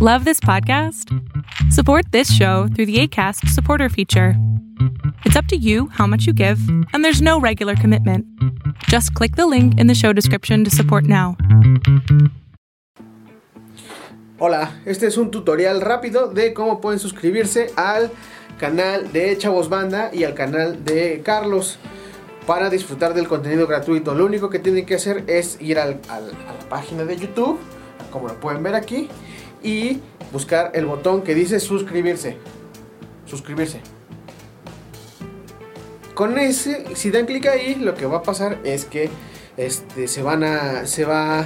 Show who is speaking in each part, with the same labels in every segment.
Speaker 1: Love this podcast? Support this show through the ACAST supporter feature. It's up to you how much you give, and there's no regular commitment. Just click the link in the show description to support now.
Speaker 2: Hola, este es un tutorial rápido de cómo pueden suscribirse al canal de Chavos Banda y al canal de Carlos para disfrutar del contenido gratuito. Lo único que tienen que hacer es ir al- al- a la página de YouTube, como lo pueden ver aquí, y buscar el botón que dice suscribirse. Suscribirse. Con ese, si dan clic ahí, lo que va a pasar es que este, se van a. Se va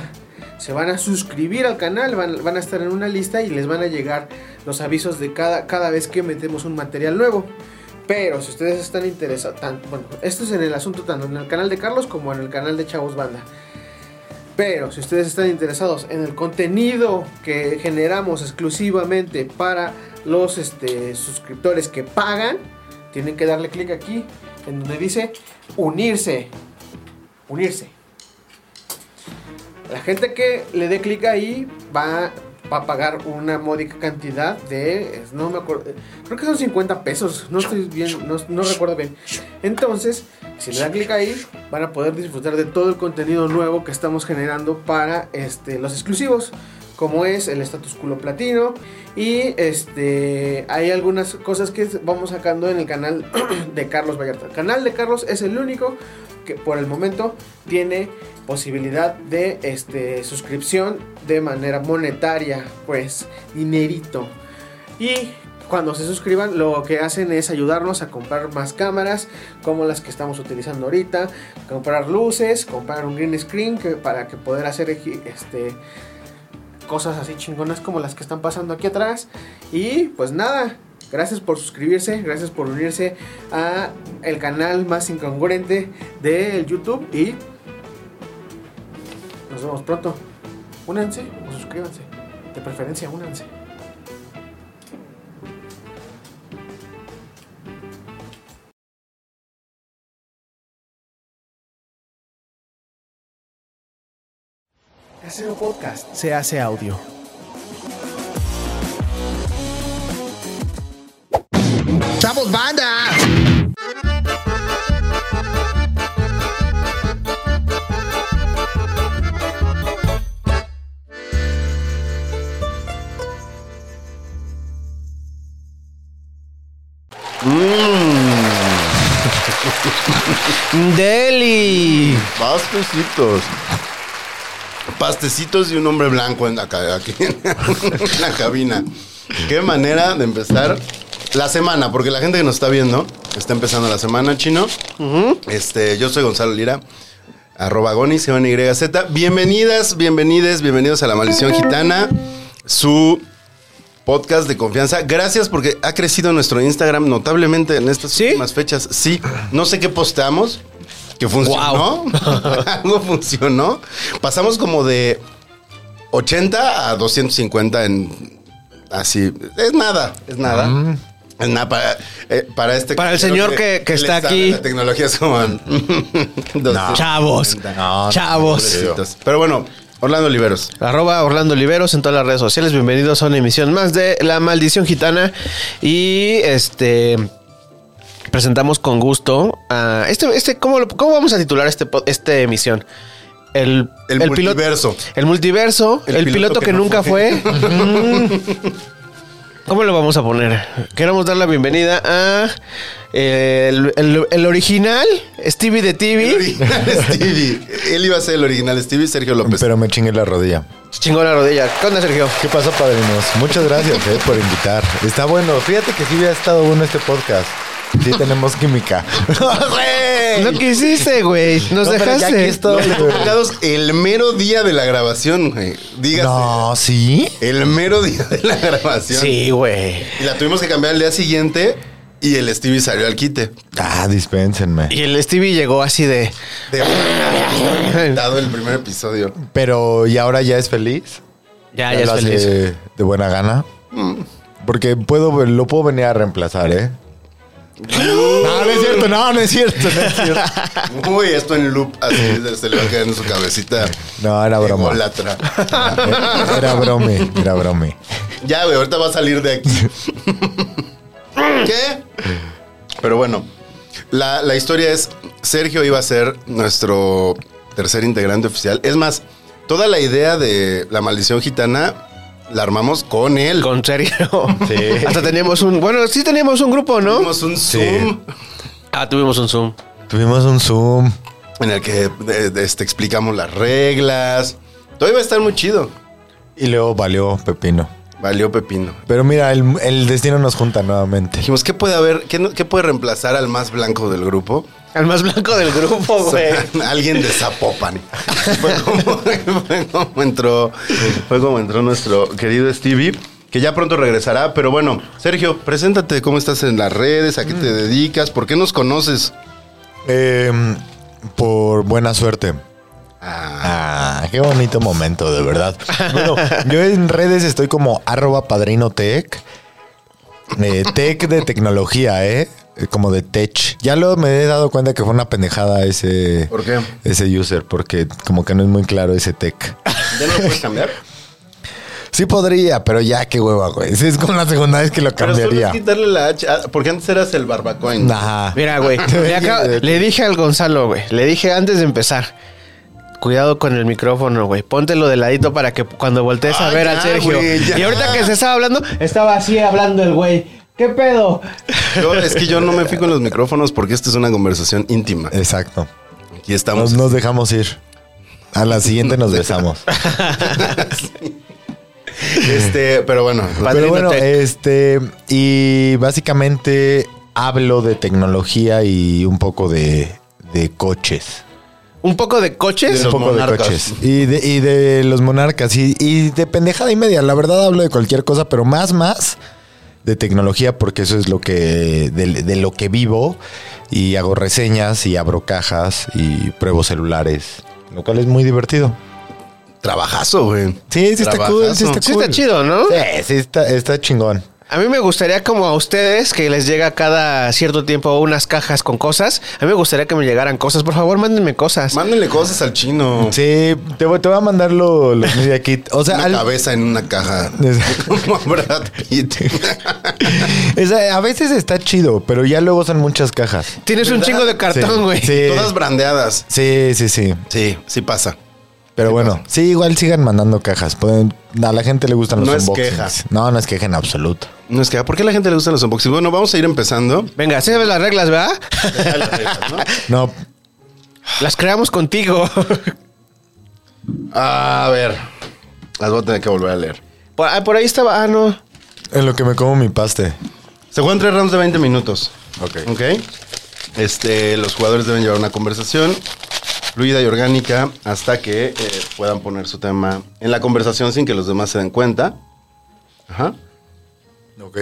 Speaker 2: se van a suscribir al canal, van, van a estar en una lista y les van a llegar los avisos de cada, cada vez que metemos un material nuevo. Pero si ustedes están interesados, tan- bueno, esto es en el asunto tanto en el canal de Carlos como en el canal de Chavos Banda. Pero si ustedes están interesados en el contenido que generamos exclusivamente para los este, suscriptores que pagan, tienen que darle clic aquí en donde dice unirse. Unirse. La gente que le dé clic ahí va, va a pagar una módica cantidad de. es- No me acuerdo. Creo que son 50 pesos. No estoy bien. No, no recuerdo bien. Entonces, si le dan clic ahí, van a poder disfrutar de todo el contenido nuevo que estamos generando para este, los exclusivos. Como es el status culo platino. Y este. Hay algunas cosas que vamos sacando en el canal de Carlos Vallarta. El canal de Carlos es el único que por el momento tiene posibilidad de este, suscripción de manera monetaria, pues dinerito. Y cuando se suscriban, lo que hacen es ayudarnos a comprar más cámaras, como las que estamos utilizando ahorita, comprar luces, comprar un green screen que- para que poder hacer eji- este, cosas así chingonas como las que están pasando aquí atrás. Y pues nada, gracias por suscribirse, gracias por unirse a el canal más incongruente del YouTube y nos vemos pronto. Únanse o suscríbanse. De preferencia, únanse. Casero Podcast se hace audio.
Speaker 3: ¡Chavos, banda!
Speaker 4: Deli.
Speaker 5: Pastecitos. Pastecitos y un hombre blanco en la, ca- aquí en la cabina. Qué manera de empezar la semana, porque la gente que nos está viendo está empezando la semana, chino. Este, yo soy Gonzalo Lira, arroba gonis, G-O-N-Y-Z. Bienvenidas, bienvenides, bienvenidos a La Maldición Gitana, su podcast de confianza. Gracias porque ha crecido nuestro Instagram notablemente en estas
Speaker 4: ¿Sí?
Speaker 5: últimas fechas. Sí, no sé qué posteamos, que funcionó. Algo funcionó. Pasamos como de 80 a 250 en así. Es nada, es nada. Es nada para, eh, para este
Speaker 4: Para el
Speaker 5: caballero
Speaker 4: señor que- que está
Speaker 5: le sabe
Speaker 4: aquí.
Speaker 5: La tecnología es como. 250.
Speaker 4: Chavos.
Speaker 5: No,
Speaker 4: Chavos.
Speaker 5: pobrecitos. Pero bueno, Orlando Oliveros.
Speaker 4: Arroba Orlando Oliveros en todas las redes sociales. Bienvenidos a una emisión más de La Maldición Gitana. Y este. Presentamos con gusto a. Este, este, ¿cómo, lo- cómo vamos a titular este, po- esta emisión? El,
Speaker 5: El
Speaker 4: piloto-
Speaker 5: multiverso.
Speaker 4: el multiverso. El, piloto, que,
Speaker 5: no
Speaker 4: nunca
Speaker 5: fue.
Speaker 4: fue. Mm. ¿Cómo lo vamos a poner? Queremos dar la bienvenida a. eh, El, el- el original, Stevie de TV.
Speaker 5: El original Stevie. Él iba a ser el original Stevie, Sergio López.
Speaker 6: Pero me chingué la rodilla.
Speaker 4: Chingó la rodilla. ¿Qué onda, Sergio?
Speaker 6: ¿Qué pasa, padrinos? Muchas gracias eh, por invitar. Está bueno. Fíjate que sí había estado bueno este podcast. Sí tenemos química.
Speaker 5: ¡Güey!
Speaker 4: No quisiste, güey. Nos
Speaker 6: No, pero ya
Speaker 4: dejaste.
Speaker 6: aquí estoy.
Speaker 5: Invitados el mero día de la grabación, güey. Dígase.
Speaker 4: eh.
Speaker 6: No, ¿sí?
Speaker 5: El mero día de la grabación.
Speaker 4: Sí, güey.
Speaker 5: Y la tuvimos que cambiar al día siguiente y el Stevie salió al quite.
Speaker 6: Ah, dispénsenme.
Speaker 4: Y el Stevie llegó así de.
Speaker 5: De dado el primer episodio.
Speaker 6: Pero, ¿y ahora ya es feliz?
Speaker 4: Ya, ya
Speaker 6: lo
Speaker 4: es
Speaker 6: hace
Speaker 4: feliz. Mm.
Speaker 6: de buena gana? Porque puedo, lo puedo venir a reemplazar, ¿eh?
Speaker 4: Mm.
Speaker 6: No, no es cierto, no, no es cierto, no es cierto.
Speaker 5: Uy, esto en loop así se le va a quedar en su cabecita.
Speaker 6: No, era broma.
Speaker 5: Ególatra.
Speaker 6: Era brome, era brome.
Speaker 5: Ya, güey, ahorita va a salir de aquí. ¿Qué? Pero bueno, la, la historia es, Sergio iba a ser nuestro tercer integrante oficial. Es más, toda la idea de la maldición gitana la armamos con él.
Speaker 4: Con Sergio. Hasta teníamos un. Bueno, sí teníamos un grupo, ¿no?
Speaker 5: Tuvimos un Zoom
Speaker 4: Ah, tuvimos un Zoom.
Speaker 6: Tuvimos un Zoom.
Speaker 5: en el que eh, este, explicamos las reglas. Todo iba a estar muy chido.
Speaker 6: Y luego valió Pepino.
Speaker 5: Valió pepino.
Speaker 6: Pero mira, el, el destino nos junta nuevamente.
Speaker 5: Dijimos, ¿qué puede haber? ¿Qué, no- qué puede reemplazar al más blanco del grupo?
Speaker 4: Al más blanco del grupo, güey.
Speaker 5: Alguien de Zapopan. fue, como, fue como entró, fue como entró nuestro querido Stevie, que ya pronto regresará. Pero bueno, Sergio, preséntate, ¿cómo estás en las redes? ¿A qué te dedicas? ¿Por qué nos conoces?
Speaker 6: Eh, por buena suerte.
Speaker 5: Ah,
Speaker 6: Ah, qué bonito momento, de verdad. Bueno, yo en redes estoy como arroba padrino tech. Eh, tech de tecnología, ¿eh? Eh, Como de tech. Ya lo me he dado cuenta que fue una pendejada ese,
Speaker 5: ¿Por qué?
Speaker 6: ese user, porque como que no es muy claro ese tech.
Speaker 5: ¿Ya no lo puedes cambiar?
Speaker 6: Sí podría, pero ya qué hueva, güey. Sí, Es como la segunda vez que lo
Speaker 5: Pero solo
Speaker 6: cambiaría.
Speaker 5: es quitarle la H. ah, Porque antes eras el barbacoin.
Speaker 6: Ajá.
Speaker 4: Mira, Ah. güey. Le, acabo- le dije al Gonzalo, güey. Le dije antes de empezar. Cuidado con el micrófono, güey. Póntelo de ladito para que cuando voltees a
Speaker 5: Ah,
Speaker 4: ver
Speaker 5: ya,
Speaker 4: al Sergio.
Speaker 5: güey, ya.
Speaker 4: y ahorita que se estaba hablando, estaba así hablando el güey. ¿Qué pedo?
Speaker 5: Yo- es que yo no me fijo en los micrófonos porque esta es una conversación íntima.
Speaker 6: Exacto.
Speaker 5: Aquí estamos.
Speaker 6: Nos, nos dejamos ir. A la siguiente nos besamos.
Speaker 5: Este, pero bueno.
Speaker 6: Pero
Speaker 4: Padrino
Speaker 6: bueno,
Speaker 4: Tech.
Speaker 6: este, y básicamente hablo de tecnología y un poco de, de coches.
Speaker 4: ¿Un poco de coches?
Speaker 5: De los
Speaker 6: un poco
Speaker 5: monarcas.
Speaker 6: de coches. Y de, y de los monarcas. Y, y de pendejada y media. La verdad hablo de cualquier cosa, pero más, más de tecnología, porque eso es lo que, de, de lo que vivo. Y hago reseñas y abro cajas y pruebo celulares. Lo cual es muy divertido.
Speaker 5: Trabajazo, güey.
Speaker 6: Sí, sí está cool, sí está
Speaker 4: Sí
Speaker 6: cool.
Speaker 4: está chido, ¿no?
Speaker 6: Sí, sí está, está chingón.
Speaker 4: A mí me gustaría, como a ustedes, que les llega cada cierto tiempo unas cajas con cosas. A mí me gustaría que me llegaran cosas. Por favor, mándenme cosas.
Speaker 5: Mándenle cosas al chino.
Speaker 6: Sí, te voy, te voy a mandar lo- los media kit. O sea,
Speaker 5: Mm. Una
Speaker 6: al-
Speaker 5: cabeza en una caja.
Speaker 6: Es-
Speaker 5: Como Brad Pitt.
Speaker 6: es- a veces está chido, pero ya luego son muchas cajas.
Speaker 4: Tienes un
Speaker 5: ¿Verdad?
Speaker 4: chingo de cartón,
Speaker 6: Sí,
Speaker 4: güey.
Speaker 6: sí.
Speaker 5: Todas brandeadas.
Speaker 6: Sí, sí, sí.
Speaker 5: Sí, sí pasa.
Speaker 6: Pero bueno, sí, igual sigan mandando cajas. Pueden, a la gente le gustan los
Speaker 5: No es
Speaker 6: unboxings.
Speaker 5: queja.
Speaker 6: No, no es queja en absoluto.
Speaker 5: No es que, ¿por qué a la gente le gustan los unboxings? Bueno, vamos a ir empezando.
Speaker 4: Venga, sí sabes las reglas, ¿verdad?
Speaker 6: No,
Speaker 4: Las creamos contigo.
Speaker 5: A ver. Las voy a tener que volver a leer.
Speaker 4: Por, ah, por ahí estaba. Ah, no.
Speaker 6: en lo que me como mi paste.
Speaker 5: Se juegan tres rounds de 20 minutos.
Speaker 6: Ok.
Speaker 5: Ok. Este, los jugadores deben llevar una conversación fluida y orgánica hasta que eh, puedan poner su tema en la conversación sin que los demás se den cuenta. Ajá.
Speaker 6: Ok,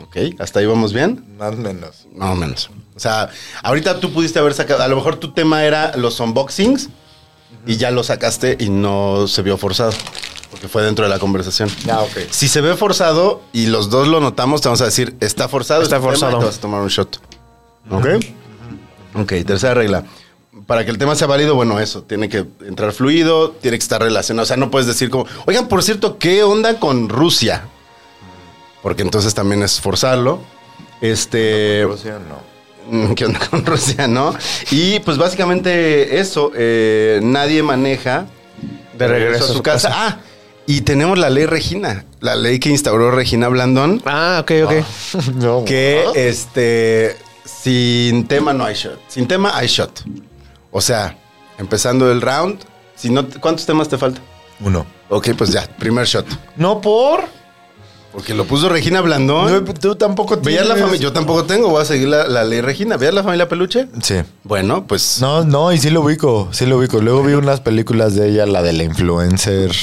Speaker 5: Ok. ¿Hasta ahí vamos bien?
Speaker 6: más menos.
Speaker 5: Más o menos. O sea, ahorita tú pudiste haber sacado, a lo mejor tu tema era los unboxings y ya lo sacaste y no se vio forzado, porque fue dentro de la conversación.
Speaker 6: Ah, ok.
Speaker 5: Si se ve forzado y los dos lo notamos, te vamos a decir, está forzado.
Speaker 4: Está
Speaker 5: este tema",
Speaker 4: forzado.
Speaker 5: y Te vas a tomar un shot. ¿Ok? Ok, tercera regla. Para que el tema sea válido, bueno, eso, tiene que entrar fluido, tiene que estar relacionado. O sea, no puedes decir como, oigan, por cierto, ¿qué onda con Rusia? Porque entonces también es forzarlo. Este. Mm, ¿Qué onda con Rusia, no? Y pues básicamente eso, eh, nadie maneja
Speaker 4: De regreso
Speaker 5: a su casa. Ah, y tenemos la ley Regina, la ley que instauró Regina Blandón,
Speaker 4: Ah, ok, ok.
Speaker 6: No,
Speaker 5: que este, sin tema no hay shot, sin tema hay shot. O sea, empezando el round, si no, ¿cuántos temas te faltan?
Speaker 6: uno.
Speaker 5: Ok, pues ya, primer shot.
Speaker 6: No por.
Speaker 5: Porque lo puso Regina Blandón.
Speaker 6: No, tú tampoco
Speaker 5: Veías la
Speaker 6: tienes-
Speaker 5: familia, yo tampoco tengo, voy a seguir la, la ley Regina. ¿Veías la familia Peluche?
Speaker 6: Sí.
Speaker 5: Bueno, pues...
Speaker 6: No, no, y sí lo ubico, sí lo ubico. Luego vi unas películas de ella, la de la influencer,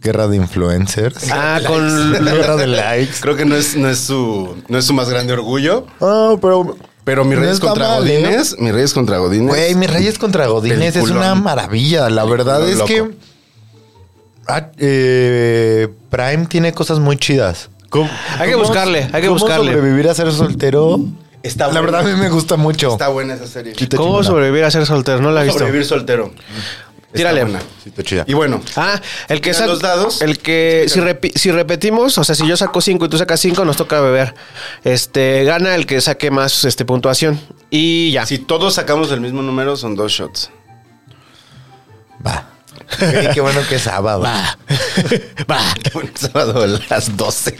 Speaker 6: guerra de influencers.
Speaker 4: Ah, con.
Speaker 6: La guerra de likes.
Speaker 5: Creo que no es, no es su no es su más grande orgullo.
Speaker 6: Ah, pero.
Speaker 5: Pero mis
Speaker 6: No
Speaker 5: reyes
Speaker 6: está
Speaker 5: contra
Speaker 6: mal, ¿eh?
Speaker 5: Godines, mis reyes contra Godines.
Speaker 6: Güey, Mis Reyes contra Godines es
Speaker 5: Peliculón.
Speaker 6: una maravilla. La verdad es
Speaker 5: Peliculón
Speaker 6: que.
Speaker 5: loco.
Speaker 6: Ah, eh, Prime tiene cosas muy chidas. ¿Cómo-
Speaker 4: Hay que
Speaker 6: cómo-
Speaker 4: buscarle, hay que
Speaker 6: cómo
Speaker 4: buscarle.
Speaker 6: sobrevivir a ser soltero.
Speaker 5: Está
Speaker 6: la
Speaker 5: buena.
Speaker 6: verdad a mí me gusta mucho.
Speaker 5: Está buena esa serie.
Speaker 6: Quita
Speaker 4: ¿Cómo
Speaker 6: chingona.
Speaker 4: sobrevivir a ser soltero? No la he visto.
Speaker 5: Sobrevivir soltero. Está
Speaker 4: Tírale.
Speaker 5: buena.
Speaker 6: Sí, está chida.
Speaker 5: Y bueno,
Speaker 4: Ah, el que
Speaker 5: Mira,
Speaker 4: saca
Speaker 5: los dados.
Speaker 4: El que si, repi- si repetimos, o sea, si yo saco 5 y tú sacas 5, nos toca beber. Este gana el que saque más este puntuación y ya.
Speaker 5: si todos sacamos el mismo número, son dos shots.
Speaker 6: Va. Qué, qué bueno que es sábado. Va. Va.
Speaker 5: Un sábado a las 12.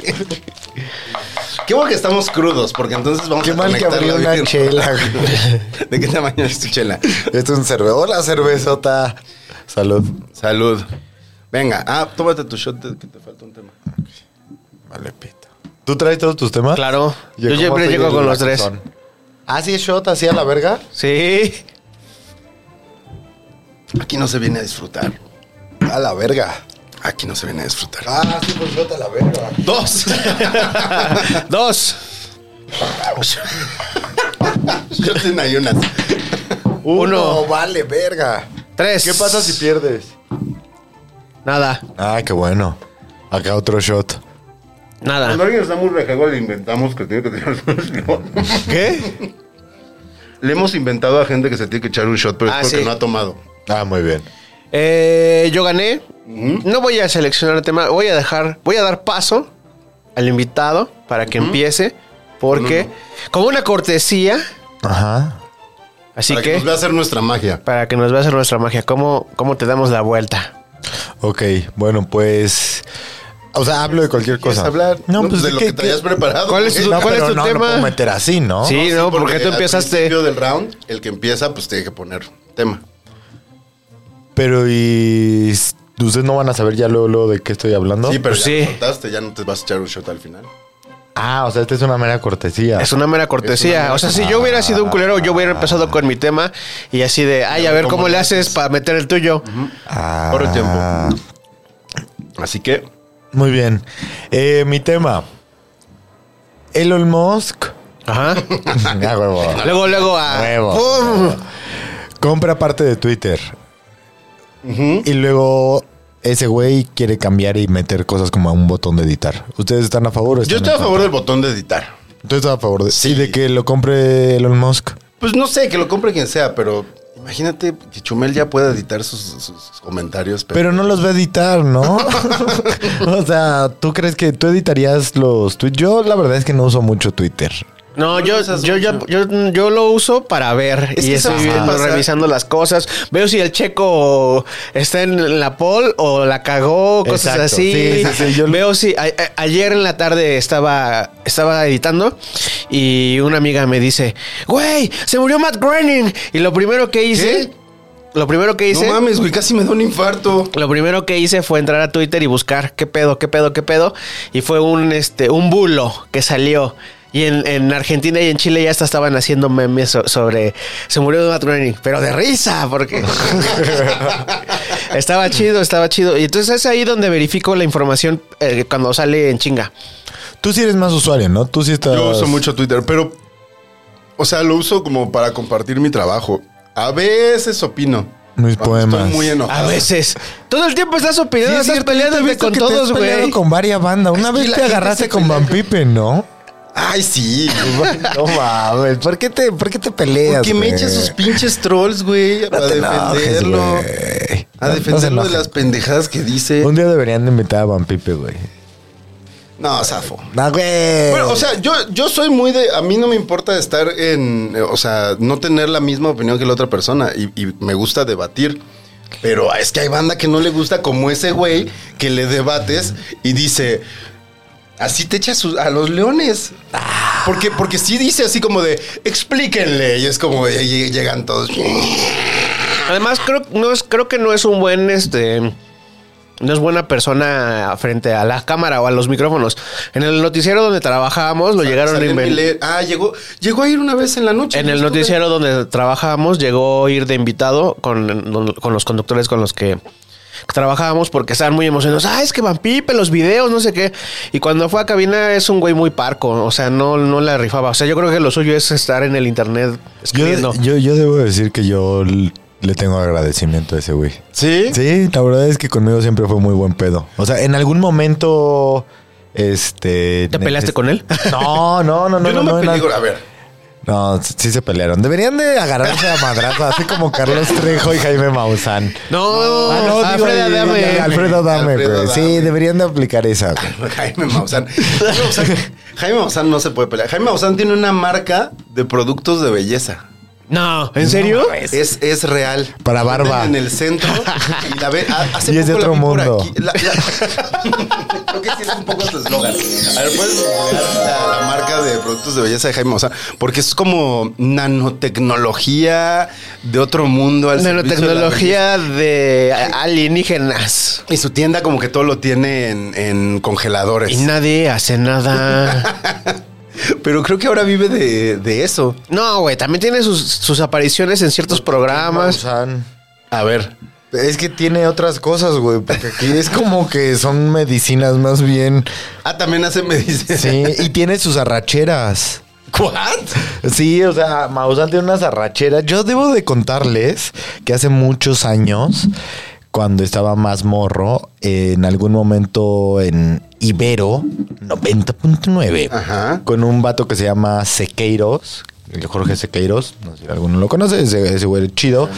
Speaker 5: Qué bueno que estamos crudos, porque entonces vamos
Speaker 6: Qué
Speaker 5: a
Speaker 6: mal que
Speaker 5: conectarla
Speaker 6: abrí una
Speaker 5: bien.
Speaker 6: chela, güey.
Speaker 5: ¿De qué tamaño es tu chela?
Speaker 6: Esto es un cerveza. Hola, cervezota. Salud.
Speaker 5: Salud. Venga, ah, tómate tu shot de- que te falta un tema.
Speaker 6: Vale, pito. ¿Tú traes todos tus temas?
Speaker 4: Claro. Yo,
Speaker 6: como
Speaker 4: siempre
Speaker 6: soy
Speaker 4: llego
Speaker 6: el
Speaker 4: con los tres.
Speaker 6: lactón. ¿Ah, sí, shot así a la verga?
Speaker 4: Sí.
Speaker 5: Aquí no se viene a disfrutar.
Speaker 6: A la verga.
Speaker 5: Aquí no se viene a disfrutar.
Speaker 6: Ah, sí, pues shot a la verga.
Speaker 5: Dos.
Speaker 4: Dos.
Speaker 5: Yo tengo ayunas.
Speaker 4: Uno.
Speaker 6: No, vale, verga.
Speaker 4: Tres.
Speaker 6: ¿Qué pasa si pierdes?
Speaker 4: Nada.
Speaker 6: Ah, qué bueno. Acá otro shot.
Speaker 4: Nada.
Speaker 5: alguien está muy rejego, le inventamos que tiene que tener
Speaker 4: ¿Qué?
Speaker 5: Le hemos inventado a gente que se tiene que echar un shot, pero
Speaker 4: Ah,
Speaker 5: es porque
Speaker 4: sí.
Speaker 5: no ha tomado.
Speaker 6: Ah, muy bien.
Speaker 4: Eh, yo gané. No voy a seleccionar el tema. Voy a dejar. Voy a dar paso al invitado para que empiece. Porque, como una cortesía.
Speaker 6: Ajá.
Speaker 4: Así
Speaker 5: Para que,
Speaker 4: que.
Speaker 5: nos va a hacer nuestra magia.
Speaker 4: para que nos va a hacer nuestra magia. ¿Cómo, cómo te damos la vuelta?
Speaker 6: Ok, bueno, pues. O sea, hablo de cualquier
Speaker 5: ¿Quieres
Speaker 6: cosa.
Speaker 5: hablar?
Speaker 6: No, pues
Speaker 5: de lo que, te hayas preparado. ¿Eh?
Speaker 4: ¿Cuál es
Speaker 5: güey.
Speaker 4: tu-
Speaker 6: No,
Speaker 4: ¿Cuál es
Speaker 6: pero
Speaker 4: tu
Speaker 6: no,
Speaker 4: tema?
Speaker 6: no puedo meter así, ¿no?
Speaker 4: Sí. no, porque tú
Speaker 5: al
Speaker 4: empezaste-
Speaker 5: principio del round, el que empieza, pues tiene que poner tema.
Speaker 6: Pero y. Ustedes no van a saber ya luego, luego de qué estoy hablando.
Speaker 5: sí, pero
Speaker 4: pues
Speaker 5: ya
Speaker 4: sí.
Speaker 5: lo soltaste, ya no te vas a echar un shot al final.
Speaker 6: Ah, o sea, esta es una mera cortesía.
Speaker 4: Es una mera cortesía.
Speaker 5: mera-
Speaker 4: O sea, si yo hubiera sido un culero, yo hubiera empezado con mi tema y así de, ay, a ver cómo le haces para meter el tuyo.
Speaker 6: Ah,
Speaker 5: Corre tiempo. Así que,
Speaker 6: Muy bien. Eh, mi tema. Elon Musk.
Speaker 4: Ajá.
Speaker 6: Ah, huevo.
Speaker 4: Luego, luego a.
Speaker 6: Huevo.
Speaker 4: ¡Pum!
Speaker 6: Compra parte de Twitter. Y luego ese güey quiere cambiar y meter cosas como a un botón de editar. ¿Ustedes están a favor? o
Speaker 4: pues,
Speaker 5: yo
Speaker 6: están
Speaker 5: estoy a
Speaker 6: en
Speaker 5: favor
Speaker 6: contra?
Speaker 5: del botón de editar.
Speaker 6: Tú estás a favor de.
Speaker 5: Sí.
Speaker 6: Sí, de que lo compre Elon Musk.
Speaker 5: Pues no sé, que lo compre quien sea, pero imagínate que Chumel ya pueda editar sus, sus- sus comentarios.
Speaker 6: Pero no los va a editar, ¿no? o sea, ¿tú crees que tú editarías los tweets? Yo la verdad es que no uso mucho Twitter.
Speaker 4: No, yo, yo, yo, yo, yo lo uso para ver
Speaker 5: Es
Speaker 4: y
Speaker 5: que
Speaker 4: estoy
Speaker 5: ¿sabes qué
Speaker 4: viendo,
Speaker 5: pasa?
Speaker 4: revisando las cosas. Veo si el checo está en la pol o la cagó, cosas
Speaker 6: Exacto,
Speaker 4: así.
Speaker 6: sí, sí, sí, yo lo-
Speaker 4: Veo si a- a- ayer en la tarde estaba, estaba editando y una amiga me dice, güey, se murió Matt Groening. Y lo primero que hice, lo primero
Speaker 5: no
Speaker 4: que hice,
Speaker 5: mames, güey, casi me da un infarto.
Speaker 4: lo primero que hice fue entrar a Twitter y buscar qué pedo, qué pedo, qué pedo. Y fue un, este, un bulo que salió. Y en, en Argentina y en Chile ya hasta estaban haciendo memes so- sobre se murió Matt Groening, pero de risa, porque estaba chido, estaba chido. Y entonces es ahí donde verifico la información eh, cuando sale en chinga.
Speaker 6: Tú sí eres más usuario, ¿no? Tú sí estás.
Speaker 5: Yo uso mucho Twitter, pero. O sea, lo uso como para compartir mi trabajo. A veces opino.
Speaker 6: Mis
Speaker 5: Cuando
Speaker 6: poemas.
Speaker 5: Estoy muy enojado.
Speaker 4: A veces. Todo el tiempo estás opinando,
Speaker 6: Sí, es
Speaker 4: estás
Speaker 6: cierto, yo te he
Speaker 4: peleándote
Speaker 6: visto
Speaker 4: con
Speaker 6: que te has
Speaker 4: todos,
Speaker 6: peleado
Speaker 4: güey.
Speaker 6: con varias bandas. Una
Speaker 5: Es que
Speaker 6: vez
Speaker 5: la
Speaker 6: te
Speaker 5: gente
Speaker 6: agarraste
Speaker 5: se
Speaker 6: con
Speaker 5: pelea
Speaker 6: Van
Speaker 5: con-
Speaker 6: Pipe, ¿no?
Speaker 5: Ay, sí.
Speaker 6: No mames, ¿por qué te, por qué te peleas?
Speaker 5: Porque me echen sus pinches trolls, güey. A
Speaker 6: te enojes,
Speaker 5: defenderlo.
Speaker 6: güey. No-
Speaker 5: A
Speaker 6: no se
Speaker 5: defenderlo de
Speaker 6: enojen.
Speaker 5: las pendejadas que dice.
Speaker 6: Un día deberían de invitar a Van Pipe, güey.
Speaker 5: No, zafo.
Speaker 6: No, güey.
Speaker 5: Bueno, o sea, yo, yo soy muy de. A mí no me importa estar en. eh, O sea, no tener la misma opinión que la otra persona. Y, y me gusta debatir. Pero es que hay banda que no le gusta, como ese güey, que le debates y dice. Así te echas su- a los leones. Porque, porque sí dice así como de. Explíquenle. Y es como. de- y llegan todos.
Speaker 4: Además, creo, no es, creo que no es un buen, este, no es buena persona frente a la cámara o a los micrófonos. En el noticiero donde trabajábamos, lo llegaron a
Speaker 5: Salen
Speaker 4: inven-
Speaker 5: y leen. Ah, llegó, llegó a ir una vez en la noche.
Speaker 4: En
Speaker 5: Yo
Speaker 4: el
Speaker 5: estuve-
Speaker 4: noticiero donde trabajábamos, llegó a ir de invitado con, con los conductores con los que trabajábamos porque estaban muy emocionados. Ah, es que Van Pipe, los videos, no sé qué. Y cuando fue a cabina es un güey muy parco. O sea, no, no la rifaba. O sea, yo creo que lo suyo es estar en el internet escribiendo.
Speaker 6: yo, yo, yo debo decir que yo l- le tengo agradecimiento a ese güey.
Speaker 5: Sí.
Speaker 6: Sí, la verdad es que conmigo siempre fue muy buen pedo. O sea, en algún momento. Este.
Speaker 4: ¿Te peleaste con él?
Speaker 6: No, no, no, no.
Speaker 5: Yo no, me
Speaker 6: en al-
Speaker 5: peligro. A ver.
Speaker 6: No, s- sí se pelearon. Deberían de agarrarse a madrazo, así como Carlos Trejo y Jaime Maussan.
Speaker 4: No,
Speaker 6: Ah, no, digo,
Speaker 4: Alfredo
Speaker 6: eh,
Speaker 4: Adame.
Speaker 6: eh, Alfredo Adame,
Speaker 5: Alfredo
Speaker 6: güey. Sí,
Speaker 5: Adame.
Speaker 6: deberían de aplicar esa. güey.
Speaker 5: Jaime Maussan. Jaime Maussan. Jaime Maussan no se puede pelear. Jaime Maussan tiene una marca de productos de belleza.
Speaker 4: No, ¿en serio?
Speaker 5: Es, es real.
Speaker 6: Para
Speaker 5: La venden
Speaker 6: barba.
Speaker 5: En el centro. Y, la ve, ha- hace
Speaker 6: Y es de
Speaker 5: poco la
Speaker 6: otro
Speaker 5: vi por
Speaker 6: mundo.
Speaker 5: aquí. La- la- Creo que sí es un poco su eslogan. A ver, puedes googlear la, la marca de productos de belleza de Jaime Maussan. Porque es como nanotecnología de otro mundo. al servicio de la
Speaker 4: Nanotecnología de a- alienígenas.
Speaker 5: belleza. Y su tienda como que todo lo tiene en, en congeladores.
Speaker 4: Y nadie hace nada.
Speaker 5: Pero creo que ahora vive de, de eso.
Speaker 4: No, güey, también tiene sus, sus apariciones en ciertos programas.
Speaker 6: Maussan.
Speaker 5: A ver.
Speaker 6: Es que tiene otras cosas, güey, porque aquí es como que son medicinas más bien.
Speaker 5: Ah, también hace medicina.
Speaker 6: Sí, y tiene sus arracheras.
Speaker 5: ¿What?
Speaker 6: Sí, o sea, Maussan tiene unas arracheras. Yo debo de contarles que hace muchos años, cuando estaba más morro, en algún momento en Ibero 90.9,
Speaker 5: Ajá.
Speaker 6: con un vato que se llama Sequeiros, el Jorge Sequeiros, no sé si alguno lo conoce, ese, ese güey es chido,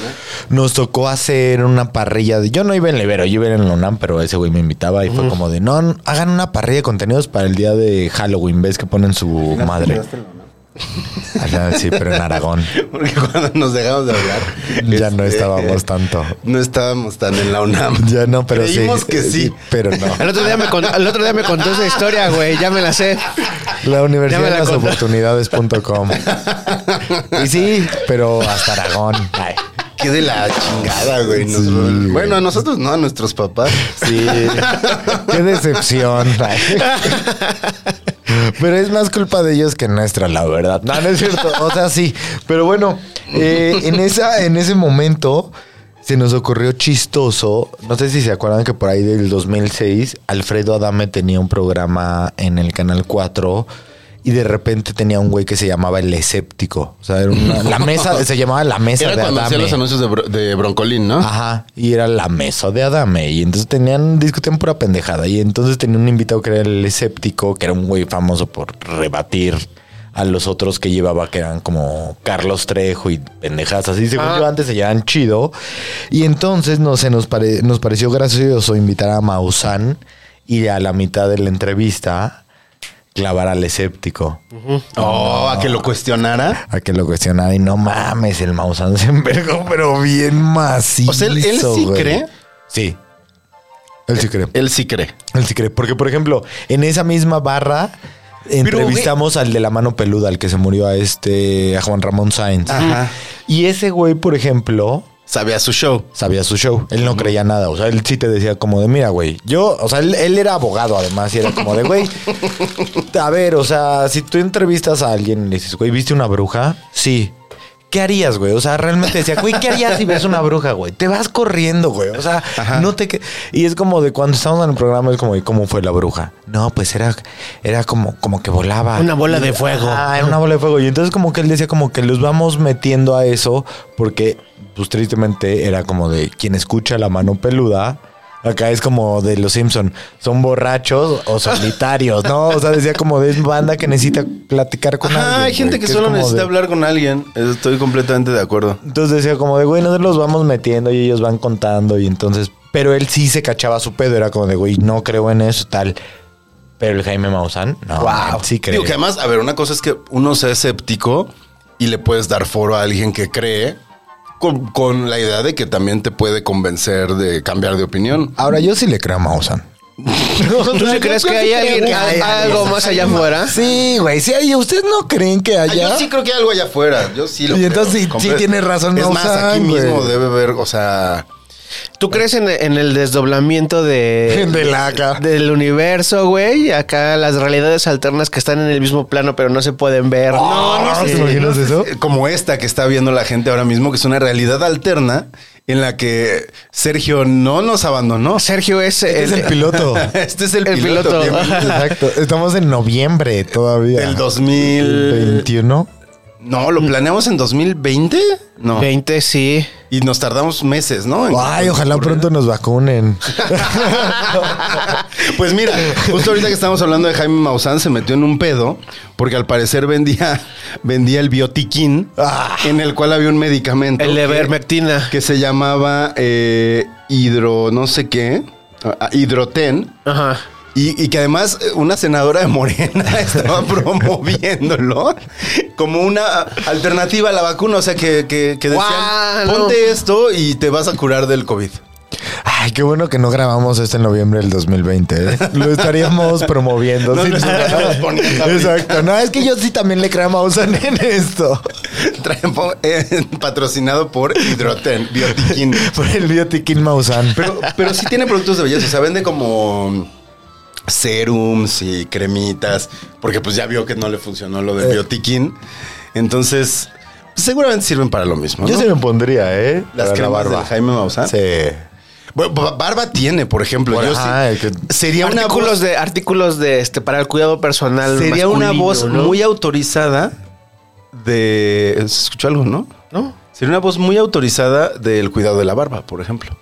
Speaker 6: nos tocó hacer una parrilla de... Yo no iba en el Ibero, yo iba en el UNAM, pero ese güey me invitaba y fue como de, no, no, hagan una parrilla de contenidos para el día de Halloween, ves que ponen su madre. Ajá, sí, pero en Aragón.
Speaker 5: Porque cuando nos dejamos de hablar. este,
Speaker 6: Ya no estábamos tanto.
Speaker 5: No estábamos tan en la UNAM.
Speaker 6: Ya no, pero sí.
Speaker 5: Creímos que sí.
Speaker 6: Pero no.
Speaker 4: El otro día me, con- el otro día me contó esa historia, güey. Ya me la sé.
Speaker 6: La
Speaker 4: Ya
Speaker 6: Universidad
Speaker 4: me
Speaker 6: de
Speaker 4: la
Speaker 6: las
Speaker 4: contó.
Speaker 6: Oportunidades.com. Y sí, pero hasta Aragón. Ay.
Speaker 5: Qué de la chingada, güey. Nos-
Speaker 6: Sí, güey.
Speaker 5: Bueno, a nosotros no, a nuestros papás.
Speaker 6: Sí. Qué decepción. Ay. Pero es más culpa de ellos que nuestra, la verdad. No, no es cierto. O sea, sí. Pero bueno, eh, en, esa, en ese momento se nos ocurrió chistoso. No sé si se acuerdan que por ahí del 2006, Alfredo Adame tenía un programa en el Canal 4. Y de repente tenía un güey que se llamaba El Escéptico. O sea, era una- la mesa, se llamaba La Mesa
Speaker 5: Era
Speaker 6: de
Speaker 5: cuando hacía
Speaker 6: Adame. Ah,
Speaker 5: los anuncios de, Bro- de Broncolín, ¿no?
Speaker 6: Ajá, y era la mesa de Adame. Y entonces tenían, discutían pura pendejada. Y entonces tenía un invitado que era el escéptico, que era un güey famoso por rebatir a los otros que llevaba, que eran como Carlos Trejo y pendejadas así. Según yo, antes se llevaban chido. Y entonces no, se nos, pare- nos pareció gracioso invitar a Maussan y a la mitad de la entrevista clavar al escéptico
Speaker 5: Oh, a que lo cuestionara.
Speaker 6: a que lo cuestionara. Y no mames, el Maussan se envergó, pero bien macizo.
Speaker 5: O sea, él- él sí
Speaker 6: güey.
Speaker 5: cree.
Speaker 6: Sí. Él sí cree.
Speaker 5: Él sí cree.
Speaker 6: Él sí cree. Porque, por ejemplo, en esa misma barra entrevistamos al de la mano peluda, al que se murió a este, a Juan Ramón Sáenz.
Speaker 5: Ajá.
Speaker 6: Y ese güey, por ejemplo,
Speaker 5: Sabía su show.
Speaker 6: sabía su show. Él no creía nada. O sea, él sí te decía como de, mira, güey, yo, o sea, él, él era abogado además y era como de, güey, a ver, o sea, si tú entrevistas a alguien y le dices, güey, ¿viste una bruja? Sí. ¿Qué harías, güey? O sea, realmente decía, güey, ¿qué harías si ves una bruja, güey? Te vas corriendo, güey. O sea, no te... que- Y es como de cuando estamos en el programa, es como, ¿y cómo fue la bruja? No, pues era, era como, como que volaba.
Speaker 4: Una bola de fuego.
Speaker 6: Ah, era una bola de fuego. Y entonces como que él decía como que los vamos metiendo a eso porque pues tristemente era como de quien escucha la mano peluda. Acá es como de los Simpson, son borrachos o solitarios, ¿no? O sea, decía como de es banda que necesita platicar con
Speaker 5: Ajá,
Speaker 6: alguien.
Speaker 5: hay gente
Speaker 6: güey,
Speaker 5: que
Speaker 6: es
Speaker 5: solo
Speaker 6: como
Speaker 5: necesita
Speaker 6: de-
Speaker 5: hablar con alguien. Estoy completamente de acuerdo.
Speaker 6: Entonces decía como de güey, nosotros los vamos metiendo y ellos van contando y entonces, pero él sí se cachaba su pedo, era como de güey, no creo en eso tal. Pero el Jaime Maussan, no, él sí creo.
Speaker 5: Digo que además, a ver, una cosa es que uno sea escéptico y le puedes dar foro a alguien que cree con, con la idea de que también te puede convencer de cambiar de opinión.
Speaker 6: Ahora yo sí le creo a Maussan.
Speaker 4: ¿Tú sí crees que hay alguien,
Speaker 6: que hay
Speaker 4: algo
Speaker 6: alguien.
Speaker 4: más allá afuera?
Speaker 6: Sí, güey. Sí, hay- ¿ustedes no creen que
Speaker 5: Ah,
Speaker 6: haya?
Speaker 5: Yo sí creo que hay algo allá afuera. Yo sí lo
Speaker 6: Y
Speaker 5: creo.
Speaker 6: entonces sí- sí
Speaker 5: Compre-
Speaker 6: tiene razón,
Speaker 5: Es
Speaker 6: no
Speaker 5: más,
Speaker 6: usan,
Speaker 5: aquí
Speaker 6: güey.
Speaker 5: mismo debe haber, o sea,
Speaker 4: ¿Tú crees en, en el desdoblamiento de,
Speaker 6: De la acá.
Speaker 4: del universo, güey? Acá las realidades alternas que están en el mismo plano pero no se pueden ver.
Speaker 5: Ah,
Speaker 6: no
Speaker 4: Sí.
Speaker 6: Ah, ¿Te imaginas eso?
Speaker 5: eh, como esta que está viendo la gente ahora mismo, que es una realidad alterna en la que Sergio no nos abandonó.
Speaker 4: Sergio es,
Speaker 6: Este Es el piloto.
Speaker 5: Este es el,
Speaker 4: El
Speaker 5: piloto.
Speaker 4: piloto.
Speaker 5: bienvenido.
Speaker 6: Exacto. Estamos en noviembre todavía.
Speaker 5: Del 2000.
Speaker 6: 21.
Speaker 5: No, lo planeamos en 2020. No.
Speaker 4: 20, sí.
Speaker 5: Y nos tardamos meses, ¿no? En-
Speaker 6: Ay, ojalá pronto nos vacunen.
Speaker 5: Pues mira, justo ahorita que estamos hablando de Jaime Maussan, se metió en un pedo porque al parecer vendía, vendía el biotiquín en el cual había un medicamento.
Speaker 4: El
Speaker 5: que-
Speaker 4: Evermectina.
Speaker 5: Que se llamaba eh, hidro no sé qué, ah, hidroten.
Speaker 4: Ajá.
Speaker 5: Y, y que además eh, una senadora de Morena estaba promoviéndolo como una alternativa a la vacuna. O sea, que, que, que decían,
Speaker 4: Guau, no.
Speaker 5: ponte esto y te vas a curar del COVID.
Speaker 6: Ay, qué bueno que no grabamos esto en noviembre del 2020. ¿eh? Lo estaríamos promoviendo.
Speaker 5: No,
Speaker 6: sin
Speaker 5: no
Speaker 6: duda.
Speaker 5: estaríamos poniendo ahorita.
Speaker 6: Exacto. No, es que yo sí también le creo a Maussan en esto.
Speaker 5: Traemos, eh, patrocinado por Hidroten, Biotiquín.
Speaker 6: Por el biotiquín Maussan.
Speaker 5: Pero, pero sí tiene productos de belleza. O sea, vende como mm, serums y cremitas. Porque pues ya vio que no le funcionó lo
Speaker 6: Eh.
Speaker 5: del Biotiquín. Entonces, seguramente sirven para lo mismo.
Speaker 6: yo
Speaker 5: ¿no?
Speaker 6: se me pondría, ¿eh?
Speaker 5: Las
Speaker 6: Para la
Speaker 5: cremas del Jaime Maussan.
Speaker 6: Sí.
Speaker 5: Bueno, ba- barba tiene, por ejemplo.
Speaker 6: Bueno,
Speaker 5: yo sí-
Speaker 6: ajá, el que-
Speaker 5: sería una
Speaker 4: Artículos
Speaker 5: voz,
Speaker 4: de, artículos de este para el cuidado personal.
Speaker 5: sería una voz
Speaker 4: masculino, ¿no?
Speaker 5: muy autorizada de. ¿Se escuchó algo, no?
Speaker 4: ¿No?
Speaker 5: Sería una voz muy autorizada del cuidado de la barba, por ejemplo.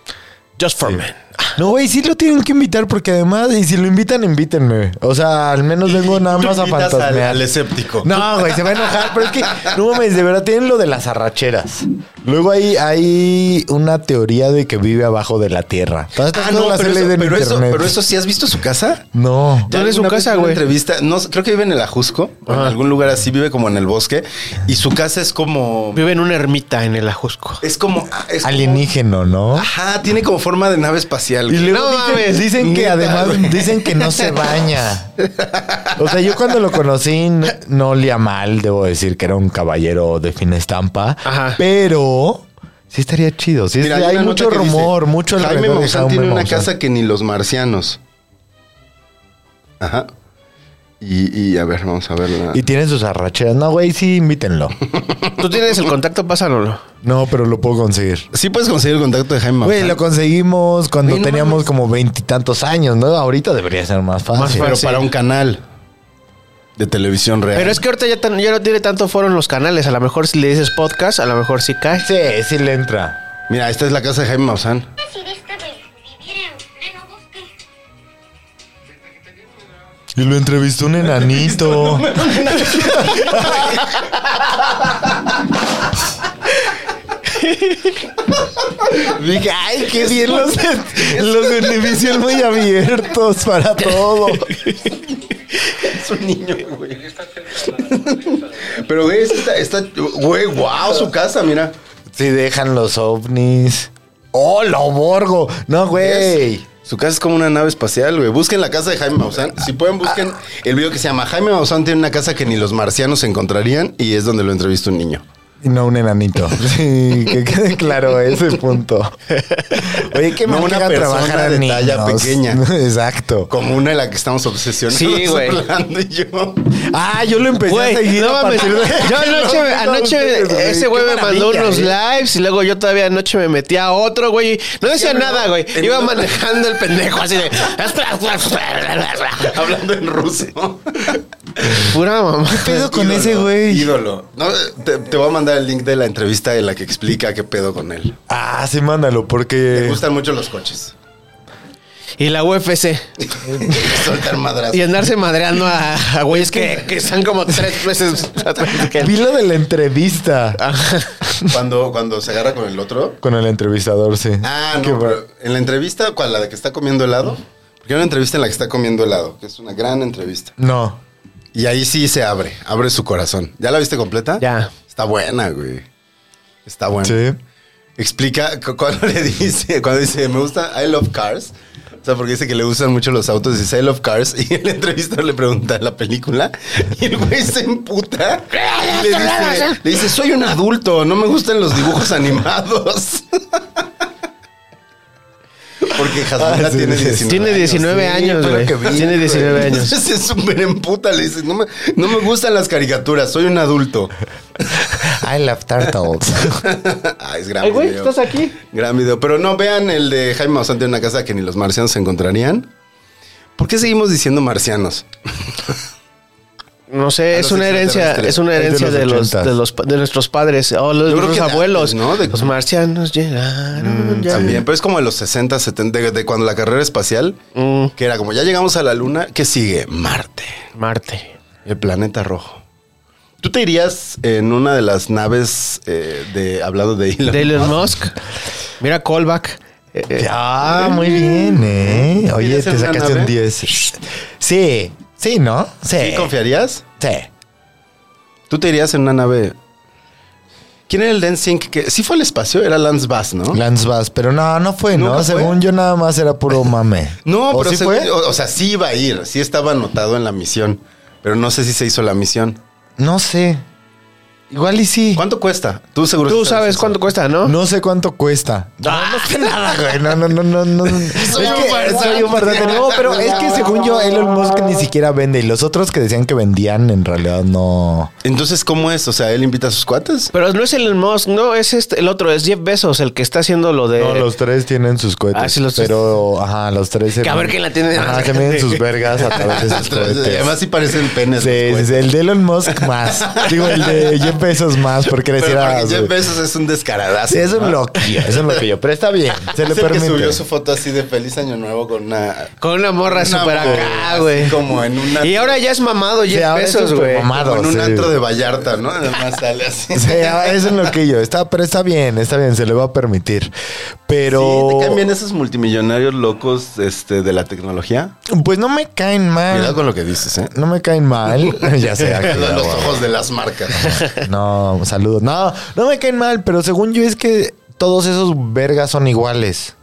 Speaker 4: Just for men.
Speaker 6: No, güey, sí lo tienen que invitar porque además, y si lo invitan, invítenme. O sea, al menos vengo nada
Speaker 5: Tú
Speaker 6: más a
Speaker 5: invitas
Speaker 6: fantasmear.
Speaker 5: al- al escéptico.
Speaker 6: No, güey, se va a enojar, pero es que, no mames, de verdad tienen lo de las arracheras. Luego hay, hay una teoría de que vive abajo de la tierra. Todas estas
Speaker 5: Ah,
Speaker 6: cosas
Speaker 5: no,
Speaker 6: las he
Speaker 5: pero eso,
Speaker 6: leído en
Speaker 5: pero, eso,
Speaker 6: internet.
Speaker 5: pero eso sí, ¿has visto su casa?
Speaker 6: No.
Speaker 4: ¿Dónde es su
Speaker 5: alguna vez
Speaker 4: casa,
Speaker 5: en una
Speaker 4: güey?
Speaker 5: entrevista, no, sé, creo que vive en el Ajusco, o en algún lugar así, vive como en el bosque, y su casa es como...
Speaker 4: Vive en una ermita en el Ajusco.
Speaker 5: Es como... ah, es como-
Speaker 6: Alienígeno, ¿no?
Speaker 5: ajá, tiene como forma de nave espacial.
Speaker 6: Y
Speaker 4: No
Speaker 6: luego dicen,
Speaker 4: mames,
Speaker 6: dicen que
Speaker 5: neta,
Speaker 6: además
Speaker 5: güey.
Speaker 6: dicen que no se baña. O sea, yo cuando lo conocí no, no olía mal, debo decir que era un caballero de fina estampa,
Speaker 4: Ajá.
Speaker 6: pero sí estaría chido. Sí,
Speaker 5: Mira,
Speaker 6: sí, hay
Speaker 5: una
Speaker 6: mucho
Speaker 5: nota que dice,
Speaker 6: rumor, mucho
Speaker 5: Jaime
Speaker 6: alrededor de
Speaker 5: Maussan
Speaker 6: Jaume
Speaker 5: tiene una
Speaker 6: Maussan.
Speaker 5: casa que ni los marcianos. Ajá. Y, y, a ver, vamos a verla.
Speaker 6: y tiene sus arracheras. No, güey, sí, invítenlo.
Speaker 4: Tú tienes el contacto, pásanlo.
Speaker 6: No, pero lo puedo conseguir.
Speaker 5: Sí puedes conseguir el contacto de Jaime
Speaker 6: Güey,
Speaker 5: Maussan.
Speaker 6: lo conseguimos cuando
Speaker 5: Güey, no
Speaker 6: teníamos
Speaker 5: mames.
Speaker 6: como veintitantos años, ¿no? Ahorita debería ser más fácil.
Speaker 4: Más
Speaker 5: pero
Speaker 4: fácil.
Speaker 5: para un canal de televisión real.
Speaker 4: Pero es que ahorita ya, tan- ya no tiene tanto foro en los canales. A lo mejor si le dices podcast, a lo mejor sí cae.
Speaker 6: Sí, sí le entra.
Speaker 5: Mira, esta es la casa de Jaime Maussan.
Speaker 7: decidiste vivir en pleno bosque.
Speaker 6: Y lo entrevistó un enanito. Dije, ay, qué bien los, los beneficios muy abiertos para todo.
Speaker 5: Pero, güey, esta, esta, güey, wow, su casa, mira.
Speaker 6: Si dejan los ovnis. ¡Oh, lo borgo! No, güey.
Speaker 5: Su casa es como una nave espacial, güey. Busquen la casa de Jaime Maussan. Si pueden, busquen el video que se llama Jaime Maussan tiene una casa que ni los marcianos encontrarían y es donde lo entrevista un niño.
Speaker 6: Y no un enanito. Sí, que quede claro ese punto. Oye, qué
Speaker 5: No
Speaker 6: mal
Speaker 5: una
Speaker 6: que hagan
Speaker 5: persona
Speaker 6: trabajar a
Speaker 5: de talla
Speaker 6: niños.
Speaker 5: pequeña.
Speaker 6: Exacto.
Speaker 5: Como una de la que estamos obsesionados.
Speaker 4: Sí, güey.
Speaker 5: hablando y yo.
Speaker 6: Ah, yo lo empecé
Speaker 4: Güey,
Speaker 6: a seguir
Speaker 4: no
Speaker 6: a
Speaker 4: mames.
Speaker 6: partir de-
Speaker 4: Yo anoche, me- anoche ese güey me
Speaker 6: Qué
Speaker 4: mandó
Speaker 6: maravilla,
Speaker 4: unos
Speaker 6: ¿eh?
Speaker 4: lives y luego yo todavía anoche me metí a otro, güey. No decía nada, güey.
Speaker 5: En
Speaker 4: Iba
Speaker 5: una-
Speaker 4: manejando el pendejo así de.
Speaker 5: Hablando en ruso.
Speaker 4: Pura mamá.
Speaker 6: ¿Qué pedo con
Speaker 5: Ídolo,
Speaker 6: ese güey?
Speaker 5: Ídolo. No, te, te voy a mandar el link de la entrevista de la que explica qué pedo con él.
Speaker 6: Ah, sí, mándalo,
Speaker 5: Me
Speaker 6: porque.
Speaker 5: gustan mucho los coches.
Speaker 4: Y la UFC.
Speaker 5: Soltar madrazos.
Speaker 4: Y andarse madreando a, a güeyes que, que están como tres veces atrás que él. Ah.
Speaker 6: Vi lo de la entrevista. Ah,
Speaker 5: Cuando, cuando se agarra con el otro.
Speaker 6: Con el entrevistador, sí.
Speaker 5: Ah,
Speaker 6: Qué
Speaker 5: no.
Speaker 6: bar-
Speaker 5: pero en la entrevista, ¿cuál? La de que está comiendo helado. Porque hay una entrevista en la que está comiendo helado, que es una gran entrevista.
Speaker 6: No.
Speaker 5: Y ahí sí se abre, abre su corazón. ¿Ya la viste completa?
Speaker 4: Ya.
Speaker 5: Está buena, güey. Está buena.
Speaker 6: Sí.
Speaker 5: Explica cu- cuando le dice, cuando dice, me gusta, I love cars. O sea, porque dice que le gustan mucho los autos, dice, I love cars. Y el entrevistador le pregunta la película. Y el güey se emputa. y Le dice, le dice, soy un adulto, no me gustan los dibujos animados. Porque Hasbula
Speaker 6: Ah, sí,
Speaker 5: tiene
Speaker 6: sí.
Speaker 5: 19
Speaker 4: Tiene 19 años,
Speaker 5: pero
Speaker 4: güey.
Speaker 5: que bien,
Speaker 4: Tiene 19
Speaker 5: güey.
Speaker 4: años.
Speaker 5: Se súper emputa, le dice, no me, no me gustan las caricaturas, soy un adulto.
Speaker 6: I love turtles.
Speaker 5: ah, es gran video.
Speaker 4: aquí?
Speaker 5: Gran video. Pero no, vean el de Jaime Maussan de una casa que ni los marcianos se encontrarían. ¿Por qué seguimos diciendo marcianos?
Speaker 4: No sé,
Speaker 5: A
Speaker 4: es
Speaker 5: los
Speaker 4: una herencia,
Speaker 5: extraterrestres.
Speaker 4: es una
Speaker 6: Es de
Speaker 4: herencia
Speaker 6: los
Speaker 4: de los, de,
Speaker 6: 80s.
Speaker 4: los, de nuestros padres, o los,
Speaker 5: Yo creo
Speaker 4: nuestros
Speaker 5: que de
Speaker 4: abuelos,
Speaker 5: antes, ¿no? De-
Speaker 4: los marcianos llegaron. ya.
Speaker 5: También, pero es como de los 60, 70, de, de cuando la carrera espacial,
Speaker 4: Mm.
Speaker 5: que era como ya llegamos a la luna, ¿qué sigue? Marte,
Speaker 4: Marte.
Speaker 5: el planeta rojo. ¿Tú te irías en una de las naves eh, de hablando de Elon,
Speaker 4: De Elon Musk. Mira, callback. Eh, eh,
Speaker 6: Ah, muy bien, ¿eh? Oye,
Speaker 5: ¿Quieres
Speaker 6: te
Speaker 5: ser una
Speaker 6: sacaste un
Speaker 5: nave?
Speaker 6: 10. Sí, sí, ¿no? Sí.
Speaker 5: ¿Sí confiarías?
Speaker 6: Sí.
Speaker 5: ¿Tú te irías en una nave? ¿Quién era el Dancing? Que sí fue al espacio, era Lance Bass, ¿no?
Speaker 6: Lance Bass, pero no, no fue, ¿no?
Speaker 5: ¿Nunca fue?
Speaker 6: Según yo nada más era puro mame.
Speaker 5: No,
Speaker 6: ¿O
Speaker 5: pero
Speaker 6: sí
Speaker 5: se-
Speaker 6: fue?
Speaker 5: O, o sea, sí iba a ir, sí estaba anotado en la misión, pero no sé si se hizo la misión.
Speaker 6: No sé. Igual y sí.
Speaker 5: ¿Cuánto cuesta? Tú seguro
Speaker 4: Tú
Speaker 5: sí
Speaker 4: sabes
Speaker 5: eso.
Speaker 4: cuánto cuesta, ¿no? Ah,
Speaker 6: No sé cuánto cuesta. No, no sé nada, güey. No, no, no, no, no. Es que
Speaker 5: farsante.
Speaker 6: soy un farsante. No, pero es que según yo, Elon Musk ni siquiera vende. Y los otros que decían que vendían, en realidad no.
Speaker 5: Entonces, ¿cómo es? O sea, él invita a sus cuates.
Speaker 4: Pero no es Elon Musk, no, es este, el otro, es Jeff Bezos, el que está haciendo lo de.
Speaker 6: No, los tres tienen sus cohetes.
Speaker 4: Ah, sí, los tres.
Speaker 6: Pero, ajá, los tres. se
Speaker 4: Que a ver
Speaker 6: ven-
Speaker 4: quién la tiene más
Speaker 5: Ah,
Speaker 6: Ajá, se
Speaker 4: grande.
Speaker 6: miden sus vergas a través de sus cohetes.
Speaker 5: Además, sí parecen penes.
Speaker 6: Sí,
Speaker 5: los
Speaker 6: sí,
Speaker 5: cohetes.
Speaker 6: el de Elon Musk más. Digo, el de Jeff Bezos más, porque
Speaker 5: Pero
Speaker 6: decía.
Speaker 5: porque Jeff Bezos es un descaradazo.
Speaker 6: Sí, es un
Speaker 5: ¿no?
Speaker 6: loquillo, es un loquillo, pero está bien, se le
Speaker 5: Es el que
Speaker 6: permite.
Speaker 5: subió su foto así de feliz año nuevo con una...
Speaker 4: Con una morra
Speaker 5: Una
Speaker 4: super
Speaker 5: morra,
Speaker 4: acá,
Speaker 5: así
Speaker 4: güey.
Speaker 5: como en una-
Speaker 4: Y ahora ya es mamado
Speaker 6: Sí,
Speaker 4: Jeff
Speaker 6: ahora es
Speaker 4: Bezos, güey.
Speaker 6: supermamado. Amado,
Speaker 5: como en un
Speaker 6: sí.
Speaker 5: antro de Vallarta, ¿no? Además sale así.
Speaker 6: Sí, es un loquillo, está, pero está bien, está bien, se le va a permitir. Pero.
Speaker 5: Sí, te cambian esos multimillonarios locos este, de la tecnología.
Speaker 6: Pues no me caen mal.
Speaker 5: Cuidado con lo que dices, ¿eh?
Speaker 6: No me caen mal. ya sé. aquí,
Speaker 5: Los, los
Speaker 6: guau.
Speaker 5: ojos de las marcas.
Speaker 6: No, saludos. No, no me caen mal, pero según yo es que todos esos vergas son iguales.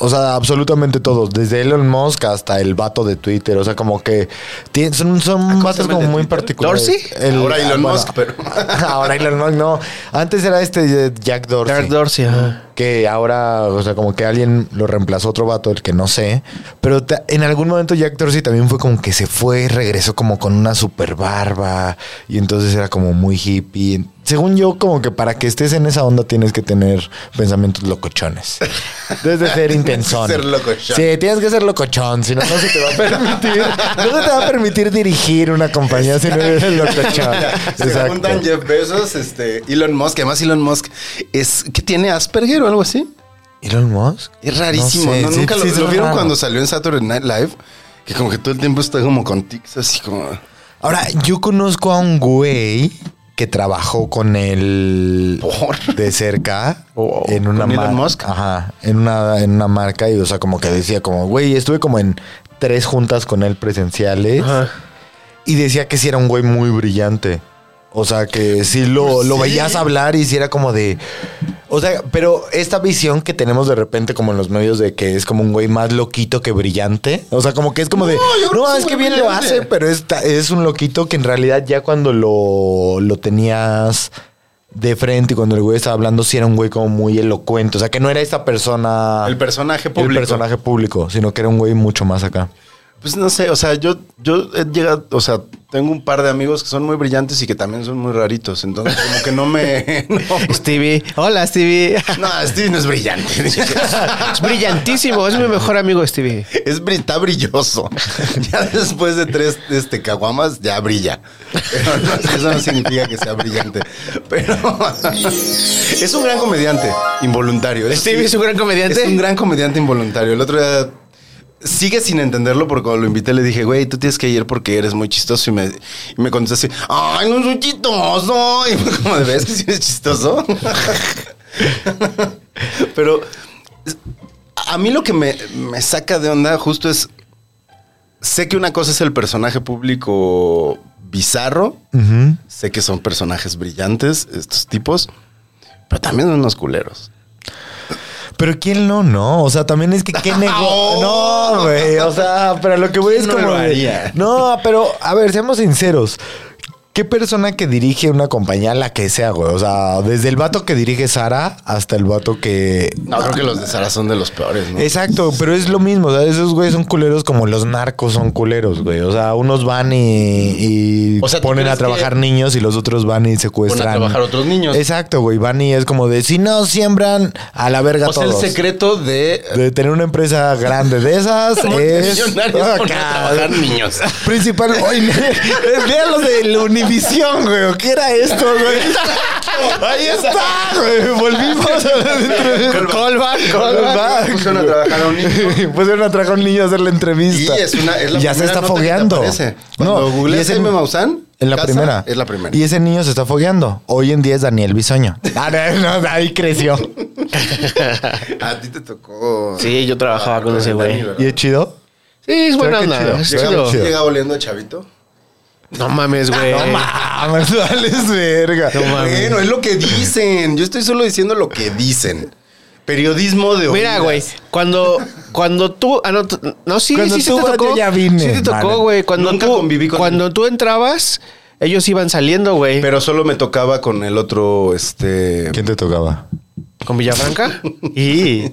Speaker 6: O sea, absolutamente todos. Desde Elon Musk hasta el vato de Twitter. O sea, como que tien- son, son vatos
Speaker 5: llama el
Speaker 6: como
Speaker 5: de
Speaker 6: muy
Speaker 5: Twitter?
Speaker 6: particulares.
Speaker 4: ¿Dorsey?
Speaker 5: Ahora Elon Musk, pero-
Speaker 6: ahora Elon Musk, no. Antes era este eh, Jack Dorsey.
Speaker 4: Jack Dorsey, ajá.
Speaker 6: Que ahora, o sea, como que alguien lo reemplazó otro vato, el que no sé. Pero ta- en algún momento Jack Dorsey también fue como que se fue, regresó como con una super barba. Y entonces era como muy hippie. Según yo, como que para que estés en esa onda tienes que tener pensamientos locochones. Desde ser intensón.
Speaker 5: ser locochón.
Speaker 6: Sí, tienes que ser locochón, si no, no se te va a permitir. no se te va a permitir dirigir una compañía si no eres locochón.
Speaker 5: Se juntan Jeff Bezos, este, Elon Musk. Además, Elon Musk es que tiene Asperger o algo así.
Speaker 6: Elon Musk.
Speaker 5: Es rarísimo.
Speaker 6: No sé,
Speaker 5: ¿no?
Speaker 6: sí,
Speaker 5: Nunca
Speaker 6: sí,
Speaker 5: lo,
Speaker 6: es
Speaker 5: lo vieron
Speaker 6: raro.
Speaker 5: cuando salió en Saturday Night Live. Que como que todo el tiempo está como con tics, así como.
Speaker 6: Ahora, yo conozco a un güey que trabajó con él
Speaker 5: ¿Por?
Speaker 6: de cerca
Speaker 5: Oh,
Speaker 6: en una
Speaker 5: ¿con Elon
Speaker 6: mar-
Speaker 5: Musk?
Speaker 6: Ajá, en una, en una marca y o sea, como que decía como, güey, estuve como en tres juntas con él presenciales
Speaker 4: Ajá.
Speaker 6: y decía que sí era un güey muy brillante. O sea, que sí lo, lo
Speaker 5: Pues Sí.
Speaker 6: veías hablar y sí era como de... O sea, pero esta visión que tenemos de repente como en los medios de que es como un güey más loquito que brillante. O sea, como que es como de...
Speaker 5: yo creo
Speaker 6: No,
Speaker 5: que es
Speaker 6: es que
Speaker 5: muy
Speaker 6: bien lo
Speaker 5: brillante".
Speaker 6: hace, pero es, ta- es un loquito que en realidad ya cuando lo, lo tenías de frente y cuando el güey estaba hablando, sí era un güey como muy elocuente. O sea, que no era esta persona...
Speaker 5: El personaje
Speaker 6: Ah. el
Speaker 5: público.
Speaker 6: personaje público, sino que era un güey mucho más acá.
Speaker 5: Pues no sé, o sea, yo, yo he llegado, o sea, tengo un par de amigos que son muy brillantes y que también son muy raritos. Entonces, como que no me. No,
Speaker 4: Stevie. Hola, Stevie.
Speaker 5: no Steve no es brillante.
Speaker 4: es brillantísimo. Es mi mejor amigo, Stevie.
Speaker 5: Es bri- está brilloso. Ya después de tres este, caguamas, ya brilla. Pero no, eso no significa que sea brillante. Pero es un gran comediante involuntario. Eso
Speaker 4: Stevie es un gran comediante.
Speaker 5: Es un gran comediante involuntario. El otro día sigue sin entenderlo porque cuando lo invité le dije, güey, tú tienes que ir porque eres muy chistoso. Y me, y me contestó así, ay, no soy chistoso. Y fue como de ves que sí eres chistoso. Pero a mí lo que me, me saca de onda justo es. Sé que una cosa es el personaje público bizarro. Sé que son personajes brillantes, estos tipos. Pero también son unos culeros.
Speaker 6: Pero quién no, no. O sea, también es que qué negocio. No, güey. O sea, pero lo que voy es
Speaker 5: No
Speaker 6: como.
Speaker 5: lo
Speaker 6: de-
Speaker 5: haría.
Speaker 6: No, pero a ver, seamos sinceros. ¿Qué persona que dirige una compañía, la que sea, güey? O sea, desde el vato que dirige Sara hasta el vato que...
Speaker 5: No, creo que los de Sara son de los peores, ¿no?
Speaker 6: Exacto, pero es lo mismo, o sea, esos güeyes son culeros como los narcos son culeros, güey. O sea, unos van y, y
Speaker 5: O sea, ¿tú
Speaker 6: ponen a
Speaker 5: crees
Speaker 6: trabajar
Speaker 5: que-
Speaker 6: niños y los otros van y secuestran.
Speaker 5: trabajar otros niños.
Speaker 6: Exacto, güey, van y es como de, si no siembran, a la verga
Speaker 5: O sea, el
Speaker 6: todos.
Speaker 5: secreto de
Speaker 6: de tener una empresa grande de esas es...
Speaker 5: Multimillonarios poner a
Speaker 6: Acá,
Speaker 5: trabajar niños.
Speaker 6: Principal. Oye, vean los de la Univisión, güey. ¿Qué era esto, güey? Ahí está, güey. Volvimos a la entrevista.
Speaker 5: Colback,
Speaker 6: Pusieron a trabajar
Speaker 5: a un niño.
Speaker 6: Pusieron a traer a un niño a hacer la
Speaker 5: Y
Speaker 6: entrevista.
Speaker 5: es una. Es la
Speaker 6: ya se
Speaker 5: primera
Speaker 6: está
Speaker 5: nota que te
Speaker 6: fogueando.
Speaker 5: aparece. Cuando
Speaker 6: y
Speaker 5: googleas
Speaker 6: ese-
Speaker 5: Jaime Maussan,
Speaker 6: En la
Speaker 5: casa,
Speaker 6: primera.
Speaker 5: Es la primera.
Speaker 6: Y ese niño se está fogueando. Hoy en día es Daniel Bisoño. Ah, no, no, ahí creció.
Speaker 5: A ti te tocó.
Speaker 4: Sí, yo trabajaba con ese güey.
Speaker 6: ¿Y es chido?
Speaker 4: Sí, es buena
Speaker 6: Qué chido.
Speaker 4: onda. Es
Speaker 6: Llega-
Speaker 4: chido.
Speaker 6: chido.
Speaker 5: Llega oliendo a Chavito.
Speaker 4: No mames, güey.
Speaker 6: No mames, vales verga.
Speaker 4: No mames.
Speaker 5: Bueno, es lo que dicen. Yo estoy solo diciendo lo que dicen. Periodismo de
Speaker 4: Mira,
Speaker 5: oídas.
Speaker 4: güey, cuando, cuando tú... Ah, no, t- no, sí,
Speaker 6: Cuando
Speaker 4: sí, sí
Speaker 6: tú
Speaker 4: te
Speaker 6: vas,
Speaker 4: tocó.
Speaker 6: yo ya vine.
Speaker 4: Sí te
Speaker 6: Vale.
Speaker 4: tocó, güey. Cuando,
Speaker 5: Nunca
Speaker 4: tú-
Speaker 5: conviví con
Speaker 4: cuando tú entrabas, ellos iban saliendo, güey.
Speaker 5: Pero solo me tocaba con el otro, este.
Speaker 6: ¿Quién te tocaba?
Speaker 4: ¿Con Villafranca? y...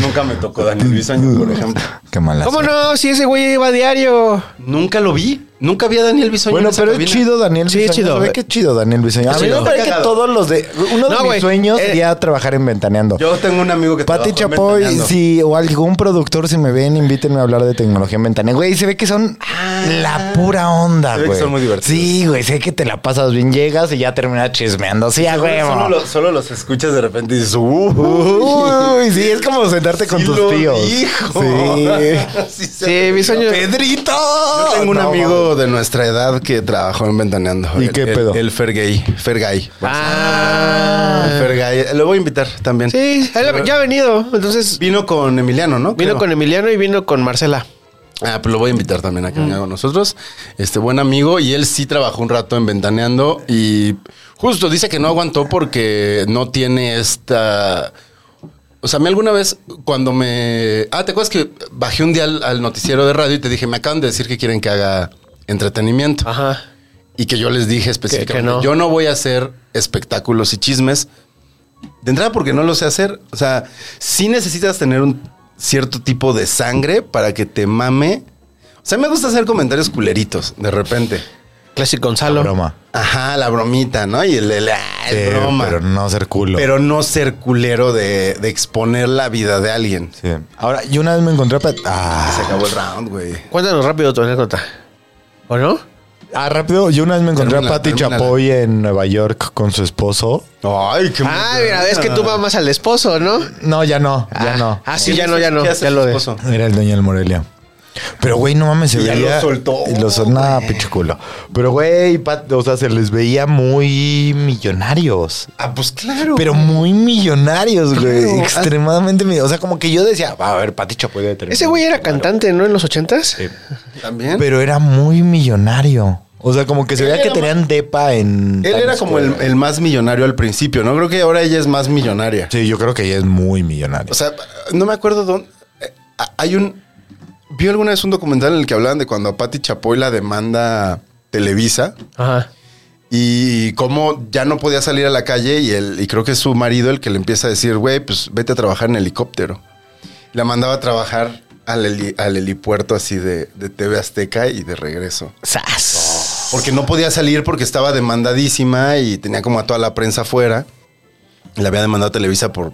Speaker 5: Nunca me tocó Daniel Bisoño, por ejemplo.
Speaker 6: Qué mala.
Speaker 4: ¿Cómo
Speaker 6: suerte.
Speaker 4: no? Si ese güey iba a diario.
Speaker 5: Nunca lo vi. Nunca vi a Daniel Bisoño.
Speaker 6: Bueno,
Speaker 5: en esa
Speaker 6: pero es
Speaker 5: cabina.
Speaker 6: chido Daniel
Speaker 4: Sí, es
Speaker 6: Bisoño.
Speaker 4: chido.
Speaker 6: ¿Ve qué chido Daniel Bisoño? A mí
Speaker 5: chido.
Speaker 6: me parece que
Speaker 5: Cagado.
Speaker 6: todos los de... Uno de
Speaker 4: No,
Speaker 6: mis
Speaker 4: güey.
Speaker 6: sueños
Speaker 4: Eh,
Speaker 6: sería trabajar en Ventaneando.
Speaker 5: Yo tengo un amigo que trabajó
Speaker 6: Pati
Speaker 5: en
Speaker 6: Chapoy,
Speaker 5: Ventaneando.
Speaker 6: si o algún productor, si me ven, invítenme a hablar de tecnología en Ventaneando. Güey, se ve que son la pura onda,
Speaker 5: Ah. Se ve que
Speaker 6: güey.
Speaker 5: son muy divertidos.
Speaker 6: Sí, güey, sé que te la pasas bien, llegas y ya terminas chismeando. Sí, a
Speaker 5: Solo,
Speaker 6: huevo.
Speaker 5: lo- solo los escuchas de repente y dices, "Uh".
Speaker 6: Uy, sí, es como sentarte con
Speaker 5: Sí
Speaker 6: tus
Speaker 5: lo
Speaker 6: tíos.
Speaker 5: dijo.
Speaker 6: Sí.
Speaker 5: Sí, se
Speaker 4: Sí,
Speaker 5: lo
Speaker 4: Bisoño...
Speaker 5: dijo.
Speaker 6: ¡Pedrito!
Speaker 5: Yo tengo un
Speaker 6: No,
Speaker 5: amigo de nuestra edad que trabajó en Ventaneando.
Speaker 6: ¿Y
Speaker 5: El-
Speaker 6: qué
Speaker 5: el-
Speaker 6: pedo?
Speaker 5: El, Fergay. Fergay.
Speaker 4: Ah.
Speaker 5: El Fergay. Lo voy a invitar también.
Speaker 4: Sí, él ya ha venido. Entonces,
Speaker 5: Vino con Emiliano, ¿no?
Speaker 4: vino
Speaker 5: Creo.
Speaker 4: con Emiliano y vino con Marcela.
Speaker 5: Ah, pues lo voy a invitar también a que venga con nosotros. Este buen amigo, y él sí trabajó un rato en Ventaneando y justo dice que no aguantó porque no tiene esta... O sea, a mí alguna vez cuando me... Ah, ¿te acuerdas que bajé un día al, al noticiero de radio y te dije, me acaban de decir que quieren que haga entretenimiento?
Speaker 4: Ajá.
Speaker 5: Y que yo les dije específicamente,
Speaker 4: no.
Speaker 5: yo no voy a hacer espectáculos y chismes. De entrada porque no lo sé hacer. O sea, sí necesitas tener un cierto tipo de sangre para que te mame. O sea, me gusta hacer comentarios culeritos de repente.
Speaker 4: Clásico Gonzalo.
Speaker 6: Broma.
Speaker 5: Ajá, la bromita, ¿no? Y el, el, ah,
Speaker 6: Sí,
Speaker 5: es broma.
Speaker 6: Pero no ser culo.
Speaker 5: Pero no ser culero de, de exponer la vida de alguien.
Speaker 6: Sí. Ahora, yo una vez me encontré a Pat-
Speaker 5: Se
Speaker 6: Ah,
Speaker 5: acabó el round, güey.
Speaker 4: Cuéntanos rápido tu anécdota. ¿O no?
Speaker 6: Ah, rápido, yo una vez me encontré
Speaker 5: Termínala,
Speaker 6: a Patty
Speaker 5: termínala.
Speaker 6: Chapoy en Nueva York con su esposo.
Speaker 5: Ay, qué
Speaker 4: Ah, mira, es que tú mamas al esposo, ¿no?
Speaker 6: No, ya no, ya
Speaker 4: Ah,
Speaker 6: no.
Speaker 4: Ah, sí, ya no, ya no. Ya lo de.
Speaker 6: Era el dueño del Morelia. Pero, güey, no mames, se
Speaker 5: Y ya
Speaker 6: veía.
Speaker 5: lo soltó,
Speaker 6: y Lo soltó. Nada, pinche culo. Pero, güey, Pat- o sea, se les veía muy millonarios.
Speaker 5: Ah, pues claro.
Speaker 6: Pero muy millonarios, güey. Extremadamente millonarios. O sea, como que yo decía, "Va, a ver, Patty Chapoy debe tener.
Speaker 4: Ese güey era cantante, ¿no? En los ochentas.
Speaker 5: También.
Speaker 6: Pero era muy millonario. O sea, como que se veía que tenían depa en.
Speaker 5: Él era
Speaker 6: Times
Speaker 5: como el,
Speaker 6: Square.
Speaker 5: el más millonario al principio, ¿no? Creo que ahora ella es más millonaria.
Speaker 6: Sí, yo creo que ella es muy millonaria.
Speaker 5: O sea, no me acuerdo dónde. eh, a- Hay un. Vi alguna vez un documental en el que hablaban de cuando a Patti Chapoy la demanda Televisa
Speaker 4: Ajá.
Speaker 5: y cómo ya no podía salir a la calle y, el, y creo que es su marido el que le empieza a decir, güey, pues vete a trabajar en helicóptero. La mandaba a trabajar al, heli- al helipuerto así de, de TV Azteca y de regreso.
Speaker 4: Sas.
Speaker 5: Porque no podía salir porque estaba demandadísima y tenía como a toda la prensa afuera. Y la había demandado Televisa por.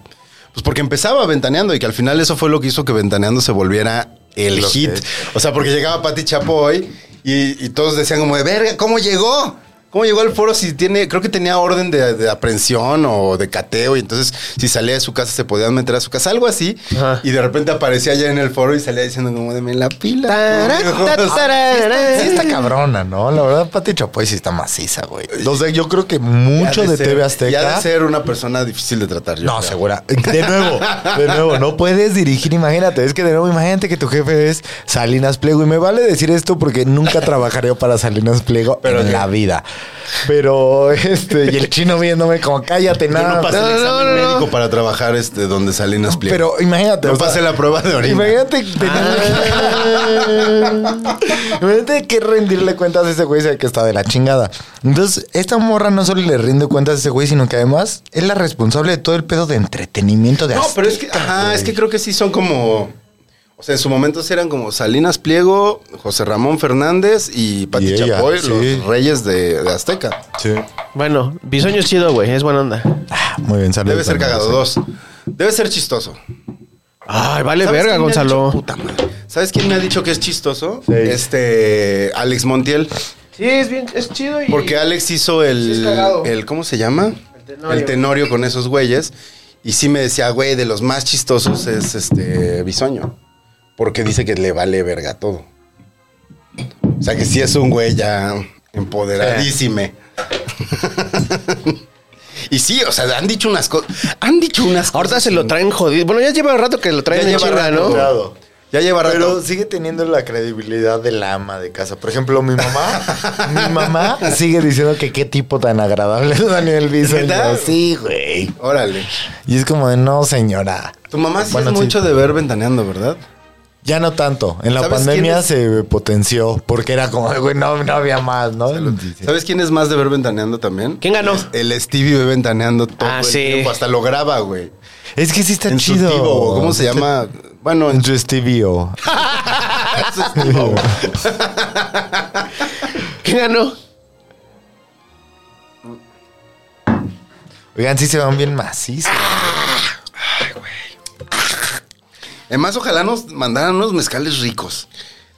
Speaker 5: Pues porque empezaba ventaneando y que al final eso fue lo que hizo que ventaneando se volviera el
Speaker 6: Lo que
Speaker 5: hit.
Speaker 6: es.
Speaker 5: O sea, porque llegaba Pati Chapoy y, y todos decían como de verga, ¿cómo llegó? ¿Cómo llegó al foro si tiene, creo que tenía orden de, de aprehensión o de cateo? Y entonces, si salía de su casa, se podían meter a su casa, algo así.
Speaker 4: Ajá.
Speaker 5: Y de repente aparecía ya en el foro y salía diciendo como de me la pila.
Speaker 4: Tará, ta, tará.
Speaker 6: Sí está cabrona, ¿no? La verdad, Pati Chapoy sí está maciza, güey. O sea, yo creo que mucho
Speaker 5: Ya
Speaker 6: de,
Speaker 5: ser-
Speaker 6: TV
Speaker 5: Ya
Speaker 6: Azteca...
Speaker 5: de ser una persona difícil de tratar. yo
Speaker 6: No,
Speaker 5: creo.
Speaker 6: segura. De nuevo, de nuevo, no puedes dirigir, imagínate. Es que de nuevo, imagínate que tu jefe es Salinas Pliego. Y me vale decir esto porque nunca trabajaría para Salinas Pliego en la vida. Pero este, y el chino viéndome como cállate
Speaker 5: Yo
Speaker 6: nada.
Speaker 5: no pasé el
Speaker 4: no, no,
Speaker 5: examen
Speaker 4: no, no.
Speaker 5: médico para trabajar este, donde Salinas Pliego.
Speaker 6: pero imagínate.
Speaker 5: no
Speaker 6: o sea,
Speaker 5: pasé la prueba de orina.
Speaker 6: Imagínate,
Speaker 5: Ah.
Speaker 6: tener- imagínate que rendirle cuentas a ese güey sabe que está de la chingada. Entonces, esta morra no solo le rinde cuentas a ese güey, sino que además es la responsable de todo el pedo de entretenimiento de
Speaker 5: No, pero es que,
Speaker 6: Azteca,
Speaker 5: ajá,
Speaker 6: güey.
Speaker 5: es que creo que sí son como. O sea, en su momento sí eran como Salinas Pliego, José Ramón Fernández y Pati
Speaker 6: Y ella,
Speaker 5: Chapoy,
Speaker 6: sí.
Speaker 5: los reyes de, de Azteca.
Speaker 6: Sí.
Speaker 4: Bueno, Bisoño es chido, güey. Es buena onda.
Speaker 6: Muy bien, saludos.
Speaker 5: Debe ser cagado. Dos. Debe ser chistoso.
Speaker 4: Ay, vale
Speaker 5: ¿Sabes
Speaker 4: verga,
Speaker 5: quién me ha dicho?
Speaker 4: Gonzalo.
Speaker 5: Puta madre. ¿Sabes quién me ha dicho que es chistoso?
Speaker 6: Sí.
Speaker 5: Este. Alex Montiel.
Speaker 2: Sí, es bien, es chido y.
Speaker 5: Porque Alex hizo el.
Speaker 2: Sí, es cagado.
Speaker 5: el ¿Cómo se llama?
Speaker 2: El Tenorio.
Speaker 5: El tenorio con esos güeyes. Y sí me decía, güey, de los más chistosos es este. Bisoño. Porque dice que le vale verga todo. O sea que sí es un güey ya empoderadísime. y sí, o sea, han dicho unas cosas. Han dicho unas cosas.
Speaker 4: Ahorita se lo traen jodido. Bueno, ya lleva rato que lo traen
Speaker 5: Ya
Speaker 4: en
Speaker 5: lleva
Speaker 4: chinga,
Speaker 5: rato.
Speaker 4: ¿no?
Speaker 6: Cagado.
Speaker 5: Ya lleva rato.
Speaker 6: Pero sigue teniendo la credibilidad de la ama de casa. Por ejemplo, mi mamá, mi mamá sigue diciendo que qué tipo tan agradable es Daniel Bisoño.
Speaker 5: ¿Neta?
Speaker 6: Sí, güey.
Speaker 5: Órale.
Speaker 6: Y es como de no, señora.
Speaker 5: Tu mamá sí
Speaker 6: Bueno,
Speaker 5: es
Speaker 6: sí.
Speaker 5: mucho de ver ventaneando, ¿verdad?
Speaker 6: Ya no tanto. En la
Speaker 5: ¿Sabes quién
Speaker 6: pandemia
Speaker 5: es?
Speaker 6: se potenció porque era como, güey, no, no había más, ¿no?
Speaker 5: ¿Sabes quién es más de ver ventaneando también?
Speaker 4: ¿Quién ganó?
Speaker 5: El Stevie ve ventaneando todo
Speaker 4: Ah,
Speaker 5: el
Speaker 4: sí.
Speaker 5: tiempo. Hasta lo graba, güey.
Speaker 6: Es que sí está
Speaker 5: En su
Speaker 6: chido.
Speaker 5: tivo, ¿cómo se llama? Bueno,
Speaker 6: En
Speaker 5: en su,
Speaker 6: su estivío.
Speaker 5: en su tivo.
Speaker 4: ¿Quién ganó?
Speaker 6: Oigan, sí se van bien macizos.
Speaker 5: Además, ojalá nos mandaran unos mezcales ricos.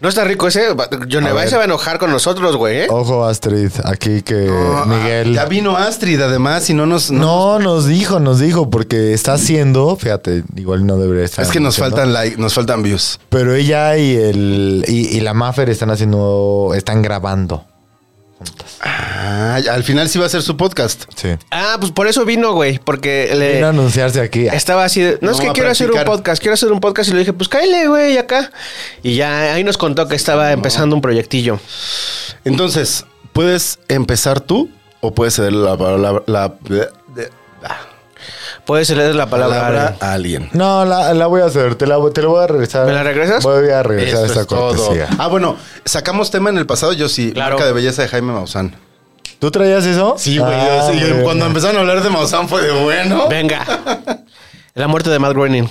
Speaker 4: No está rico ese. Va- John Evay
Speaker 6: ver.
Speaker 4: se va a enojar con nosotros, güey.
Speaker 5: Oh.
Speaker 4: ¿eh?
Speaker 6: Ojo, Astrid, aquí que Eh, Miguel.
Speaker 5: Ah, Ya vino Astrid, además, y no nos...
Speaker 6: No, nos dijo, nos dijo, porque está haciendo, fíjate, igual no debería estar.
Speaker 5: Es que nos
Speaker 6: haciendo,
Speaker 5: faltan like, nos faltan views.
Speaker 6: Pero ella y el y, y la Maffer están haciendo, están grabando.
Speaker 5: Ah, al final sí va a ser su podcast.
Speaker 6: Sí.
Speaker 4: Ah, pues por eso vino, güey. Porque
Speaker 5: Eh,
Speaker 4: le.
Speaker 6: Quieren anunciarse aquí.
Speaker 4: Estaba así de, no,
Speaker 5: No,
Speaker 4: es que
Speaker 5: a
Speaker 4: quiero hacer un
Speaker 5: practicar.
Speaker 4: podcast, quiero hacer un podcast y le dije, pues cáele, güey, acá. Y ya ahí nos contó que estaba empezando un proyectillo.
Speaker 5: Entonces, ¿puedes empezar tú o puedes ceder la palabra... La,
Speaker 4: Puedes leer la palabra.
Speaker 5: palabra a alguien?
Speaker 6: No, la, la voy a hacer, te la, te la voy a regresar.
Speaker 4: ¿Me la regresas?
Speaker 6: Voy a regresar
Speaker 5: Eso
Speaker 6: esta
Speaker 5: es todo.
Speaker 6: cortesía.
Speaker 5: Ah, bueno, sacamos tema en el pasado, yo sí.
Speaker 4: Claro.
Speaker 5: Marca de belleza de Jaime Maussan.
Speaker 6: ¿Tú traías eso?
Speaker 5: yo
Speaker 6: Ah,
Speaker 5: sí,
Speaker 6: muy bien.
Speaker 5: cuando empezaron a hablar de Maussan fue de bueno.
Speaker 4: Venga. La muerte de Matt Groening.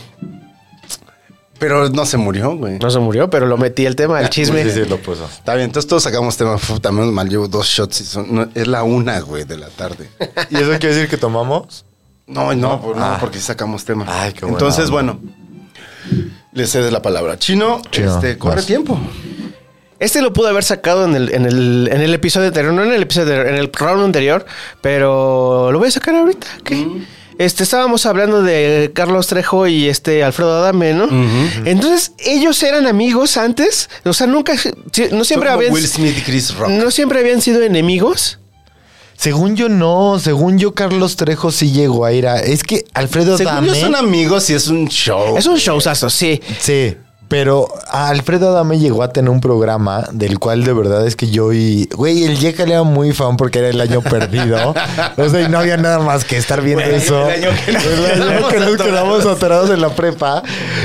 Speaker 5: Pero no se murió, güey.
Speaker 4: No se murió, pero lo metí el tema, el chisme.
Speaker 6: Sí, sí, lo puso.
Speaker 5: Está bien, entonces todos sacamos tema. Uf, también mal llevo dos shots y son- no, es la una, güey, de la tarde.
Speaker 6: ¿Y eso quiere decir que tomamos?
Speaker 5: No, no, por- no,
Speaker 6: Ah.
Speaker 5: porque sí sacamos tema.
Speaker 6: Ay, qué buena
Speaker 5: Entonces,
Speaker 6: onda.
Speaker 5: bueno, le cedes la palabra. Chino,
Speaker 6: Chino,
Speaker 5: este, corre
Speaker 6: vas.
Speaker 5: tiempo.
Speaker 4: Este lo pude haber sacado en el, en, el, en el episodio anterior, no en el episodio anterior, en el round anterior, pero lo voy a sacar ahorita. ¿qué?
Speaker 6: Mm.
Speaker 4: Este, estábamos hablando de Carlos Trejo y este Alfredo Adame, ¿no?
Speaker 6: Mm.
Speaker 4: Entonces, ellos eran amigos antes, o sea, nunca, si- no siempre
Speaker 5: Son como
Speaker 4: habían,
Speaker 5: Will Smith y Chris Rock.
Speaker 4: no siempre habían sido enemigos.
Speaker 6: Según yo no, según yo Carlos Trejo sí llegó a ir a... Es que Alfredo
Speaker 5: Según
Speaker 6: Adame...
Speaker 5: yo son amigos y es un show.
Speaker 4: Es un showzazo, sí.
Speaker 6: Sí, pero a Alfredo Adame llegó a tener un programa del cual de verdad es que yo y... Güey, el Yeka le era muy fan porque era el año perdido. O sea, y no había nada más que estar viendo
Speaker 5: Güey,
Speaker 6: eso.
Speaker 5: el año que nos
Speaker 6: El año
Speaker 5: quedamos
Speaker 6: que nos
Speaker 5: atorados.
Speaker 6: quedamos atorados en la prepa.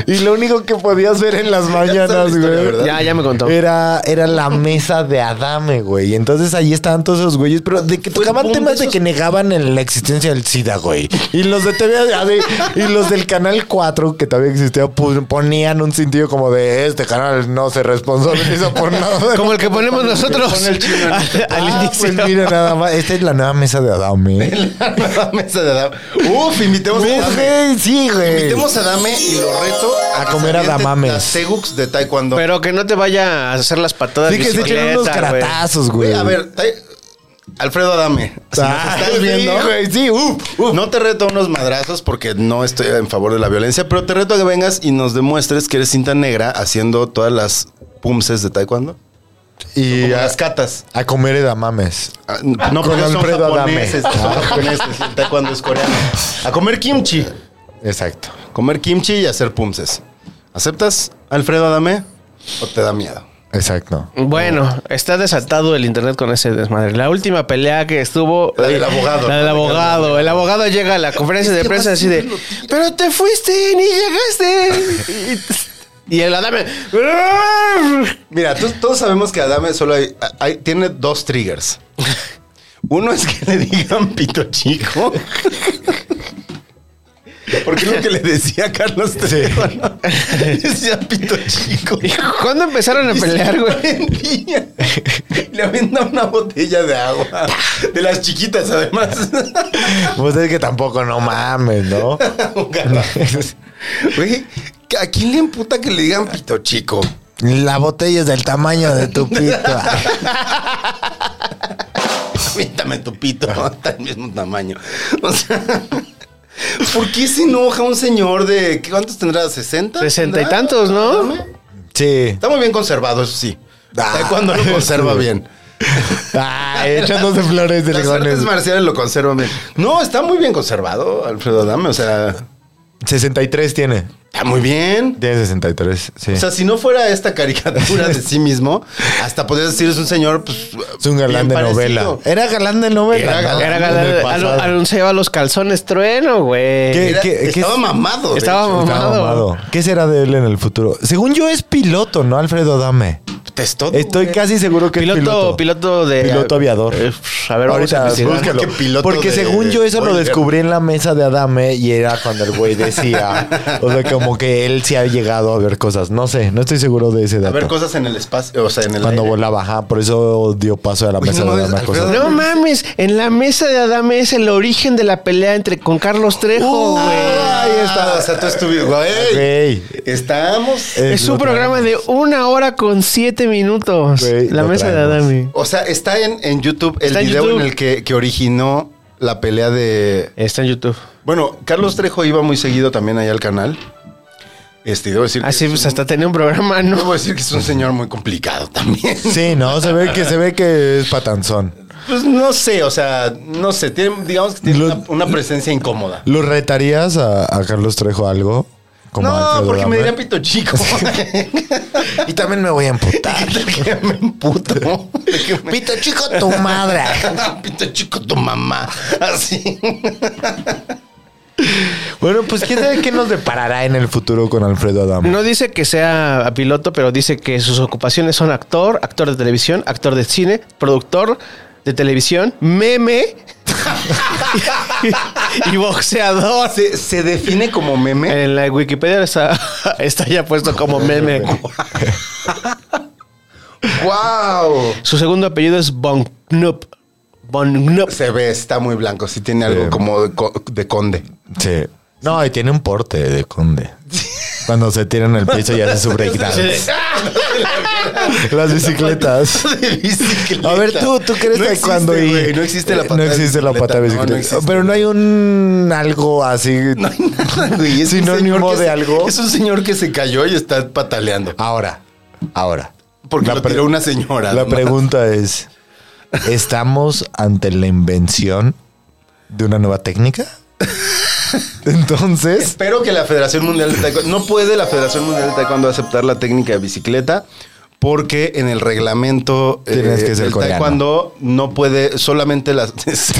Speaker 6: Y lo único que podías ver en las mañanas,
Speaker 5: sabes la
Speaker 6: güey.
Speaker 5: ¿Verdad?
Speaker 4: Ya, ya me contó.
Speaker 6: Era, era la mesa de Adame, güey. Entonces ahí estaban todos esos güeyes, pero de que
Speaker 4: Pues
Speaker 5: Fue el
Speaker 6: tocaban
Speaker 5: boom de
Speaker 6: temas de
Speaker 5: esos-
Speaker 6: que negaban el- la existencia del SIDA, güey. Y los de TV, así, y los del canal 4, que todavía existía, pu- ponían un sentido como de este canal no se responsabiliza por nada.
Speaker 4: Como el que ponemos nosotros
Speaker 5: pone el chino en
Speaker 4: al,
Speaker 5: este-
Speaker 4: al
Speaker 6: Ah,
Speaker 4: inicio.
Speaker 6: pues mira nada más. Esta es la nueva mesa de Adame.
Speaker 5: La mesa de Adame. Uf, invitemos a Adame.
Speaker 6: Güey, Sí, güey.
Speaker 5: Invitemos a Adame y lo reto
Speaker 6: A
Speaker 5: que
Speaker 6: comer
Speaker 5: se aviente
Speaker 6: adamames.
Speaker 5: Las Segux de Taekwondo.
Speaker 4: pero que no te vaya a hacer las patadas.
Speaker 6: Sí, que se echen unos
Speaker 4: bicicleta, güey.
Speaker 6: caratazos, güey.
Speaker 5: Güey, a ver, Tai- Alfredo Adame. Si nos
Speaker 6: Ah,
Speaker 5: estás viendo.
Speaker 6: Sí, güey, sí, uf, uf.
Speaker 5: No te reto a unos madrazos porque no estoy en favor de la violencia, pero te reto a que vengas y nos demuestres que eres cinta negra haciendo todas las pumses de taekwondo.
Speaker 6: Y
Speaker 5: Como
Speaker 6: a,
Speaker 5: las catas.
Speaker 6: a comer edamames.
Speaker 5: Ah, No,
Speaker 6: Con
Speaker 5: pero son
Speaker 6: Alfredo Ah, Adame.
Speaker 5: japoneses, son japoneses, el taekwondo es coreano. A comer kimchi.
Speaker 6: Exacto.
Speaker 5: Comer kimchi y hacer pumses. ¿Aceptas, Alfredo Adame? ¿O te da miedo?
Speaker 6: Exacto.
Speaker 4: Bueno, está desatado el internet con ese desmadre. La última pelea que estuvo. eh,
Speaker 5: La del abogado.
Speaker 4: La del abogado. El abogado llega a la conferencia de prensa así de. Pero te fuiste, ni llegaste. Y, y el Adame.
Speaker 5: Mira, tú- todos sabemos que Adame solo hay, hay- tiene dos triggers. Uno es que le digan pito chico. Porque es lo que le decía a Carlos Trejo, ¿no? Le decía pito chico.
Speaker 4: ¿Cuándo empezaron a pelear, güey?
Speaker 5: Vendía. Le avienta una botella de agua. De las chiquitas, además.
Speaker 6: Pues es que tampoco, no mames, ¿no?
Speaker 5: Un garrafón. Güey, ¿a quién le emputa que le digan pito chico?
Speaker 6: La botella es del tamaño de tu pito.
Speaker 5: Aviéntame tu pito, está del mismo tamaño. O sea, ¿por qué se enoja un señor de. ¿Cuántos tendrá? ¿60?
Speaker 4: Sesenta y
Speaker 5: ¿Tendrá?
Speaker 4: tantos, ¿no?
Speaker 6: Sí.
Speaker 5: Está muy bien conservado, eso sí.
Speaker 6: Ah.
Speaker 5: Cuando lo conserva bien.
Speaker 6: Ah, echándose flores del
Speaker 5: Las artes marciales lo conservan bien. No, está muy bien conservado, Alfredo Adame. O sea,
Speaker 6: 63 tiene.
Speaker 5: está muy bien.
Speaker 6: Tiene 63, sí.
Speaker 5: O sea, si no fuera esta caricatura de sí mismo, hasta podrías decir es un señor, pues.
Speaker 6: es un galán de
Speaker 5: bien parecido.
Speaker 6: novela. Era galán de novela.
Speaker 5: Era galán
Speaker 4: Era
Speaker 6: del
Speaker 4: ganar-
Speaker 6: pasado.
Speaker 4: al- anunciaba los calzones trueno, güey.
Speaker 6: Eh, ¿Qué?
Speaker 5: Era- estaba
Speaker 6: es?
Speaker 5: mamado. de
Speaker 4: Estaba
Speaker 5: hecho.
Speaker 6: Estaba
Speaker 4: Mamado.
Speaker 6: mamado. ¿Qué será de él en el futuro? Según yo es piloto, ¿no, Alfredo Adame?
Speaker 5: Testoso,
Speaker 6: Estoy
Speaker 5: güey.
Speaker 6: casi seguro que
Speaker 4: eh, Piloto,
Speaker 6: es piloto.
Speaker 4: piloto, de.
Speaker 6: Piloto aviador.
Speaker 4: Eh, A ver, vamos
Speaker 6: Ahorita
Speaker 4: a investigar.
Speaker 5: busca-
Speaker 6: búscalo.
Speaker 5: ¿Qué piloto
Speaker 6: Porque
Speaker 5: de-
Speaker 6: según yo eso lo
Speaker 5: Boiler?
Speaker 6: descubrí en la mesa de Adame y era cuando el güey decía, o sea, como que él sí ha llegado a ver cosas. No sé, no estoy seguro de ese
Speaker 5: A
Speaker 6: dato.
Speaker 5: ver cosas en el espacio, o sea, en el.
Speaker 6: cuando
Speaker 5: aire.
Speaker 6: volaba, ajá, por eso dio paso a la
Speaker 5: Uy,
Speaker 6: mesa
Speaker 5: no
Speaker 6: de
Speaker 5: mames,
Speaker 6: Adame. a cosas.
Speaker 5: Alfredo.
Speaker 4: No mames, en la mesa de Adame es el origen de la pelea entre con Carlos Trejo, güey.
Speaker 5: Ah, ahí está. O sea, tú estuviste. Güey.
Speaker 6: Güey,
Speaker 5: Estamos.
Speaker 6: Eh,
Speaker 4: Es
Speaker 6: lo
Speaker 4: un programa de una hora con siete minutos.
Speaker 6: Güey,
Speaker 4: la
Speaker 6: lo
Speaker 4: mesa de
Speaker 6: traemos.
Speaker 4: Adami.
Speaker 5: O sea, está en, en YouTube el
Speaker 4: Está en
Speaker 5: video en,
Speaker 4: YouTube.
Speaker 5: el que, que originó la pelea de.
Speaker 4: Está en YouTube.
Speaker 5: Bueno, Carlos Trejo iba muy seguido también ahí al canal. Este, debo decir. que
Speaker 4: Así
Speaker 5: es
Speaker 4: pues
Speaker 5: un-
Speaker 4: hasta tenía un programa,
Speaker 5: Debo
Speaker 4: ¿no?
Speaker 5: decir que es un señor muy complicado también.
Speaker 6: Sí, no, se ve que se ve que es patanzón.
Speaker 5: Pues no sé, o sea, no sé. Tiene, digamos que tiene
Speaker 6: Lo-
Speaker 5: una, una presencia incómoda.
Speaker 6: ¿Lo retarías a, a Carlos Trejo algo? Como
Speaker 5: No,
Speaker 6: Alfredo
Speaker 5: porque me
Speaker 6: Adame?
Speaker 5: diría pito chico.
Speaker 6: Y también me voy a emputar.
Speaker 5: que me emputo. De que me-
Speaker 6: Pito chico, tu madre.
Speaker 5: Pito chico, tu mamá. Así.
Speaker 6: Bueno, pues quién sabe qué nos deparará en el futuro con Alfredo Adame.
Speaker 4: No dice que sea piloto, pero dice que sus ocupaciones son actor, actor de televisión, actor de cine, productor de televisión, meme y boxeador.
Speaker 5: ¿Se, se define como
Speaker 6: Eh.
Speaker 5: meme?
Speaker 4: En la Wikipedia está, está ya puesto como meme.
Speaker 5: ¡Wow!
Speaker 4: Su segundo apellido es Von Knupp. Von Knupp.
Speaker 5: Se ve, está muy blanco. Sí tiene algo
Speaker 6: Sí.
Speaker 5: como de, co- de conde.
Speaker 6: Sí. No, y tiene un porte de conde. Cuando se tiran al piso y hace su breakdance. Las bicicletas.
Speaker 5: De bicicleta.
Speaker 6: A ver, tú, ¿tú crees
Speaker 5: No
Speaker 6: que
Speaker 5: existe,
Speaker 6: cuando... y-
Speaker 5: güey, no existe la
Speaker 6: eh,
Speaker 5: pata
Speaker 6: No existe la pata de bicicleta.
Speaker 5: existe.
Speaker 6: Pero no hay un algo así...
Speaker 5: No hay nada, güey. Es un
Speaker 6: Sinónimo
Speaker 5: señor que
Speaker 6: de
Speaker 5: se-
Speaker 6: algo.
Speaker 5: Es un señor que se cayó y está pataleando.
Speaker 6: Ahora, ahora.
Speaker 5: Porque
Speaker 6: La
Speaker 5: lo
Speaker 6: pre-
Speaker 5: tiró una señora.
Speaker 6: La
Speaker 5: además.
Speaker 6: pregunta es, ¿estamos ante la invención de una nueva técnica? Entonces,
Speaker 5: Espero que la Federación Mundial de Taekwondo... No puede la Federación Mundial de Taekwondo aceptar la técnica de bicicleta porque en el reglamento
Speaker 6: Tienes que ser
Speaker 5: del
Speaker 6: coreano.
Speaker 5: taekwondo no puede solamente las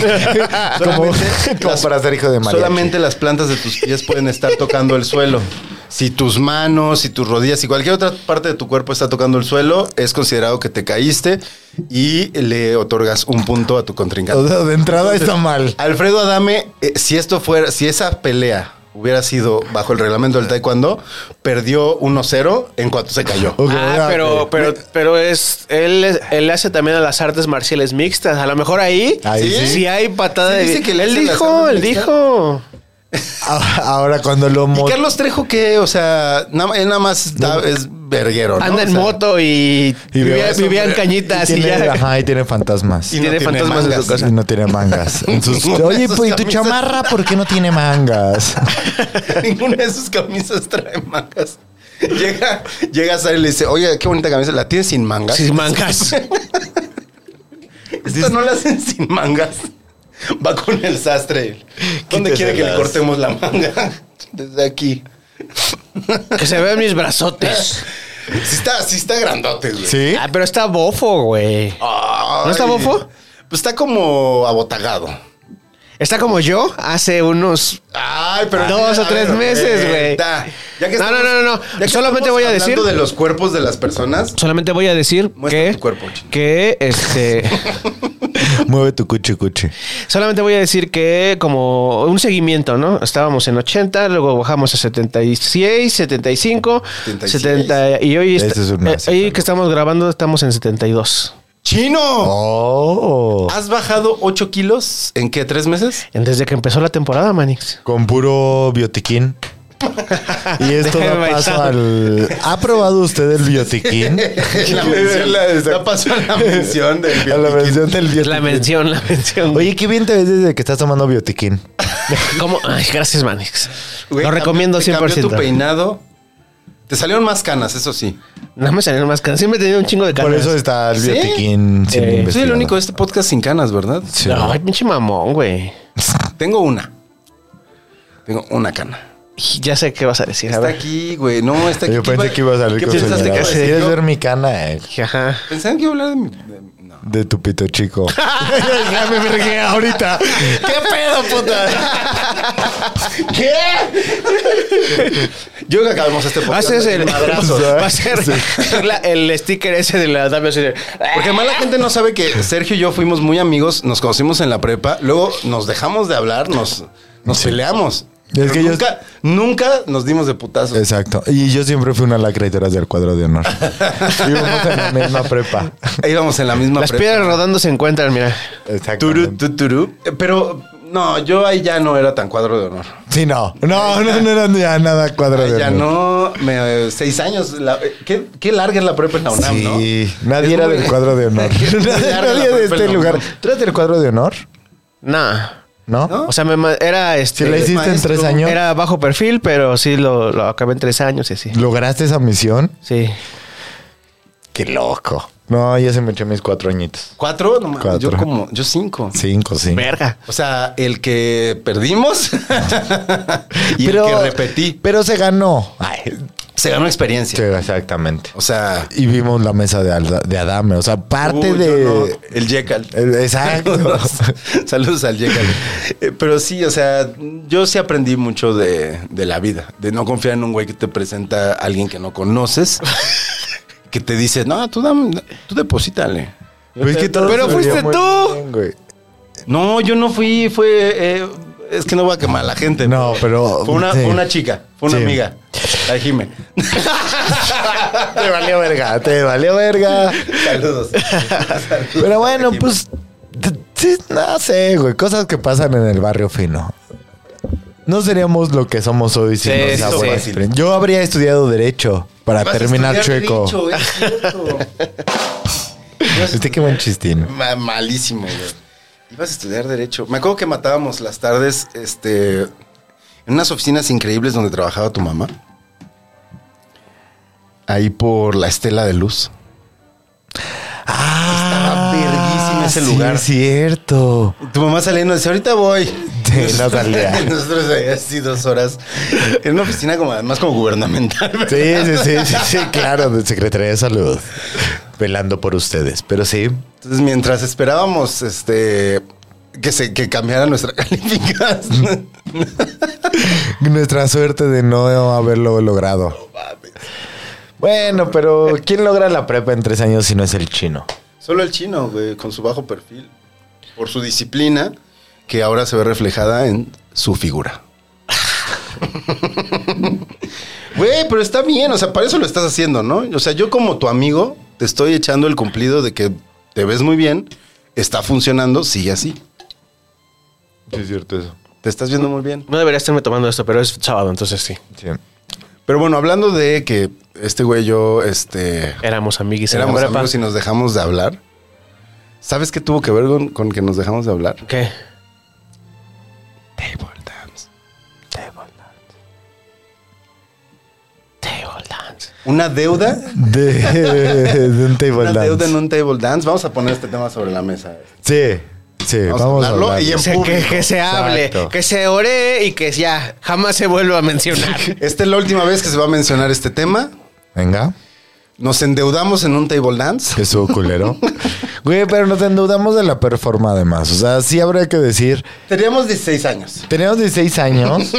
Speaker 4: Ah,
Speaker 6: como,
Speaker 5: solamente
Speaker 6: como
Speaker 5: las-
Speaker 6: para ser hijo de María.
Speaker 5: Solamente las plantas de tus pies pueden estar tocando el suelo. Si tus manos, si tus rodillas, si cualquier otra parte de tu cuerpo está tocando el suelo, es considerado que te caíste y le otorgas un punto a tu
Speaker 6: O
Speaker 5: contrincante.
Speaker 6: sea, de entrada está mal.
Speaker 5: Alfredo Adame, eh, si esto fuera, si esa pelea hubiera sido bajo el reglamento del taekwondo, perdió 1-0 en cuanto se cayó.
Speaker 6: Ok,
Speaker 4: Ah,
Speaker 6: ah,
Speaker 4: pero,
Speaker 6: ok.
Speaker 4: pero, pero es. Él, es- él hace también a las artes marciales mixtas. A lo mejor ahí.
Speaker 6: Ahí
Speaker 4: sí.
Speaker 6: sí.
Speaker 4: hay patada
Speaker 5: Sí,
Speaker 4: de.
Speaker 5: dice que le
Speaker 4: él
Speaker 5: hace las
Speaker 4: dijo,
Speaker 5: artes
Speaker 4: él
Speaker 5: mixtas.
Speaker 4: dijo.
Speaker 6: A- Ahora cuando lo
Speaker 5: ¿Y
Speaker 6: mo-
Speaker 5: Carlos Trejo que, O sea, nada, él nada más está- es verguero, ¿no?
Speaker 4: Anda en
Speaker 5: O sea,
Speaker 4: moto y,
Speaker 6: y veo
Speaker 4: vivía-
Speaker 6: eso,
Speaker 4: vivían
Speaker 6: pero-
Speaker 4: cañitas
Speaker 6: y
Speaker 4: y,
Speaker 6: tiene,
Speaker 4: ya.
Speaker 6: Ajá, y tiene fantasmas.
Speaker 5: Y
Speaker 6: Y
Speaker 5: no
Speaker 4: tiene
Speaker 5: tiene
Speaker 4: fantasmas en
Speaker 5: mangas.
Speaker 4: su casa.
Speaker 6: no tiene mangas. En sus-
Speaker 5: Ninguna de
Speaker 6: Oye,
Speaker 5: sus
Speaker 6: pues, ¿y tu
Speaker 5: camisas.
Speaker 6: chamarra por qué no tiene mangas?
Speaker 5: Ninguna de sus camisas trae mangas. Llega, llega Sara y le dice, oye, qué bonita camisa, ¿la tienes sin mangas?
Speaker 4: Sin mangas.
Speaker 5: Esto no la hacen sin mangas. Va con el sastre. ¿Dónde quiere que le
Speaker 6: Quítaselas.
Speaker 5: cortemos la manga? Desde aquí.
Speaker 4: que se vean mis brazotes.
Speaker 5: Sí está, sí está grandote, güey.
Speaker 6: ¿Sí?
Speaker 4: Ah, pero está bofo, güey.
Speaker 5: Ay.
Speaker 4: ¿No está bofo?
Speaker 5: Pues está como abotagado.
Speaker 4: Está como yo hace unos
Speaker 5: Ay, pero.
Speaker 4: dos o
Speaker 5: A
Speaker 4: tres
Speaker 5: ver,
Speaker 4: meses, güey.
Speaker 5: neta. Ya que
Speaker 4: No,
Speaker 5: estamos-
Speaker 4: no, no, no, no.
Speaker 5: ya que
Speaker 4: Solamente
Speaker 5: estamos
Speaker 4: voy a
Speaker 5: hablando
Speaker 4: decir-
Speaker 5: de los cuerpos de las personas.
Speaker 4: Solamente voy a decir
Speaker 5: Muestra
Speaker 4: que.
Speaker 5: tu cuerpo, chino.
Speaker 4: Que este.
Speaker 6: Mueve tu cuchi cuchi.
Speaker 4: solamente voy a decir que, como un seguimiento, ¿no? Estábamos en 80, luego bajamos a 76, 75,
Speaker 5: 76.
Speaker 4: 70. Y hoy,
Speaker 6: Ese
Speaker 4: está-
Speaker 6: es un
Speaker 4: eh,
Speaker 6: mazo,
Speaker 4: hoy
Speaker 6: claro.
Speaker 4: que estamos grabando, estamos en 72.
Speaker 5: ¡Chino!
Speaker 6: Oh.
Speaker 4: Ah.
Speaker 5: ¿Has bajado 8 kilos en qué? ¿Tres meses?
Speaker 4: Desde que empezó la temporada, Manix.
Speaker 6: Con puro biotiquín. Y esto da
Speaker 4: Déjame
Speaker 6: paso
Speaker 4: bailar.
Speaker 6: al. ¿Ha probado usted el biotiquín?
Speaker 5: La mención. Ya pasó a la mención del
Speaker 6: A la
Speaker 5: biotiquín.
Speaker 6: mención del biotiquín.
Speaker 4: La mención, la mención.
Speaker 6: Oye, qué bien te ves desde que estás tomando biotiquín.
Speaker 4: ¿Cómo? Ay, gracias, Manix.
Speaker 5: Güey,
Speaker 4: Lo
Speaker 5: cambió-
Speaker 4: recomiendo
Speaker 5: te Cambió tu
Speaker 4: 100%.
Speaker 5: peinado. Te salieron más canas, eso sí.
Speaker 4: No me salieron más canas. Siempre he tenido un chingo de canas.
Speaker 6: Por eso está el
Speaker 5: ¿Sí?
Speaker 6: biotiquín
Speaker 4: Eh, soy
Speaker 6: siendo
Speaker 4: el
Speaker 5: Soy el
Speaker 6: investigado.
Speaker 5: único de este podcast sin canas, ¿verdad?
Speaker 6: Sí.
Speaker 4: No, ay, pinche mamón, güey.
Speaker 5: Tengo una. Tengo una cana.
Speaker 4: Ya sé qué vas a decir. A
Speaker 5: Está
Speaker 4: ver.
Speaker 5: aquí, güey. No, está aquí.
Speaker 6: Yo pensé que iba a salir
Speaker 5: ¿Qué
Speaker 6: con
Speaker 5: pensaste que iba
Speaker 6: señalado.
Speaker 5: a decir
Speaker 6: ¿Quieres
Speaker 5: yo?
Speaker 6: ver mi cana? eh?
Speaker 4: Ajá.
Speaker 5: Pensaban que iba a hablar de mi... de- no.
Speaker 6: De tu pito chico. ya me vergué ahorita. ¿Qué pedo, puta?
Speaker 5: Yo creo que acabamos este podcast.
Speaker 4: Haces el
Speaker 5: Madrazos.
Speaker 4: va a ser la- el sticker ese de la WC.
Speaker 5: Porque además la gente no sabe que Sergio y yo fuimos muy amigos, nos conocimos en la prepa, luego nos dejamos de hablar, nos, nos peleamos. Pero
Speaker 6: que yo-
Speaker 5: nunca, nunca nos dimos de putazos.
Speaker 6: Exacto. Y yo siempre fui una lacra y tú eras del cuadro de honor. Vivimos en la misma prepa.
Speaker 5: Ahí Íbamos en la misma
Speaker 4: Las
Speaker 5: prepa.
Speaker 4: piedras rodando se encuentran, mira.
Speaker 5: Turú,
Speaker 6: Exacto.
Speaker 5: tu, turú. Eh, Pero no, yo ahí ya no era tan cuadro de honor.
Speaker 6: Sí, no. No, no, no era ya nada cuadro
Speaker 5: Ahí
Speaker 6: de
Speaker 5: ya
Speaker 6: honor.
Speaker 5: no, me, eh, seis años. la- eh, ¿qué, qué larga es la prepa en la UNAM, ¿no?
Speaker 6: Sí, nadie
Speaker 5: Es
Speaker 6: era
Speaker 5: muy-
Speaker 6: del cuadro de honor.
Speaker 5: Es muy
Speaker 6: nadie
Speaker 5: larga la
Speaker 6: nadie de
Speaker 5: prepa en
Speaker 6: este
Speaker 5: la
Speaker 6: lugar.
Speaker 5: UNAM.
Speaker 6: ¿Tú eras del cuadro de honor?
Speaker 4: Nah.
Speaker 6: ¿No?
Speaker 5: ¿No?
Speaker 4: O sea, me ma- era
Speaker 6: Si
Speaker 4: este.
Speaker 6: la hiciste en
Speaker 5: maestro,
Speaker 6: tres años,
Speaker 4: Era bajo perfil, pero sí lo, lo acabé en tres años y así.
Speaker 6: ¿lograste esa misión?
Speaker 4: Sí.
Speaker 6: Qué loco. No, ya se me eché mis cuatro añitos.
Speaker 5: ¿Cuatro? No, mames, Yo
Speaker 6: Cuatro.
Speaker 5: como, yo cinco.
Speaker 6: Cinco, sí.
Speaker 4: Verga.
Speaker 5: O sea, el que perdimos y el que repetí.
Speaker 6: Pero se ganó.
Speaker 5: Se ganó experiencia.
Speaker 6: Sí, exactamente.
Speaker 5: O sea,
Speaker 6: Y vimos la mesa de, Alda- de Adame. O sea, parte
Speaker 5: uh, yo
Speaker 6: de.
Speaker 5: no, el Jekyll.
Speaker 6: El- Exacto.
Speaker 5: Saludos al Jekyll. Eh, Pero sí, o sea, yo sí aprendí mucho de, de la vida, de no confiar en un güey que te presenta a alguien que no conoces, que te dice, no, tú, dame- tú deposítale.
Speaker 6: Pero es que todo
Speaker 4: Pero
Speaker 6: se
Speaker 4: fuiste
Speaker 6: vio muy
Speaker 4: tú.
Speaker 6: bien, güey.
Speaker 5: No, yo no fui, fue... eh, es que no voy a quemar a la gente.
Speaker 6: No, pero-
Speaker 5: Fue una,
Speaker 6: sí.
Speaker 5: fue una chica, fue una
Speaker 6: Sí.
Speaker 5: amiga, la Jime.
Speaker 6: Te valió verga, te valió verga.
Speaker 5: Saludos.
Speaker 6: Pero bueno,
Speaker 5: Jime.
Speaker 6: pues. t- sí, No sé, güey. Cosas que pasan en el barrio fino. No seríamos lo que somos hoy sin
Speaker 4: Sí,
Speaker 6: esa
Speaker 4: sí,
Speaker 6: buena
Speaker 4: sí.
Speaker 6: experiencia. Yo habría estudiado Derecho para
Speaker 5: Vas a
Speaker 6: terminar
Speaker 5: estudiar
Speaker 6: chueco.
Speaker 5: derecho, ¿eh? es cierto.
Speaker 6: Viste Este, qué buen chistín.
Speaker 5: Ma- malísimo, güey. Ibas a estudiar derecho. Me acuerdo que matábamos las tardes, este, en unas oficinas increíbles donde trabajaba tu mamá. Ahí por la Estela de Luz.
Speaker 6: Ah,
Speaker 5: verguísima ese lugar.
Speaker 6: Sí, es cierto.
Speaker 5: Tu mamá saliendo dice, ahorita voy.
Speaker 6: Sí, no salía.
Speaker 5: Nosotros ahí así dos horas. En una oficina como además como gubernamental. ¿verdad?
Speaker 6: Sí, sí, sí, sí, sí, claro, de Secretaría de Salud. Velando por ustedes. Pero sí,
Speaker 5: Entonces, mientras esperábamos, este. Que, se, que cambiara nuestra calificación.
Speaker 6: nuestra suerte de no haberlo logrado. Bueno, pero ¿quién logra la prepa en tres años si no es el chino?
Speaker 5: Solo el chino, güey, con su bajo perfil. Por su disciplina, que ahora se ve reflejada en su figura. Güey, pero está bien, o sea, para eso lo estás haciendo, ¿no? O sea, yo como tu amigo, te estoy echando el cumplido de que te ves muy bien, está funcionando, sigue así.
Speaker 6: Sí, es cierto eso.
Speaker 5: Te estás viendo muy bien.
Speaker 4: No debería estarme tomando esto, pero es sábado, entonces sí.
Speaker 5: Pero bueno, hablando de que este güey yo, este,
Speaker 4: Éramos amiguis. en la
Speaker 5: éramos
Speaker 4: prepa.
Speaker 5: amigos y nos dejamos de hablar. ¿Sabes qué tuvo que ver con, con que nos dejamos de hablar?
Speaker 4: ¿Qué?
Speaker 5: Table dance. Table dance.
Speaker 4: Table dance.
Speaker 5: Una deuda.
Speaker 6: De, de un table
Speaker 5: Una
Speaker 6: dance.
Speaker 5: deuda en un table dance. Vamos a poner este tema sobre la mesa.
Speaker 6: Sí, sí,
Speaker 5: Vamos
Speaker 6: vamos,
Speaker 5: a
Speaker 6: a
Speaker 5: hablarlo
Speaker 6: hablarlo.
Speaker 5: y
Speaker 4: O sea, que, que se hable,
Speaker 6: Exacto.
Speaker 4: que se ore y que ya jamás se vuelva a mencionar.
Speaker 5: Esta es la última vez que se va a mencionar este tema.
Speaker 6: Venga.
Speaker 5: Nos endeudamos en un table dance.
Speaker 6: Que estuvo culero. Güey, pero nos endeudamos de la performa además. O sea, sí habría que decir,
Speaker 5: Teníamos 16 años.
Speaker 6: teníamos 16 años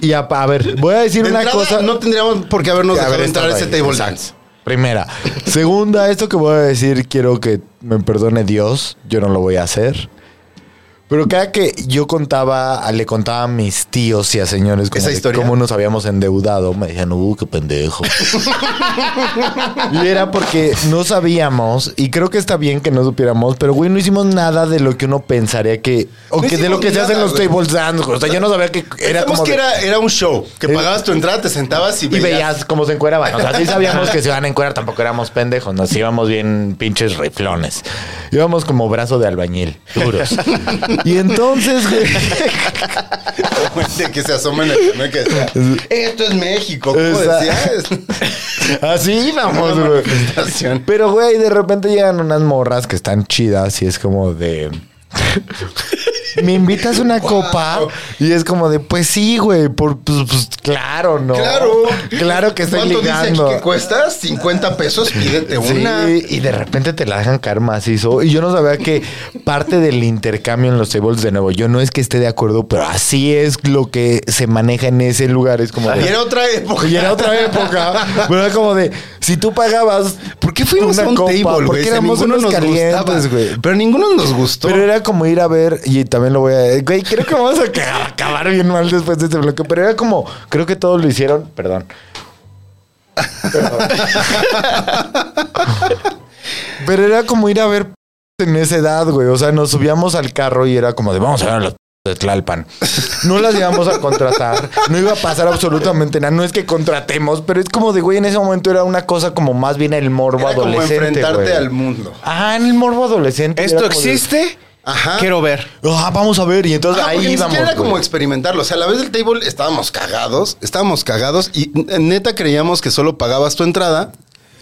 Speaker 6: y a, a ver, voy a decir
Speaker 5: De
Speaker 6: una
Speaker 5: entrada,
Speaker 6: cosa.
Speaker 5: no tendríamos por qué habernos
Speaker 6: Ya,
Speaker 5: dejado
Speaker 6: haber
Speaker 5: entrar a
Speaker 6: estado
Speaker 5: ese
Speaker 6: ahí,
Speaker 5: table
Speaker 6: exacto.
Speaker 5: dance.
Speaker 6: Primera. Segunda, esto que voy a decir, quiero que me perdone Dios, yo no lo voy a hacer. Pero cada que yo contaba, le contaba a mis tíos y a señores como
Speaker 5: ¿Esa
Speaker 6: de
Speaker 5: historia?
Speaker 6: cómo nos habíamos endeudado, me decían, uh, qué pendejo. y era porque no sabíamos, y creo que está bien que no supiéramos, pero güey, no hicimos nada de lo que uno pensaría que. O
Speaker 5: No
Speaker 6: que de lo
Speaker 5: hicimos
Speaker 6: que se hace en
Speaker 5: nada,
Speaker 6: los
Speaker 5: güey.
Speaker 6: tables dance. güey. O sea, yo no sabía que era
Speaker 5: Era
Speaker 6: como.
Speaker 5: que
Speaker 6: de-
Speaker 5: era, era un show, que
Speaker 6: Eh,
Speaker 5: pagabas tu entrada, te sentabas y
Speaker 6: y
Speaker 5: veías.
Speaker 6: veías cómo se encueraban. O sea, sí sabíamos que se iban a encuerar, tampoco éramos pendejos, nos íbamos bien pinches riflones. Íbamos como brazo de albañil, duros. Y entonces, güey,
Speaker 5: De que se asoma en el primer que decía, Esto es México, ¿cómo
Speaker 6: Esa-
Speaker 5: decías?
Speaker 6: así íbamos,
Speaker 5: Una
Speaker 6: güey.
Speaker 5: manifestación.
Speaker 6: Pero, güey, de repente llegan unas morras que están chidas y es como de. Me invitas una copa y es como de, pues sí, güey, por, pues, pues, claro, ¿no?
Speaker 5: Claro.
Speaker 6: Claro que estoy
Speaker 5: ¿Cuánto
Speaker 6: ligando.
Speaker 5: dice aquí que cuesta? 50 pesos, pídete
Speaker 6: Sí,
Speaker 5: una.
Speaker 6: y de repente te la dejan caer macizo. Y yo no sabía que parte del intercambio en los tables, de nuevo, yo no es que esté de acuerdo, pero así es lo que se maneja en ese lugar. Es como. de-
Speaker 5: Y era otra época.
Speaker 6: y era otra época, pero era como de, si tú pagabas,
Speaker 5: ¿Por qué fuimos
Speaker 6: una
Speaker 5: a un
Speaker 6: copa?
Speaker 5: table,
Speaker 6: Porque
Speaker 5: güey? Si a
Speaker 6: éramos
Speaker 5: ninguno
Speaker 6: unos
Speaker 5: nos gustaba.
Speaker 6: calientes, güey.
Speaker 5: Pero ninguno nos gustó.
Speaker 6: Pero era como ir a ver, y también lo voy a. Güey, creo que vamos a ca- acabar bien mal después de este bloque. Pero era como, creo que todos lo hicieron, perdón. Perdón. Pero era como ir a ver en esa edad, güey. O sea, nos subíamos al carro y era como de vamos a ver a los de Tlalpan. No las íbamos a contratar. No iba a pasar absolutamente nada. No es que contratemos, pero es como de, güey, en ese momento era una cosa como más bien el morbo
Speaker 5: Era como
Speaker 6: adolescente.
Speaker 5: enfrentarte
Speaker 6: güey.
Speaker 5: al mundo.
Speaker 6: Ajá, en el morbo adolescente.
Speaker 4: ¿Esto
Speaker 6: era como de-
Speaker 4: existe?
Speaker 5: Ajá.
Speaker 4: Quiero ver.
Speaker 6: Ah, vamos a ver. Y entonces
Speaker 5: Ajá, porque
Speaker 6: ahí
Speaker 5: ni
Speaker 6: íbamos.
Speaker 5: siquiera era
Speaker 6: güey.
Speaker 5: como experimentarlo. O sea, a la vez del table estábamos cagados, estábamos cagados y n- neta creíamos que solo pagabas tu entrada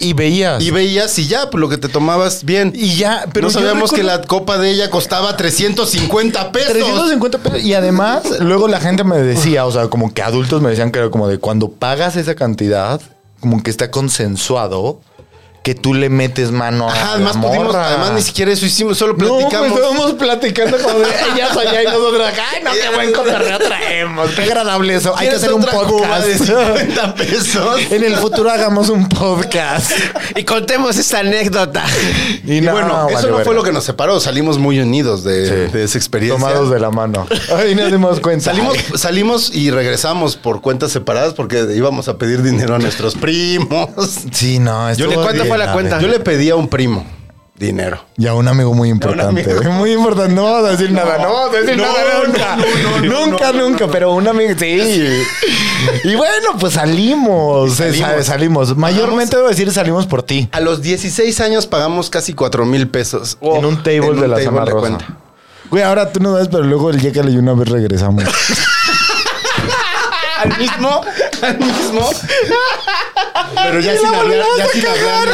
Speaker 6: Y veías.
Speaker 5: y
Speaker 6: Y,
Speaker 5: veías y ya, pues, lo que te tomabas bien.
Speaker 6: ya, pero.
Speaker 5: no
Speaker 6: yo
Speaker 5: sabíamos que
Speaker 6: recuerdo
Speaker 5: la copa de ella costaba 350 pesos.
Speaker 6: 350 pesos. Y además, luego la gente me decía, o sea, como que adultos me decían que era como de cuando pagas esa cantidad, como que está consensuado que tú le metes mano a.
Speaker 5: Ajá,
Speaker 6: la
Speaker 5: además pudimos,
Speaker 6: morra.
Speaker 5: además ni siquiera eso hicimos, solo
Speaker 6: No, pues
Speaker 5: platicamos.
Speaker 6: estábamos platicando como de ellas allá y nosotros acá. Ay,
Speaker 5: Eh,
Speaker 6: no, qué buen cotorreo traemos. Qué agradable eso. Hay que
Speaker 5: ¿Quieres
Speaker 6: hacer un
Speaker 5: otra copa
Speaker 6: podcast.
Speaker 5: de 50 pesos.
Speaker 6: en el futuro hagamos un podcast.
Speaker 4: Y contemos esta anécdota.
Speaker 6: Y,
Speaker 5: Y
Speaker 6: no,
Speaker 5: bueno, eso
Speaker 6: vale
Speaker 5: no
Speaker 6: verga.
Speaker 5: fue lo que nos separó. Salimos muy unidos de,
Speaker 6: Sí.
Speaker 5: de esa experiencia.
Speaker 6: Tomados de la mano. Ay, nos dimos cuenta.
Speaker 5: Salimos, salimos y regresamos por cuentas separadas porque íbamos a pedir dinero a nuestros primos.
Speaker 6: Sí, no.
Speaker 5: Yo
Speaker 6: estuvo
Speaker 5: le- ¿cuánto
Speaker 6: bien,
Speaker 4: fue la cuenta?
Speaker 5: Yo le pedí a un primo dinero.
Speaker 6: Y a un amigo muy importante.
Speaker 5: amigo.
Speaker 6: Muy importante. No vamos a decir nada. No vamos a decir
Speaker 5: No,
Speaker 6: nada
Speaker 5: no,
Speaker 6: nunca.
Speaker 5: no, no, no,
Speaker 6: nunca,
Speaker 5: no, no,
Speaker 6: nunca.
Speaker 5: no.
Speaker 6: Pero un amigo. Sí. y bueno, pues salimos. se
Speaker 5: Salimos.
Speaker 6: sabe, Salimos. Mayormente debo decir salimos por ti.
Speaker 5: A los 16 años pagamos casi 4 mil pesos.
Speaker 6: en un table
Speaker 5: En un
Speaker 6: de la zona
Speaker 5: de
Speaker 6: rosa.
Speaker 5: cuenta.
Speaker 6: Güey, ahora tú no ves, pero luego el Yekal y yo una vez regresamos.
Speaker 5: Al mismo, al mismo. Pero ya sin hablar, ya sin hablar.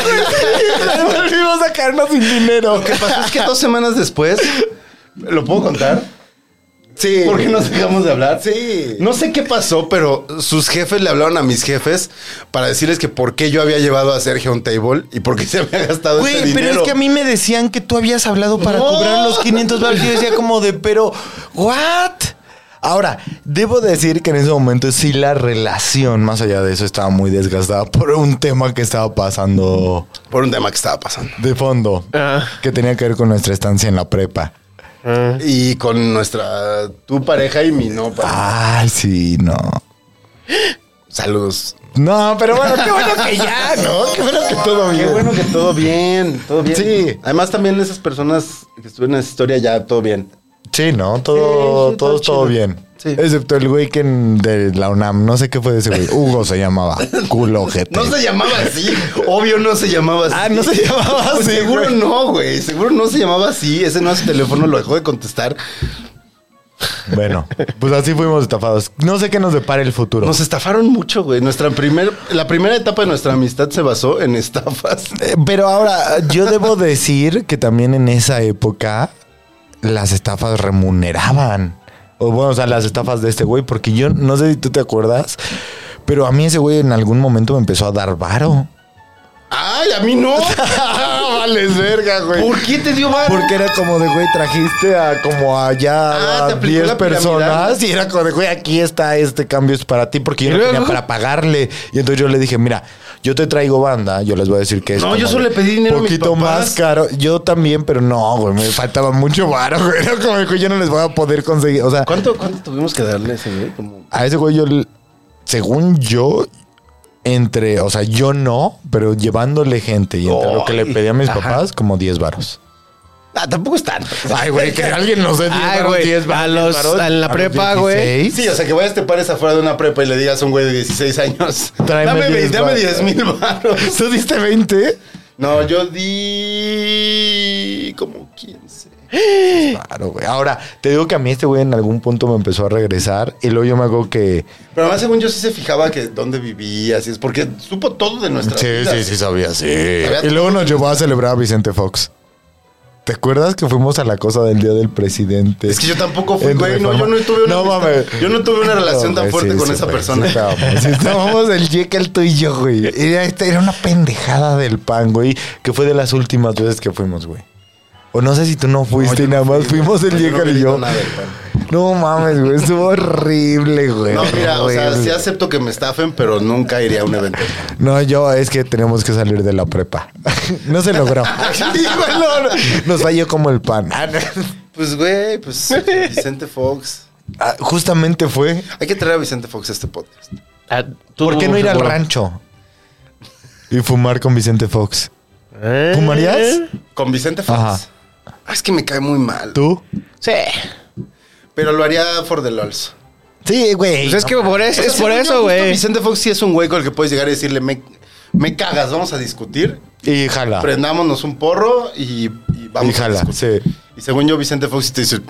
Speaker 6: Volvimos a caernos sin dinero.
Speaker 5: Lo que pasó es que dos semanas después, ¿lo puedo contar?
Speaker 6: Sí.
Speaker 5: ¿Por qué nos dejamos de hablar?
Speaker 6: Sí.
Speaker 5: No sé qué pasó, pero sus jefes le hablaron a mis jefes para decirles que por qué yo había llevado a Sergio a un table y por qué se había gastado
Speaker 6: Güey,
Speaker 5: ese
Speaker 6: pero
Speaker 5: dinero.
Speaker 6: es que a mí me decían que tú habías hablado para
Speaker 5: No.
Speaker 6: cobrar los 500 dólares. Yo decía como de, pero, ¿what? Ahora, debo decir que en ese momento sí la relación, más allá de eso, estaba muy desgastada por un tema que estaba pasando
Speaker 5: Por un tema que estaba pasando.
Speaker 6: de fondo,
Speaker 4: Ah.
Speaker 6: que tenía que ver con nuestra estancia en la prepa.
Speaker 5: Y con nuestra, tu pareja y mi no pareja.
Speaker 6: Ay, sí, no.
Speaker 5: Saludos.
Speaker 6: No, pero bueno, qué bueno que ya, ¿no? Qué bueno que todo bien.
Speaker 5: Qué bueno que todo bien, todo bien.
Speaker 6: Sí.
Speaker 5: Además también esas personas que estuvieron en esa historia ya todo bien.
Speaker 6: Sí, ¿no? Todo,
Speaker 5: Sí, sí,
Speaker 6: todo,
Speaker 5: todo chido.
Speaker 6: todo bien.
Speaker 5: Sí.
Speaker 6: Excepto el güey que en- de la UNAM, no sé qué fue de ese güey. Hugo se llamaba. Culo ojete.
Speaker 5: No se llamaba así. Obvio no se llamaba así.
Speaker 6: Ah, no se llamaba
Speaker 5: Pues
Speaker 6: así,
Speaker 5: Seguro
Speaker 6: güey.
Speaker 5: no, güey. Seguro no se llamaba así. Ese no su teléfono, lo dejó de contestar.
Speaker 6: Bueno, pues así fuimos estafados. No sé qué nos depara el futuro.
Speaker 5: Nos estafaron mucho, güey. Nuestra primer, la primera etapa de nuestra amistad se basó en estafas.
Speaker 6: Eh, Pero ahora, yo debo decir que también en esa época las estafas remuneraban. O bueno, o sea, las estafas de este güey, porque yo no sé si tú te acuerdas, pero a mí ese güey en algún momento me empezó a dar varo.
Speaker 5: ¡Ay, a mí no!
Speaker 6: vales verga, güey.
Speaker 4: ¿Por qué te dio varo?
Speaker 6: Porque era como de, güey, trajiste a como allá
Speaker 5: Ah, te
Speaker 6: a
Speaker 5: aplicó
Speaker 6: 10
Speaker 5: la piramidal.
Speaker 6: personas y era como de, güey, aquí está este cambio es para ti porque yo no
Speaker 4: luego?
Speaker 6: tenía para pagarle. Y entonces yo le dije, mira, yo te traigo banda, yo les voy a decir que es
Speaker 5: No,
Speaker 6: como
Speaker 5: yo solo
Speaker 6: de
Speaker 5: le pedí dinero a mis
Speaker 6: poquito
Speaker 5: papás.
Speaker 6: más caro. Yo también, pero no, güey, me faltaba mucho varo, güey. Era como de, güey, yo no les voy a poder conseguir, o sea,
Speaker 4: ¿Cuánto, ¿Cuánto tuvimos que darle a ese güey? Como-
Speaker 6: a ese güey yo, l- según yo, entre, o sea, yo no, pero llevándole gente y entre lo que le
Speaker 4: Ay,
Speaker 6: pedí a mis
Speaker 4: ajá.
Speaker 6: papás, como 10 varos.
Speaker 4: Ah, tampoco es tanto.
Speaker 6: Ay, güey, que alguien nos dé 10
Speaker 4: Ay,
Speaker 6: varos,
Speaker 4: güey,
Speaker 6: 10 varos,
Speaker 4: a los-
Speaker 6: 10 varos,
Speaker 4: en la
Speaker 6: a los
Speaker 4: prepa, güey.
Speaker 6: 16.
Speaker 5: Sí, o sea, que vayas te pares afuera de una prepa y le digas a un güey de 16 años.
Speaker 6: Tráeme
Speaker 5: dame
Speaker 6: 10
Speaker 5: 10, dame
Speaker 6: varos".
Speaker 5: 10 mil baros.
Speaker 6: ¿Tú diste 20?
Speaker 5: No, yo di como 15.
Speaker 6: Claro, güey. Ahora, te digo que a mí este güey en algún punto me empezó a regresar y luego yo me hago que...
Speaker 5: Pero además, según yo, sí se fijaba que dónde vivías y es porque supo todo de nuestra vida.
Speaker 6: sabía, sí.
Speaker 5: Sabía
Speaker 6: Y luego nos llevó a celebrar a Vicente Fox. ¿Te acuerdas que fuimos a la cosa del Día del Presidente?
Speaker 5: Es que yo tampoco fui,
Speaker 6: En
Speaker 5: güey. No, yo
Speaker 6: Reforma.
Speaker 5: no tuve una,
Speaker 6: No,
Speaker 5: amistad-
Speaker 6: mames.
Speaker 5: yo no tuve una relación
Speaker 6: No,
Speaker 5: tan
Speaker 6: güey,
Speaker 5: fuerte
Speaker 6: sí,
Speaker 5: con
Speaker 6: sí,
Speaker 5: esa
Speaker 6: güey,
Speaker 5: persona.
Speaker 6: sí estábamos, sí estábamos el Jekyll, tú y yo, güey. Era, esta- era una pendejada del pan, güey, que fue de las últimas veces que fuimos, güey. O no sé si tú no fuiste y nada más fuimos el
Speaker 5: Yo no
Speaker 6: Jekyll y
Speaker 5: grito
Speaker 6: yo.
Speaker 5: nada del pan.
Speaker 6: No mames, güey, estuvo horrible, güey.
Speaker 5: No, mira, o sea,
Speaker 6: Horrible.
Speaker 5: sí acepto que me estafen, pero nunca iría a un evento.
Speaker 6: No, yo es que tenemos que salir de la prepa. No se logró. Dímelo. Nos falló como el pan.
Speaker 5: Pues, güey, pues Vicente Fox.
Speaker 6: Ah, Justamente fue.
Speaker 5: Hay que traer a Vicente Fox a este podcast.
Speaker 4: Ah,
Speaker 6: ¿Por qué no ir al rancho? Y fumar con Vicente Fox.
Speaker 4: ¿Eh?
Speaker 6: ¿Fumarías?
Speaker 5: ¿Con Vicente Fox?
Speaker 6: Ajá.
Speaker 5: Ah, es que me cae muy mal.
Speaker 6: ¿Tú?
Speaker 4: Sí.
Speaker 5: Pero lo haría for the lols.
Speaker 6: Sí, güey.
Speaker 4: Pues es que por eso,
Speaker 5: O sea,
Speaker 4: es
Speaker 5: según
Speaker 4: por
Speaker 5: yo,
Speaker 4: eso,
Speaker 5: justo
Speaker 4: güey.
Speaker 5: Vicente Fox sí es un güey con el que puedes llegar y decirle, me, me cagas, vamos a discutir,
Speaker 6: Y
Speaker 4: Ah.
Speaker 6: jala.
Speaker 5: prendámonos un porro y, y
Speaker 6: Y
Speaker 5: vamos a
Speaker 6: jala.
Speaker 5: discutir.
Speaker 6: Sí.
Speaker 5: Y según yo, Vicente Fox sí te dice,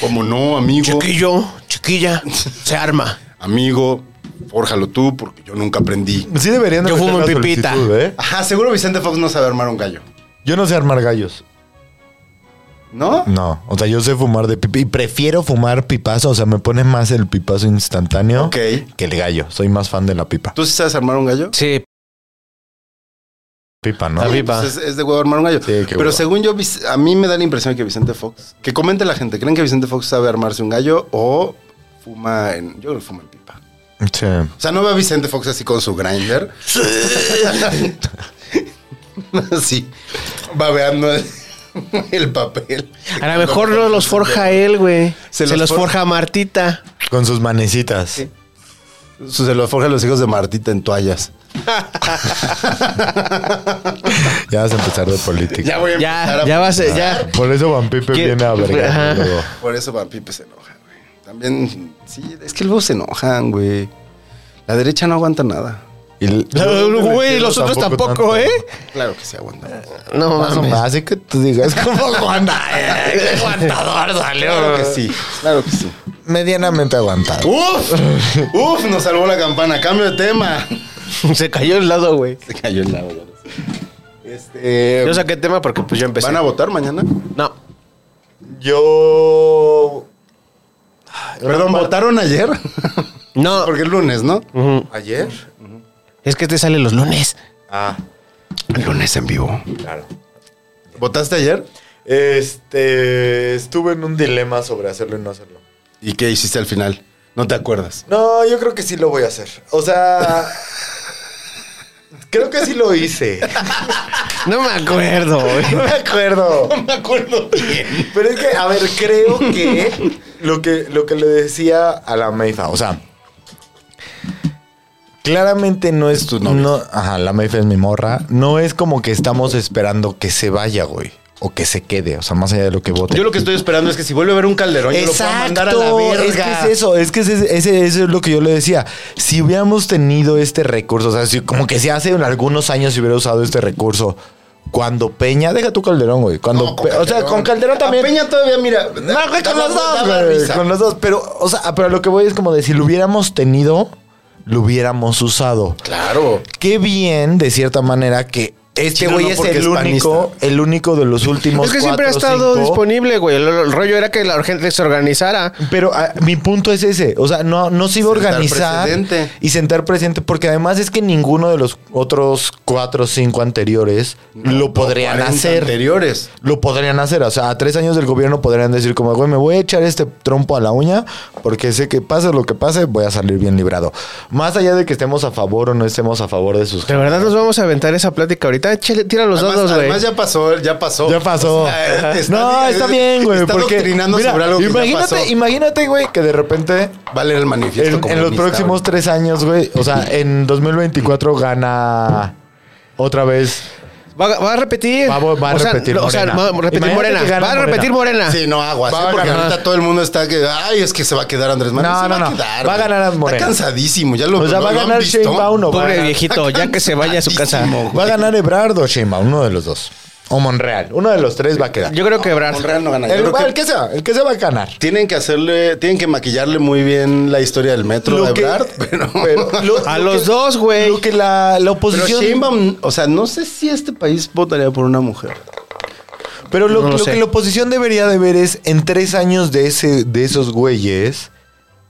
Speaker 5: como no, amigo,
Speaker 4: Chiquillo, chiquilla, se arma.
Speaker 5: amigo, fórjalo tú, porque yo nunca aprendí.
Speaker 6: Sí deberían de
Speaker 4: Yo
Speaker 6: meter
Speaker 4: fumo
Speaker 6: la
Speaker 4: en pipita.
Speaker 6: solicitud, ¿eh?
Speaker 5: Ajá, seguro Vicente Fox no sabe armar un gallo,
Speaker 6: Yo no sé armar gallos.
Speaker 5: ¿no?
Speaker 4: Mm.
Speaker 6: No, o sea, yo sé fumar de pipa y prefiero fumar pipazo. O sea, me pone más el pipazo instantáneo
Speaker 5: Ok.
Speaker 6: que el gallo. Soy más fan de la pipa.
Speaker 5: ¿Tú sí sabes armar un gallo?
Speaker 4: Sí,
Speaker 6: Pipa, ¿no?
Speaker 4: La pipa.
Speaker 5: Pues es, es de huevo armar un gallo.
Speaker 6: Sí, qué
Speaker 5: Pero
Speaker 6: hueva.
Speaker 5: según yo, Vic- a mí me da la impresión que Vicente Fox. Que comente la gente, ¿creen que Vicente Fox sabe armarse un gallo o fuma en. Yo creo que fuma en pipa.
Speaker 6: Sí.
Speaker 5: O sea, no veo a Vicente Fox así con su grinder. así. Babeando el, el papel.
Speaker 4: A lo mejor no los forja él, güey. Se, los forja Martita.
Speaker 6: Con sus manecitas.
Speaker 5: Se los forja a los hijos de Martita en toallas.
Speaker 6: Ya vas a empezar de política.
Speaker 5: Ya voy a empezar
Speaker 4: Ya,
Speaker 5: a
Speaker 4: ya va a ser,
Speaker 5: pensar.
Speaker 4: ya.
Speaker 6: Por eso Van Pipe
Speaker 4: ¿Qué?
Speaker 6: viene a
Speaker 4: Ajá.
Speaker 6: verga. luego.
Speaker 5: Por eso Van Pipe se enoja, güey. También, sí, es que luego se enojan, güey. La derecha no aguanta nada.
Speaker 6: Y l-
Speaker 4: Pero,
Speaker 6: yo no
Speaker 4: Güey,
Speaker 6: me
Speaker 4: los
Speaker 6: refiero
Speaker 4: otros tampoco,
Speaker 6: tanto.
Speaker 4: ¿eh?
Speaker 5: Claro que sí aguanta.
Speaker 4: No
Speaker 6: Más o
Speaker 4: mames.
Speaker 6: menos, así que tú digas como Juana. eh, qué aguantador
Speaker 5: Claro que
Speaker 6: salió.
Speaker 5: sí, claro que sí.
Speaker 6: Medianamente aguantado.
Speaker 5: ¡Uf! ¡Uf! Nos salvó la campana. Cambio de tema.
Speaker 4: Se cayó el lado, güey.
Speaker 5: Se cayó el lado. ya ves. Este.
Speaker 6: Eh,
Speaker 4: Yo saqué tema porque pues yo empecé.
Speaker 5: ¿Van a votar mañana?
Speaker 4: No.
Speaker 6: Yo.
Speaker 5: Perdón, ¿votaron ayer?
Speaker 4: No.
Speaker 5: Porque es lunes, ¿no?
Speaker 4: Ujú.
Speaker 5: ¿Ayer?
Speaker 4: Es que te sale los lunes.
Speaker 5: Ah. Lunes en vivo. Claro. ¿Votaste ayer?
Speaker 6: Este. Estuve en un dilema sobre hacerlo y no hacerlo.
Speaker 5: ¿Y qué hiciste al final? No te acuerdas.
Speaker 6: No, yo creo que sí lo voy a hacer. O sea. creo que sí lo hice.
Speaker 4: No me acuerdo, güey.
Speaker 6: No me acuerdo.
Speaker 5: me acuerdo bien.
Speaker 6: Pero es que, a ver, creo que lo que, lo que le decía a la Meifa, o sea, claramente no es tu
Speaker 5: novia.
Speaker 6: No, ajá, la Meifa es mi morra. No es como que estamos esperando que se vaya, güey. O que se quede, o sea, más allá de lo que vote.
Speaker 5: Yo lo que estoy esperando es que si vuelve a haber un calderón, yo lo pueda mandar a la
Speaker 6: Exacto,
Speaker 5: verga.
Speaker 6: Es que es eso, es que ese- ese- eso es lo que yo le decía. Si hubiéramos tenido este recurso, o sea, si- como que si hace algunos años se hubiera usado este recurso, cuando Peña, deja tu Calderón, güey. Cuando,
Speaker 5: No, con
Speaker 6: Pe- o sea,
Speaker 5: Calderón.
Speaker 6: con Calderón
Speaker 5: A
Speaker 6: también.
Speaker 5: Peña todavía, mira.
Speaker 6: No, güey, con
Speaker 5: daba-
Speaker 6: los dos,
Speaker 5: daba
Speaker 6: güey,
Speaker 5: risa.
Speaker 6: Con los dos. Pero, o sea, pero lo que voy es como de si lo hubiéramos tenido, lo hubiéramos usado.
Speaker 5: Claro.
Speaker 6: Qué bien, de cierta manera, que Este
Speaker 5: Chino
Speaker 6: güey
Speaker 5: no,
Speaker 6: es
Speaker 5: porque
Speaker 6: el
Speaker 5: es
Speaker 6: único, el único de los últimos.
Speaker 4: Es que siempre ha
Speaker 6: cuatro,
Speaker 4: estado
Speaker 6: cinco.
Speaker 4: disponible, güey. El, el rollo era que la gente se organizara.
Speaker 6: Pero ah, mi punto es ese, o sea, no, no se iba a
Speaker 5: Sentar
Speaker 6: organizar
Speaker 5: precedente.
Speaker 6: y sentar presente, porque además es que ninguno de los otros cuatro o cinco anteriores lo podrían
Speaker 5: 40
Speaker 6: hacer.
Speaker 5: Anteriores.
Speaker 6: Lo podrían hacer, o sea, a tres años del gobierno podrían decir como, güey, me voy a echar este trompo a la uña, porque sé que pase lo que pase, voy a salir bien librado. Más allá de que estemos a favor o no estemos a favor de sus...
Speaker 4: De verdad nos vamos a aventar esa plática ahorita. Échale, tira los
Speaker 5: Además,
Speaker 4: dados, güey.
Speaker 5: además ya pasó, ya pasó.
Speaker 6: Ya pasó.
Speaker 5: O sea, eh, está
Speaker 6: no,
Speaker 5: bien,
Speaker 6: está bien, güey.
Speaker 5: Está
Speaker 6: porque,
Speaker 5: doctrinando
Speaker 6: mira,
Speaker 5: sobre algo que ya
Speaker 6: imagínate,
Speaker 5: pasó.
Speaker 6: imagínate, güey, que de repente
Speaker 5: Va a leer el
Speaker 6: En-
Speaker 5: manifiesto
Speaker 6: en, los
Speaker 5: comunista,
Speaker 6: próximos
Speaker 5: güey.
Speaker 6: tres años, güey. O sea, en 2024 gana otra vez.
Speaker 4: Va, va a repetir.
Speaker 6: Va a vo- va a
Speaker 4: o sea,
Speaker 6: repetir
Speaker 4: O sea,
Speaker 6: Morena.
Speaker 4: va a repetir
Speaker 6: Imagínate
Speaker 4: Morena.
Speaker 6: que gana
Speaker 4: Va a repetir Morena.
Speaker 5: Sí, no aguas,
Speaker 6: Ah. Va
Speaker 5: ¿eh?
Speaker 6: a
Speaker 5: porque
Speaker 6: ganar.
Speaker 5: ahorita todo el mundo está que, ay, es que se va a quedar Andrés Manuel.
Speaker 6: No,
Speaker 5: se
Speaker 6: no,
Speaker 5: va a
Speaker 6: no.
Speaker 5: quedar,
Speaker 6: Va a
Speaker 5: güey.
Speaker 6: ganar Morena.
Speaker 5: Está cansadísimo, ya lo
Speaker 6: O sea,
Speaker 5: lo-
Speaker 6: va a
Speaker 5: lo han
Speaker 6: ganar
Speaker 5: visto.
Speaker 6: Sheinbaum o va a
Speaker 4: Pobre
Speaker 6: ganar-
Speaker 4: viejito, ya que se vaya a su casa.
Speaker 5: Cansadísimo.
Speaker 6: Va a ganar Ebrard o Sheinbaum, uno de los dos. O Monreal, uno de los tres va a quedar.
Speaker 4: Yo creo que Ebrard.
Speaker 5: Monreal no gana. Yo
Speaker 6: el,
Speaker 5: creo
Speaker 6: va-
Speaker 5: que
Speaker 6: el que sea, el que se va a ganar.
Speaker 5: Tienen que hacerle, tienen que maquillarle muy bien la historia del metro
Speaker 6: Lo
Speaker 5: de
Speaker 6: que-
Speaker 5: Ebrard, pero,
Speaker 6: pero lo-
Speaker 4: A
Speaker 6: lo
Speaker 4: los
Speaker 6: que-
Speaker 4: dos, güey.
Speaker 6: Lo que la, la
Speaker 5: pero
Speaker 6: oposición.
Speaker 5: Sheinbaum, o sea, no sé si este país votaría por una mujer.
Speaker 6: Pero lo,
Speaker 4: No lo
Speaker 6: lo
Speaker 4: sé.
Speaker 6: que la oposición debería de ver es en tres años de ese, de esos güeyes.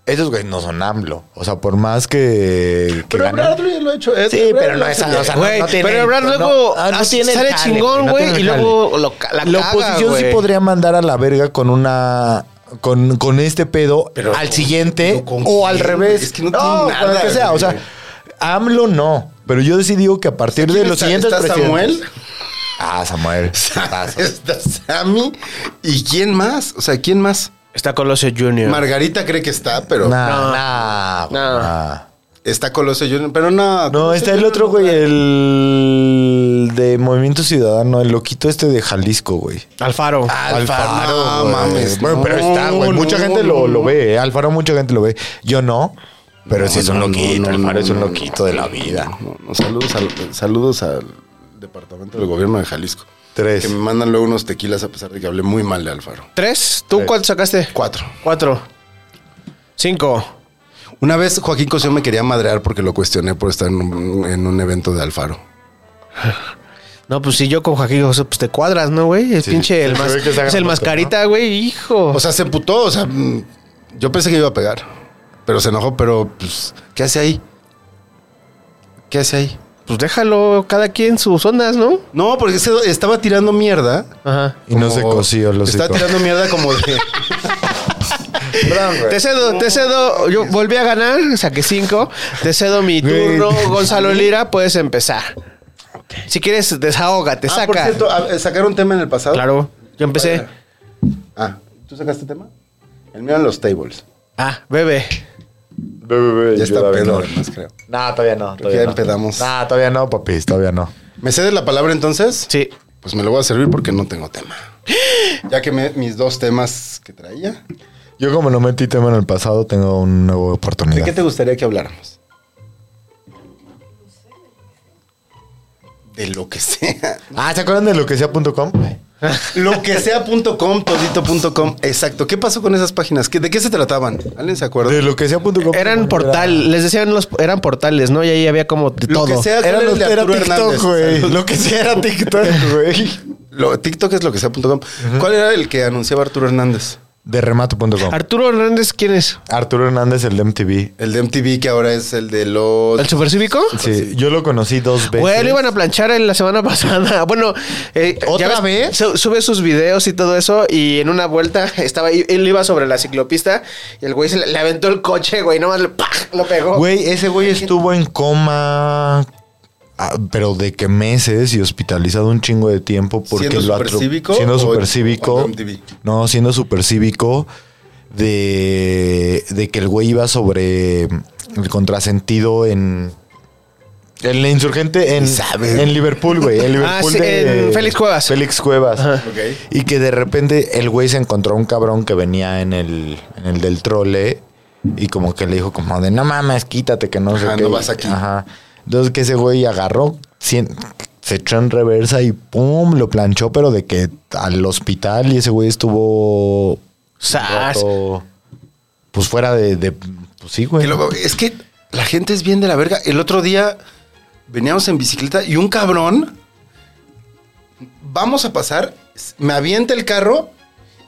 Speaker 6: Esos güeyes no son AMLO. O sea, por más que. que
Speaker 5: Pero
Speaker 6: ganen-
Speaker 5: Ebrard lo- lo ha hecho.
Speaker 6: Sí, pero no es o sea, no-
Speaker 4: Güey,
Speaker 6: no tiene-
Speaker 4: pero Ebrard
Speaker 6: no-
Speaker 4: luego
Speaker 6: ah, no
Speaker 4: hace-
Speaker 6: tiene el
Speaker 4: sale
Speaker 6: jale,
Speaker 4: chingón,
Speaker 6: no
Speaker 4: güey,
Speaker 6: tiene el
Speaker 4: y luego lo ca- la
Speaker 6: La
Speaker 4: caga,
Speaker 6: oposición pues, sí
Speaker 4: güey.
Speaker 6: podría mandar a la verga con una. Con, con este pedo
Speaker 5: Pero
Speaker 6: al
Speaker 5: con-
Speaker 6: siguiente
Speaker 5: pero con
Speaker 6: o al
Speaker 5: quién,
Speaker 6: revés.
Speaker 5: güey, es que no tiene nada,
Speaker 6: con el que sea. O sea,
Speaker 5: güey.
Speaker 6: AMLO no. Pero yo sí digo que a partir de los
Speaker 5: Está-
Speaker 6: siguientes.
Speaker 5: está
Speaker 6: presidentes-
Speaker 5: Samuel.
Speaker 6: Ah, Samuel. Pasa.
Speaker 5: Está Sammy. ¿Y quién más? O sea, ¿quién más?
Speaker 4: Está Colosio Junior.
Speaker 5: Margarita cree que está, pero
Speaker 6: Nah, nah, güey,
Speaker 4: No.
Speaker 6: nah.
Speaker 5: está Colosio Junior, pero no.
Speaker 6: No, está el otro, güey, el de Movimiento Ciudadano, el loquito este de Jalisco, güey.
Speaker 4: Alfaro.
Speaker 6: Ah.
Speaker 5: Alfaro,
Speaker 6: Alfaro,
Speaker 5: no
Speaker 6: güey.
Speaker 5: mames,
Speaker 6: Bueno, pero
Speaker 5: no,
Speaker 6: está, güey. Mucha
Speaker 5: no,
Speaker 6: gente lo,
Speaker 5: no,
Speaker 6: lo
Speaker 5: no.
Speaker 6: ve, ¿eh? Alfaro, mucha gente lo ve. Yo no, pero sí es un
Speaker 5: no,
Speaker 6: loquito.
Speaker 5: no, no,
Speaker 6: Alfaro es un
Speaker 5: no,
Speaker 6: loquito de la vida.
Speaker 5: No, no, saludos, al, saludos al departamento del gobierno de Jalisco.
Speaker 6: Tres.
Speaker 5: Que me mandan luego unos tequilas a pesar de que hablé muy mal de Alfaro.
Speaker 4: ¿Tres? ¿Tú cuánto sacaste?
Speaker 5: Cuatro.
Speaker 4: Cuatro. Cinco.
Speaker 5: Una vez Joaquín Cosío me quería madrear porque lo cuestioné por estar en un, en un evento de Alfaro.
Speaker 4: No, pues si yo con Joaquín José, pues te cuadras, ¿no, güey? El pinche, el
Speaker 6: Se
Speaker 4: más,
Speaker 6: ve que se hagan
Speaker 4: es el
Speaker 6: fotos,
Speaker 4: mascarita, güey, hijo.
Speaker 5: O sea, se putó, o sea, mm, yo pensé que iba a pegar, pero se enojó, pero pues, ¿qué hace ahí? ¿Qué hace ahí?
Speaker 4: pues déjalo cada quien sus ondas, ¿no?
Speaker 5: No, porque se- estaba tirando mierda.
Speaker 4: Ajá.
Speaker 6: Y no se
Speaker 5: como-
Speaker 6: coció los
Speaker 5: Estaba tirando mierda como de...
Speaker 4: Te cedo, te cedo. Yo volví a ganar, saqué cinco. Te cedo mi
Speaker 6: Güey.
Speaker 4: turno, Gonzalo Lira. Puedes empezar. Si quieres, desahógate,
Speaker 5: Ah, por
Speaker 4: saca.
Speaker 5: cierto, a- ¿sacaron tema en el pasado?
Speaker 4: Claro, yo empecé.
Speaker 5: Ah, ¿tú sacaste tema? El mío en los tables.
Speaker 4: Ah, bebé.
Speaker 5: Ya está pedo, además, creo.
Speaker 6: Nah, todavía no.
Speaker 5: todavía
Speaker 6: Todavía
Speaker 5: no. empezamos.
Speaker 6: Nah, todavía no, papi, todavía no.
Speaker 5: ¿Me cedes la palabra entonces?
Speaker 4: Sí.
Speaker 5: Pues me lo voy a servir porque no tengo tema. Ya que me- mis dos temas que traía.
Speaker 6: Yo como no metí tema en el pasado, tengo una nueva
Speaker 5: ¿De
Speaker 6: oportunidad.
Speaker 5: qué te gustaría que habláramos? De lo que sea.
Speaker 6: Ah, ¿se acuerdan de lo que sea.com?
Speaker 5: Lo que sea.com, todito.com. Exacto. ¿Qué pasó con esas páginas? ¿Qué- ¿De qué se trataban? ¿Alguien se acuerda?
Speaker 6: De lo que sea.com.
Speaker 4: Eran portal, les decían los, eran portales, ¿no? Y ahí había como de
Speaker 5: Lo
Speaker 4: todo.
Speaker 5: que sea, ¿cuál
Speaker 6: Era,
Speaker 5: el
Speaker 6: lo-
Speaker 5: de
Speaker 6: era
Speaker 5: Arturo
Speaker 6: TikTok,
Speaker 5: Hernández?
Speaker 6: güey.
Speaker 5: Salud.
Speaker 6: Lo que sea era TikTok, güey.
Speaker 5: Lo- TikTok es lo que sea.com. ¿Cuál era el que anunciaba Arturo Hernández?
Speaker 6: De remato.com.
Speaker 4: Arturo Hernández, ¿quién es?
Speaker 6: Arturo Hernández, el de MTV.
Speaker 5: El de MTV que ahora es el de los...
Speaker 4: ¿El supercívico?
Speaker 6: Sí, yo lo conocí dos veces.
Speaker 4: Güey, lo iban a planchar en la semana pasada. Bueno, eh,
Speaker 6: ¿Otra
Speaker 4: ya
Speaker 6: vez?
Speaker 4: su- sube sus videos y todo eso. Y en una vuelta estaba ahí, él iba sobre la ciclopista y el güey se le, le aventó el coche, güey. Nomás le, ¡pah! lo pegó.
Speaker 6: Güey, ese güey estuvo en coma. ah, pero de qué meses y hospitalizado un chingo de tiempo porque
Speaker 5: ¿Siendo
Speaker 6: lo atro-
Speaker 5: supercívico
Speaker 6: siendo
Speaker 5: o-
Speaker 6: supercívico
Speaker 5: o MTV?
Speaker 6: no siendo supercívico de de que el güey iba sobre el contrasentido en en la insurgente en,
Speaker 5: sabe.
Speaker 6: en Liverpool güey en Liverpool
Speaker 4: Ah, sí,
Speaker 6: de-
Speaker 4: en Félix Cuevas.
Speaker 6: Félix Cuevas
Speaker 5: Ok.
Speaker 6: y que de repente el güey se encontró a un cabrón que venía en el, en el del trole y como que le dijo como de no mames, quítate que no sé
Speaker 5: Ajá,
Speaker 6: qué.
Speaker 5: no vas aquí.
Speaker 6: Ajá. Entonces que ese güey agarró, cien- se echó en reversa y pum, lo planchó, pero de que al hospital y ese güey estuvo
Speaker 4: Sas.
Speaker 6: roto, pues fuera de, de- pues sí, güey.
Speaker 5: Que luego- es que la gente es bien de la verga. El otro día veníamos en bicicleta y un cabrón vamos a pasar, me avienta el carro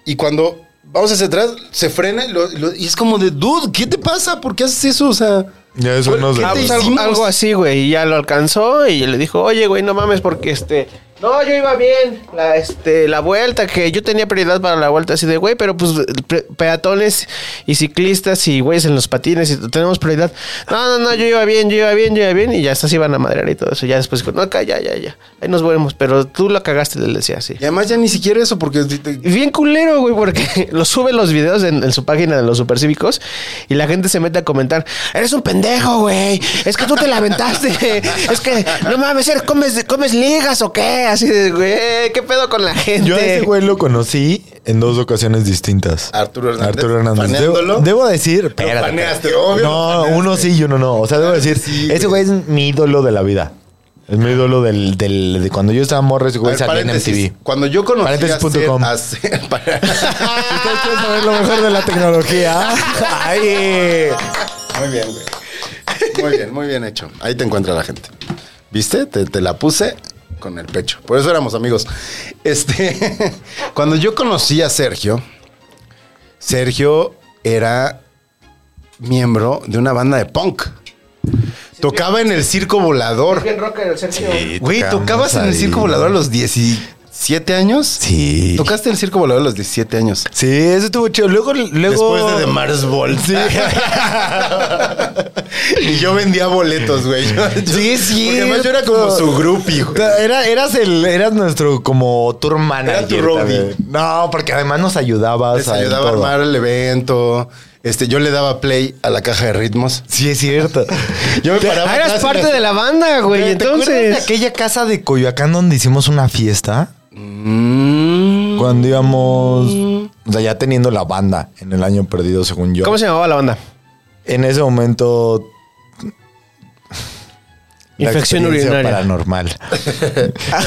Speaker 5: y cuando vamos hacia atrás se frena y, lo- y lo- y es como de, dude, ¿qué te pasa? ¿Por qué haces eso? O sea,
Speaker 6: Ya es uno de
Speaker 5: ¿Qué
Speaker 4: Ah,
Speaker 5: te
Speaker 4: pues,
Speaker 6: los-
Speaker 5: hizo?
Speaker 4: algo,
Speaker 5: hicimos?
Speaker 4: algo así, güey. Y ya lo alcanzó y le dijo, oye, güey, no mames, porque este. No, yo iba bien. La, este, la vuelta, que yo tenía prioridad para la vuelta, así de, güey, pero pues pe- peatones y ciclistas y güeyes en los patines y tenemos prioridad. No, no, no, yo iba bien, yo iba bien, yo iba bien. Y ya estas iban a madrear y todo eso. Ya después dijo, no, acá, ya, ya, ya. Ahí nos volvemos. Pero tú la cagaste, le decía así.
Speaker 5: y además ya ni siquiera eso porque... te- te-
Speaker 4: Bien culero, güey, porque lo sube los videos en, en su página de los supercívicos y la gente se mete a comentar, eres un pendejo, güey, es que tú te lamentaste, es que no mames, eres- comes, comes ligas o qué, así de, güey, qué pedo con la gente.
Speaker 6: Yo a ese güey lo conocí en dos ocasiones distintas.
Speaker 5: Arturo Hernández.
Speaker 6: Arturo Hernández.
Speaker 5: Paneándolo.
Speaker 6: Debo, debo decir. espérate,
Speaker 5: paneaste,
Speaker 6: espérate.
Speaker 5: obvio, lo
Speaker 6: No,
Speaker 5: paneaste.
Speaker 6: uno sí y uno no. O sea, debo
Speaker 5: Claro que
Speaker 6: decir.
Speaker 5: sí,
Speaker 6: ese
Speaker 5: güey.
Speaker 6: güey es mi ídolo de la vida. Es mi ídolo del, del- de cuando yo estaba morro, ese
Speaker 5: A
Speaker 6: güey
Speaker 5: ver,
Speaker 6: salía en
Speaker 5: paréntesis.
Speaker 6: MTV.
Speaker 5: Cuando yo conocí
Speaker 6: Paréntesis punto com.
Speaker 5: a Ser- a Ser- para-
Speaker 6: Si ustedes quieren saber lo mejor de la tecnología. Ay.
Speaker 5: Muy bien, güey. Muy bien, muy bien hecho. Ahí te encuentra la gente. ¿Viste? Te, te la puse con el pecho. Por eso éramos amigos. Este, cuando yo conocí a Sergio, Sergio era miembro de una banda de punk. Tocaba en el circo volador.
Speaker 2: Bien rocker, el Sergio.
Speaker 5: Güey, tocabas en el circo volador a los 17 años.
Speaker 6: Sí.
Speaker 5: Tocaste en el circo volador a los 17 años.
Speaker 6: Sí, eso estuvo chido. Luego, luego.
Speaker 5: Después de The Mars Volta. y yo vendía boletos, güey. Yo- yo-
Speaker 6: Sí, es
Speaker 5: Porque además yo era
Speaker 6: cierto.
Speaker 5: como su groupie, güey.
Speaker 6: Era, eras el, eras nuestro como tour manager.
Speaker 5: tu roadie.
Speaker 6: también. No, porque además nos ayudabas.
Speaker 5: Les
Speaker 6: en
Speaker 5: ayudaba a
Speaker 6: todo.
Speaker 5: armar el evento. Este, yo le daba play a la caja de ritmos.
Speaker 6: Sí, es cierto.
Speaker 5: Yo me
Speaker 6: Te-
Speaker 5: paraba
Speaker 6: ah,
Speaker 5: atrás
Speaker 6: eras
Speaker 5: y
Speaker 6: parte
Speaker 5: me-
Speaker 6: de la banda, güey.
Speaker 4: ¿Te
Speaker 6: entonces.
Speaker 4: acuerdas de
Speaker 6: aquella casa de Coyoacán donde hicimos una fiesta.
Speaker 5: Mm.
Speaker 4: Mm.
Speaker 6: Cuando íbamos. O sea, ya teniendo la banda en el año perdido, según yo.
Speaker 4: ¿Cómo se llamaba la banda?
Speaker 6: En ese momento. la
Speaker 4: Infección
Speaker 6: experiencia
Speaker 4: urinaria.
Speaker 6: paranormal.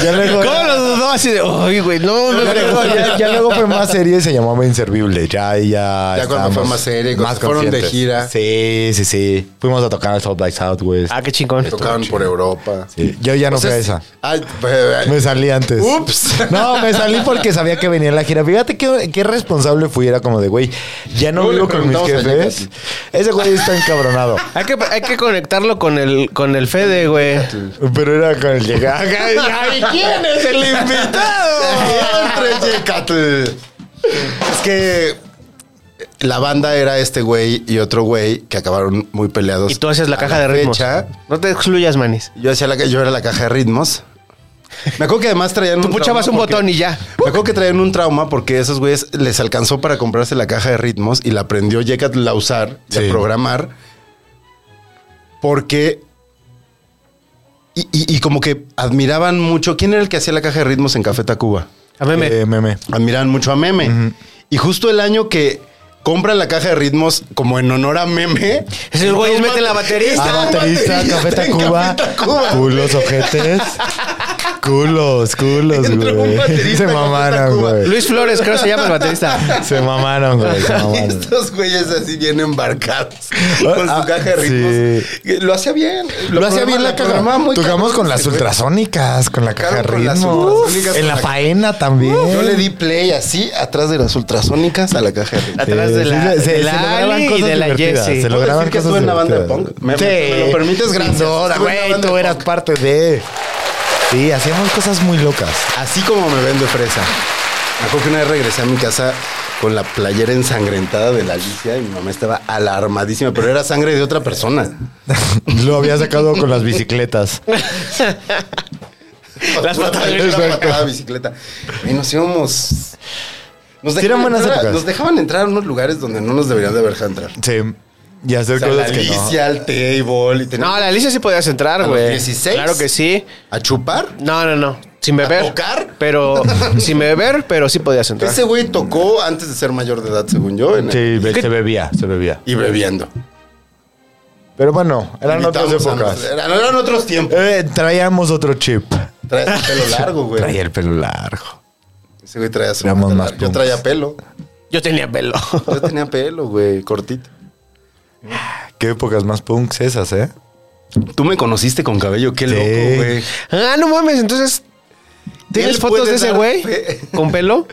Speaker 6: ya luego,
Speaker 4: ¿Cómo lo dudó así de, uy, güey, no me
Speaker 6: ya luego-
Speaker 4: preguntes"?
Speaker 6: ya- ya luego fue más serie y se llamaba Inservible. Ya, ya.
Speaker 5: Ya cuando fue
Speaker 6: estábamos
Speaker 5: más serio, cuando se fueron de
Speaker 6: conscientes.
Speaker 5: gira.
Speaker 6: Sí, sí, sí. Fuimos a tocar al South by Southwest.
Speaker 4: Ah, qué chingón.
Speaker 5: Tocaban por Europa.
Speaker 6: Sí, Yo ya no
Speaker 5: O sea,
Speaker 6: fui a esa.
Speaker 5: ay, pues,
Speaker 6: Me salí antes.
Speaker 5: Ups.
Speaker 6: No, me salí porque sabía que venía la gira. Fíjate qué, qué responsable fui. Era como de, güey, ya no
Speaker 5: Luego le
Speaker 6: vivo con mis
Speaker 5: preguntamos a
Speaker 6: jefes. Ese güey está encabronado.
Speaker 4: Hay que, hay que conectarlo con el, con el Fede, güey.
Speaker 6: Pero era con el ah, llegar.
Speaker 5: Ay, ¿quién es el invitado? Entre Yecatl. Es que la banda era este güey y otro güey que acabaron muy peleados.
Speaker 4: Y tú haces la
Speaker 5: A
Speaker 4: caja de ritmos.
Speaker 5: fecha,
Speaker 4: No te excluyas, manis.
Speaker 5: yo hacía la ca- yo era la caja de ritmos. Me acuerdo que además traían
Speaker 4: Tú
Speaker 5: un
Speaker 4: puchabas
Speaker 5: trauma
Speaker 4: un
Speaker 5: porque-
Speaker 4: botón y ya.
Speaker 5: Me acuerdo que traían un trauma porque esos güeyes les alcanzó para comprarse la caja de ritmos y la aprendió Yecatl a usar y
Speaker 6: Sí.
Speaker 5: a programar. Porque. Y, y- y como que admiraban mucho. ¿Quién era el que hacía la caja de ritmos en Café Tacuba?
Speaker 4: A meme.
Speaker 6: Eh, meme.
Speaker 5: Admiraban mucho a Meme. Y justo el año que compra la caja de ritmos como en honor a Meme.
Speaker 4: Esos güeyes meten la batería.
Speaker 5: baterista.
Speaker 6: Ah, baterista, Café Tacuba. Culos, ojetes. Culos, culos,
Speaker 5: Entró un
Speaker 6: güey.
Speaker 5: baterista
Speaker 6: Se
Speaker 5: en Café
Speaker 6: mamaron,
Speaker 5: Tacuba.
Speaker 6: güey.
Speaker 4: Luis Flores, creo que se llama el baterista.
Speaker 6: Se mamaron, güey. Se
Speaker 5: Y
Speaker 6: mamaron.
Speaker 5: estos güeyes así bien embarcados con su
Speaker 6: Ah, Ah,
Speaker 5: caja de ritmos. Lo hacía bien.
Speaker 6: Lo hacía bien la caja.
Speaker 5: programa muy
Speaker 6: Tocamos
Speaker 5: cabrón,
Speaker 6: con las
Speaker 5: ese güey.
Speaker 6: ultrasónicas, con la caja de
Speaker 5: Tocaron con las
Speaker 6: ritmo.
Speaker 5: ultrasónicas,
Speaker 6: En
Speaker 5: con
Speaker 6: la
Speaker 5: la-
Speaker 6: faena también.
Speaker 5: Yo le di play así, atrás de las ultrasónicas, a la caja de ritmos.
Speaker 4: Atrás de la,
Speaker 6: Sí, se-
Speaker 4: de
Speaker 6: se
Speaker 4: la
Speaker 6: lograban
Speaker 4: Ali y
Speaker 6: cosas
Speaker 4: de la
Speaker 6: divertidas,
Speaker 4: Jessie.
Speaker 6: se lo-
Speaker 5: ¿Puedo
Speaker 6: lograban
Speaker 5: decir que
Speaker 6: cosas
Speaker 5: estuve en la banda de
Speaker 6: divertidas.
Speaker 5: punk? ¿Me, me- me lo permites? Gracias.
Speaker 6: Sin duda,
Speaker 5: Estuve en la
Speaker 6: güey,
Speaker 5: banda
Speaker 6: tú
Speaker 5: de
Speaker 6: eras
Speaker 5: punk.
Speaker 6: parte de. Sí, hacíamos cosas muy locas.
Speaker 5: Así como me vendo fresa. Me acuerdo que una vez regresé a mi casa con la playera ensangrentada de la Alicia y mi mamá estaba alarmadísima, pero era sangre de otra persona.
Speaker 6: Lo había sacado con las bicicletas.
Speaker 4: Las
Speaker 5: Una
Speaker 4: patadas.
Speaker 5: patada, cada bicicleta. Y nos íbamos. Nos
Speaker 6: Sí, eran
Speaker 5: dejaban,
Speaker 6: buenas
Speaker 5: entrar, a-
Speaker 6: épocas.
Speaker 5: nos dejaban entrar a unos lugares donde no nos deberían de haber dejado entrar. O
Speaker 6: Sí. Y hacer
Speaker 5: sea, la
Speaker 6: cosas que no.
Speaker 5: Alicia, al table y teníamos-
Speaker 4: No, a la Alicia sí podías
Speaker 5: ¿A
Speaker 4: entrar,
Speaker 5: los
Speaker 4: güey.
Speaker 5: 16?
Speaker 4: Claro que sí.
Speaker 5: ¿A chupar?
Speaker 4: No, no, no. Sin beber.
Speaker 5: tocar?
Speaker 4: Pero sin beber, pero sí podías entrar.
Speaker 5: Ese güey tocó antes de ser mayor de edad, según yo. en-
Speaker 6: Sí, be- se bebía, se bebía.
Speaker 5: Y bebiendo.
Speaker 6: Pero bueno, eran otras
Speaker 5: Invitamos a
Speaker 6: épocas.
Speaker 5: nos- Eran, eran otros tiempos.
Speaker 6: Eh, traíamos otro chip.
Speaker 5: Traes el pelo largo, güey.
Speaker 6: Traía el pelo largo.
Speaker 5: Ese güey traía su
Speaker 6: Éramos
Speaker 5: mata
Speaker 6: más
Speaker 5: larga. Yo
Speaker 6: punks.
Speaker 5: traía pelo.
Speaker 4: Yo tenía pelo.
Speaker 5: Yo tenía pelo, güey, cortito.
Speaker 6: Qué épocas más punks esas, ¿eh?
Speaker 5: Tú me conociste con cabello, qué
Speaker 6: Sí.
Speaker 5: loco, güey.
Speaker 4: ah, no mames. Entonces, ¿Tienes
Speaker 5: Él
Speaker 4: fotos
Speaker 5: puede
Speaker 4: de ese
Speaker 5: dar
Speaker 4: güey?
Speaker 5: fe.
Speaker 4: ¿Con pelo?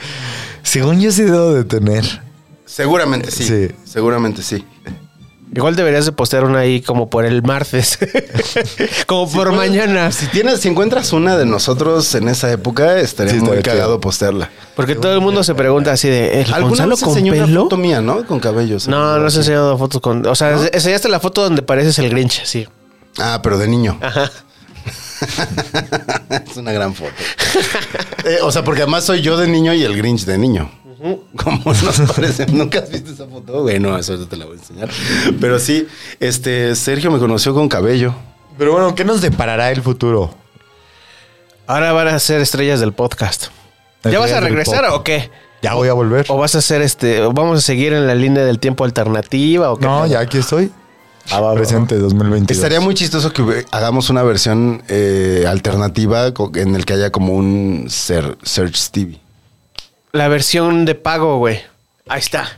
Speaker 6: Según yo sí debo de tener.
Speaker 5: Seguramente sí,
Speaker 6: Sí.
Speaker 5: Seguramente sí.
Speaker 4: Igual deberías de postear una ahí como por el martes. como por
Speaker 5: puedes-
Speaker 4: mañana.
Speaker 5: Si tienes, si encuentras una de nosotros en esa época, estaría
Speaker 6: Sí,
Speaker 5: muy
Speaker 6: estaría
Speaker 5: cagado
Speaker 6: chido.
Speaker 5: postearla.
Speaker 4: Porque todo el mundo se pregunta así de... ¿El
Speaker 5: ¿Alguna
Speaker 4: Gonzalo
Speaker 5: vez
Speaker 4: con
Speaker 5: enseñó una
Speaker 4: pelo?
Speaker 5: foto mía, no? Con cabellos.
Speaker 4: No, no se enseñado fotos con... O sea, enseñaste la foto donde pareces el Grinch, sí.
Speaker 5: Ah, pero de niño.
Speaker 4: Ajá.
Speaker 5: es una gran foto. Eh, o sea, porque además soy yo de niño y el Grinch de niño. Como nos parece, nunca has visto esa foto. Bueno, eso no te la voy a enseñar. Pero sí, este Sergio me conoció con cabello.
Speaker 6: Pero bueno, ¿qué nos deparará el futuro?
Speaker 4: Ahora van a ser estrellas del podcast. ¿Ya vas a
Speaker 6: Estrellas del
Speaker 4: regresar
Speaker 6: pop.
Speaker 4: o qué?
Speaker 6: Ya voy a volver.
Speaker 5: Oh,
Speaker 4: ¿O vas a hacer este... o vamos a seguir en la línea del tiempo alternativa
Speaker 5: oh,
Speaker 4: o qué?
Speaker 6: No, ya aquí estoy.
Speaker 5: Ah,
Speaker 6: Presente 2022.
Speaker 5: Estaría muy chistoso que hubie- hagamos una versión eh, alternativa co- en el que haya como un ser, Search Stevie.
Speaker 4: La versión de pago, güey. Ahí está.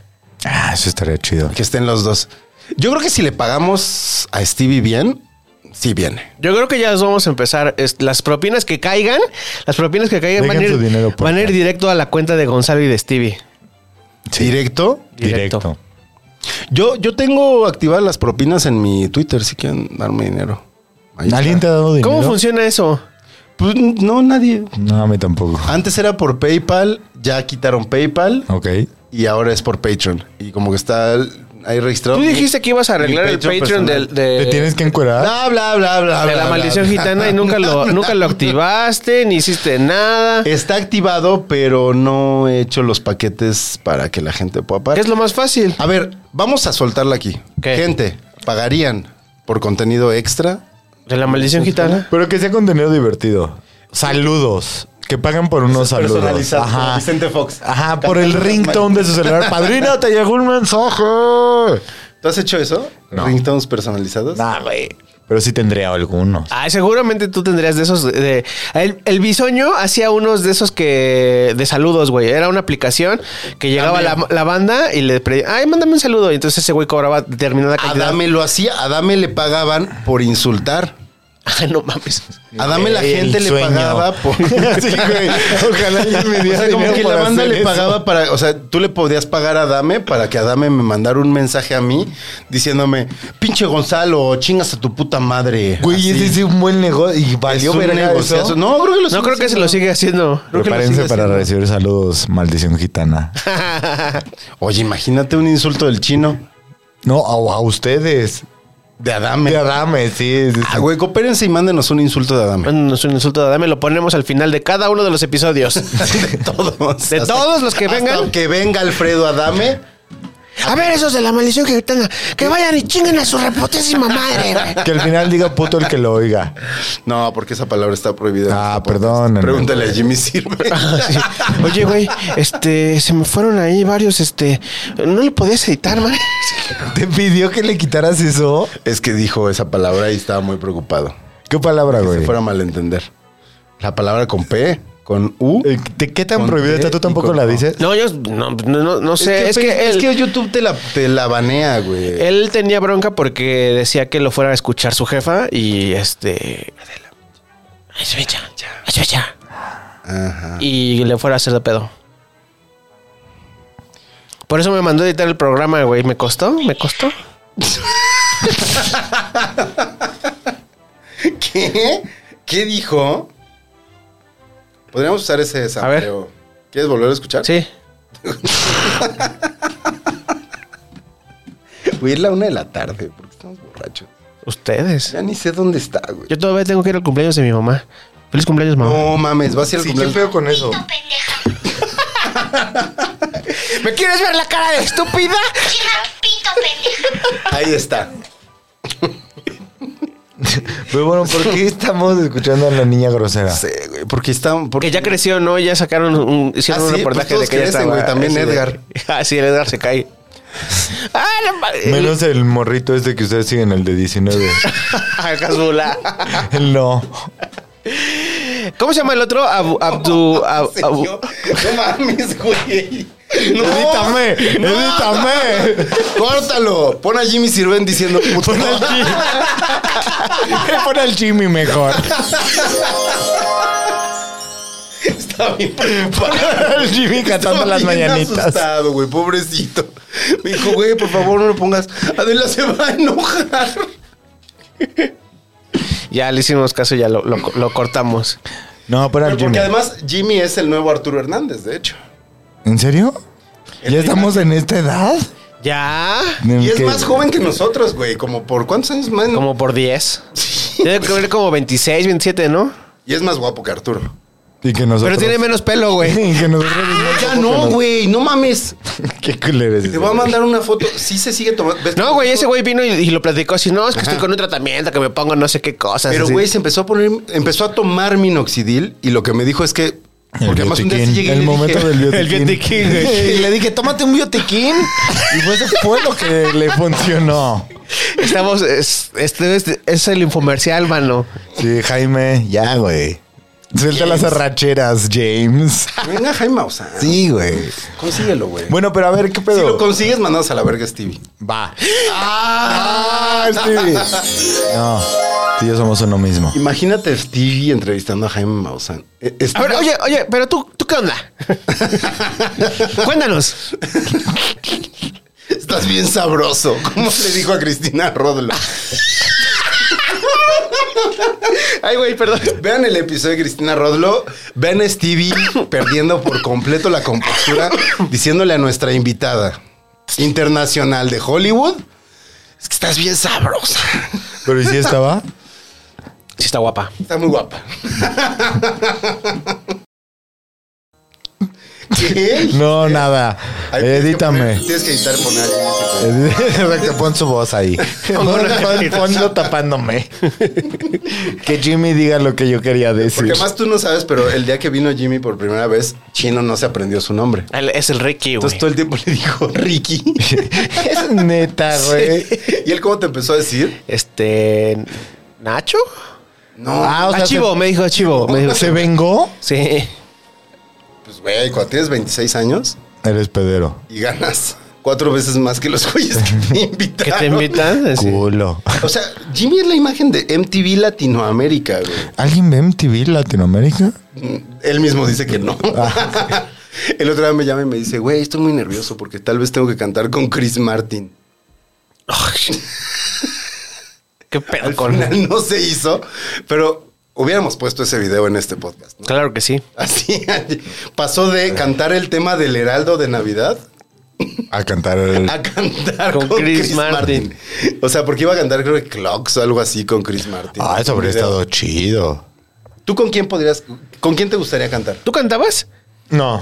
Speaker 6: Ah, eso estaría chido.
Speaker 5: Que estén los dos. Yo creo que si le pagamos a Stevie bien, sí viene.
Speaker 4: Yo creo que ya nos vamos a empezar. Es- las propinas que caigan, las propinas que caigan van a,
Speaker 6: Dejen
Speaker 4: ir,
Speaker 6: su dinero, por
Speaker 4: van a ir
Speaker 6: favor.
Speaker 4: directo a la cuenta de Gonzalo y de Stevie.
Speaker 5: Directo.
Speaker 4: Directo.
Speaker 6: Directo.
Speaker 5: Yo, yo tengo activadas las propinas en mi Twitter si quieren darme dinero. Ahí
Speaker 6: ¿Alguien te
Speaker 5: está.
Speaker 6: ha dado dinero?
Speaker 4: ¿Cómo funciona eso?
Speaker 5: Pues no, nadie.
Speaker 6: No, a mí tampoco.
Speaker 5: Antes era por PayPal, ya quitaron PayPal
Speaker 6: Ok.
Speaker 5: y ahora es por Patreon. Y como que está ahí registrado.
Speaker 4: Tú dijiste que ibas a
Speaker 5: Mi
Speaker 4: arreglar el Patreon
Speaker 5: personal.
Speaker 4: del, de,
Speaker 6: ¿Te tienes que encuerar?
Speaker 5: Bla, bla, bla, bla.
Speaker 4: de
Speaker 5: bla,
Speaker 4: la
Speaker 5: bla,
Speaker 4: maldición
Speaker 5: bla.
Speaker 4: gitana y nunca lo, nunca lo activaste, ni hiciste nada.
Speaker 5: Está activado, pero no he hecho los paquetes para que la gente pueda
Speaker 4: ¿Qué
Speaker 5: pagar.
Speaker 4: es lo más fácil?
Speaker 5: A ver, vamos a soltarla aquí.
Speaker 4: ¿Qué?
Speaker 5: Gente, ¿pagarían por contenido extra?
Speaker 4: De la maldición gitana.
Speaker 6: Pero que sea contenido divertido. Saludos. Que pagan por unos saludos.
Speaker 5: personalizado, como
Speaker 6: Ajá.
Speaker 5: Vicente Fox.
Speaker 6: Ajá, por el
Speaker 5: Cantando las
Speaker 6: ringtone de su celular. Padrino, te llegó un mensaje.
Speaker 5: ¿Tú has hecho eso?
Speaker 6: No.
Speaker 5: ¿Ringtones personalizados?
Speaker 6: Nah, güey. Pero sí tendría algunos.
Speaker 4: Ah, seguramente tú tendrías de esos. de- de- el, el bisoño hacía unos de esos que. de saludos, güey. Era una aplicación que llegaba la, la banda y le pedía, ay, mándame un saludo. Y entonces ese güey cobraba determinada cantidad.
Speaker 5: Adame lo hacía, Adame le pagaban por insultar.
Speaker 4: Ah, no mames.
Speaker 5: Adame la
Speaker 6: El
Speaker 5: gente le
Speaker 6: sueño.
Speaker 5: pagaba por.
Speaker 6: Sí, güey. Ojalá alguien me
Speaker 5: O
Speaker 6: diera
Speaker 5: sea, como
Speaker 6: dinero
Speaker 5: que la
Speaker 6: para
Speaker 5: banda
Speaker 6: hacer
Speaker 5: le
Speaker 6: eso.
Speaker 5: pagaba para. O sea, tú le podías pagar a Adame para que Adame me mandara un mensaje a mí diciéndome: pinche Gonzalo, chingas a tu puta madre.
Speaker 4: Ah,
Speaker 6: Güey,
Speaker 5: Así.
Speaker 6: ese es un buen negocio. Y
Speaker 5: Es
Speaker 6: valió
Speaker 5: un
Speaker 6: verga
Speaker 5: negociazo.
Speaker 6: eso.
Speaker 5: No, creo que lo
Speaker 4: No creo que se lo sigue haciendo.
Speaker 5: Creo que lo
Speaker 6: Prepárense
Speaker 5: sigue
Speaker 6: para
Speaker 5: haciendo.
Speaker 6: recibir saludos, maldición gitana.
Speaker 5: Oye, imagínate un insulto del chino.
Speaker 6: No, a, a ustedes.
Speaker 5: De Adame.
Speaker 6: De Adame, sí. sí, sí.
Speaker 5: Ah, güey, coopérense y mándenos un insulto de Adame.
Speaker 4: Mándanos un insulto a Dame, lo ponemos al final de cada uno de los episodios.
Speaker 5: De todos.
Speaker 4: De todos los que vengan.
Speaker 5: Que venga Alfredo Adame.
Speaker 4: A ver, esos de la maldición gitana, que vayan y chinguen a su reputísima madre, güey.
Speaker 6: Que al final diga puto el que lo oiga.
Speaker 5: No, porque esa palabra está prohibida. en
Speaker 6: Ah,
Speaker 5: este podcast.
Speaker 6: perdónenme.
Speaker 5: Pregúntale a Jimmy Sirve.
Speaker 4: Sí. Oye, güey, este, se me fueron ahí varios, este, no lo podías editar, man.
Speaker 6: ¿Te pidió que le quitaras eso?
Speaker 5: Es que dijo esa palabra y estaba muy preocupado.
Speaker 6: ¿Qué palabra,
Speaker 5: Que
Speaker 6: güey?
Speaker 5: se fuera a malentender. La palabra con P, con U.
Speaker 6: Eh, ¿de ¿Qué tan
Speaker 5: Con
Speaker 6: prohibida
Speaker 5: T
Speaker 6: está? ¿Tú
Speaker 5: y
Speaker 6: tampoco
Speaker 5: con
Speaker 6: la
Speaker 5: O.
Speaker 6: dices?
Speaker 4: No, yo no, no, no sé,
Speaker 5: Es que, es
Speaker 4: él-
Speaker 5: que YouTube te la, te la banea, güey.
Speaker 4: Él tenía bronca porque decía que lo fuera a escuchar su jefa y este. Es fecha, es fecha. Y le fuera a hacer de pedo. Por eso me mandó a editar el programa, güey. ¿Me costó? ¿Me costó?
Speaker 5: ¿Qué? ¿Qué dijo? Podríamos usar ese sampleo. ¿Quieres volver a escuchar?
Speaker 4: Sí.
Speaker 5: Güey, es la una de la tarde, porque estamos borrachos.
Speaker 4: Ustedes.
Speaker 5: Ya ni sé dónde está, güey.
Speaker 4: Yo todavía tengo que ir al cumpleaños de mi mamá. Feliz cumpleaños, mamá.
Speaker 5: No mames, va a ser el
Speaker 6: Sí, ¿Qué pedo con eso?
Speaker 7: pendeja.
Speaker 4: ¿Me quieres ver la cara de estúpida?
Speaker 7: Mira, pito pendeja.
Speaker 5: Ahí está.
Speaker 6: Pero bueno, ¿por qué estamos escuchando a la niña grosera?
Speaker 5: Sí, güey, porque está.
Speaker 4: Porque
Speaker 5: Porque
Speaker 4: ya creció, ¿no? Ya sacaron un, hicieron
Speaker 5: Ah,
Speaker 4: un
Speaker 5: sí,
Speaker 4: reportaje
Speaker 5: pues
Speaker 4: de que
Speaker 5: todos
Speaker 4: ya
Speaker 5: crecen,
Speaker 4: estaba.
Speaker 5: güey, también
Speaker 4: así de-
Speaker 5: Edgar.
Speaker 4: Ah, sí, el Edgar se cae. Ah, no ma-
Speaker 6: Menos el morrito este que ustedes siguen, el de 19.
Speaker 4: Ah, Casbula.
Speaker 6: El no.
Speaker 4: ¿Cómo se llama el otro? Abu, Abdu,
Speaker 6: Ah,
Speaker 4: Ab- Abu-
Speaker 6: uh.
Speaker 5: Sergio, No mames, güey. No.
Speaker 6: ¡Edítame! ¡Edítame!
Speaker 5: ¡Córtalo! Pon a Jimmy Sirven diciendo puto.
Speaker 6: Pon al Jimmy. Pon al Jimmy mejor.
Speaker 5: está bien preparado.
Speaker 6: El Jimmy cantando
Speaker 5: Estaba
Speaker 6: las
Speaker 5: bien
Speaker 6: mañanitas.
Speaker 5: asustado, güey, pobrecito. Me dijo, güey, por favor, no lo pongas. Adela se va a enojar.
Speaker 4: Ya le hicimos caso, ya lo, lo- lo cortamos.
Speaker 6: No, pero era
Speaker 5: Pero
Speaker 6: el
Speaker 5: porque
Speaker 6: Jimmy.
Speaker 5: además Jimmy es el nuevo Arturo Hernández, de hecho.
Speaker 6: ¿En serio?
Speaker 5: El
Speaker 6: ¿Ya estamos
Speaker 5: Jimmy.
Speaker 6: en esta edad?
Speaker 4: Ya.
Speaker 5: Y es más joven que nosotros, güey. Como por cuántos años más.
Speaker 4: Como por 10. Debe tener como 26, 27, ¿no?
Speaker 5: Y es más guapo que Arturo.
Speaker 6: Y que nosotros.
Speaker 4: Pero tiene menos pelo, güey.
Speaker 6: Y que nosotros.
Speaker 5: Ah, Ya no, güey, no mames.
Speaker 6: Qué culero es
Speaker 5: Te voy a mandar una foto. Sí se sigue tomando. ¿Ves
Speaker 4: No,
Speaker 5: cómo
Speaker 4: güey,
Speaker 5: dijo?
Speaker 4: ese güey vino y, y lo platicó así. No, es que
Speaker 5: Ajá.
Speaker 4: estoy con un tratamiento que me pongo no sé qué cosas.
Speaker 5: Pero,
Speaker 4: así.
Speaker 5: güey, se empezó a poner, empezó a tomar minoxidil y lo que me dijo es que. Porque además un día sí llegué y
Speaker 6: El
Speaker 5: le
Speaker 6: momento
Speaker 5: dije,
Speaker 6: del biotiquín.
Speaker 4: El biotiquín, güey.
Speaker 6: Y le dije, tómate un biotiquín. Y pues eso fue lo que le funcionó.
Speaker 4: Estamos. Es, este es, es el infomercial, mano.
Speaker 6: Sí, Jaime, ya, güey. Suelta las arracheras, James.
Speaker 5: Venga, Jaime Maussan.
Speaker 6: Sí, güey.
Speaker 5: Consíguelo, güey.
Speaker 6: Bueno, pero a ver, ¿qué
Speaker 5: Si lo
Speaker 6: pedo?
Speaker 5: consigues, mandas a la verga, Stevie.
Speaker 6: Va. ¡Ah! Stevie. No, tú y yo somos uno mismo.
Speaker 5: Imagínate a Stevie entrevistando a Jaime Maussan. Eh,
Speaker 4: A ver,
Speaker 5: Stevie-
Speaker 4: oye, oye, pero tú, ¿tú qué onda? Cuéntanos.
Speaker 5: Estás bien sabroso. ¿Cómo le dijo a Cristina Rodlo? Ay, güey, perdón. Vean el episodio de Cristina Rodlo. Vean a Stevie perdiendo por completo la compostura, diciéndole a nuestra invitada internacional de Hollywood. Es que estás bien sabrosa.
Speaker 6: Pero ¿y si estaba?
Speaker 4: Sí, está guapa.
Speaker 5: Está muy guapa. ¿Qué?
Speaker 6: No, nada.
Speaker 5: Ay, tienes que
Speaker 6: Edítame.
Speaker 5: poner- Tienes que editar y poner aquí.
Speaker 6: Exacto, pon su voz ahí. Pon- Ponlo tapándome. Que Jimmy diga lo que yo quería decir.
Speaker 5: Porque además tú no sabes, pero el día que vino Jimmy por primera vez, Chino no se aprendió su nombre.
Speaker 4: El- es el Ricky, güey.
Speaker 5: Entonces todo el tiempo le dijo Ricky.
Speaker 6: Es neta, güey.
Speaker 5: ¿Y él cómo te empezó a decir?
Speaker 4: Este. ¿Nacho?
Speaker 5: No,
Speaker 6: Ah, o sea,
Speaker 4: Archivo, me dijo Archivo. Me dijo,
Speaker 6: ¿Se vengó?
Speaker 4: sí.
Speaker 5: pues güey, cuando tienes 26 años
Speaker 6: Eres pedero.
Speaker 5: y ganas cuatro veces más que los güeyes que te invitan.
Speaker 4: ¿Que te invitan? Así.
Speaker 6: Culo.
Speaker 5: O sea, Jimmy es la imagen de MTV Latinoamérica, güey.
Speaker 6: ¿Alguien ve MTV Latinoamérica?
Speaker 5: Él mismo dice que no.
Speaker 6: Ah,
Speaker 5: El otro día me llama y me dice, güey, estoy muy nervioso porque tal vez tengo que cantar con Chris Martin.
Speaker 4: ¿Qué pedo
Speaker 5: Al
Speaker 4: con
Speaker 5: final no se hizo, pero hubiéramos puesto ese video en este podcast. ¿no?
Speaker 4: Claro que sí.
Speaker 5: Así pasó de cantar el tema del Heraldo de Navidad
Speaker 6: A cantar. el-
Speaker 5: a cantar
Speaker 4: Con
Speaker 5: con,
Speaker 4: Chris
Speaker 5: Chris, Martin. O sea, porque iba a cantar creo que Clocks o algo así con Chris Martin.
Speaker 6: Ah, eso habría estado chido.
Speaker 5: ¿Tú con quién podrías, con quién te gustaría cantar?
Speaker 4: ¿Tú cantabas?
Speaker 6: No.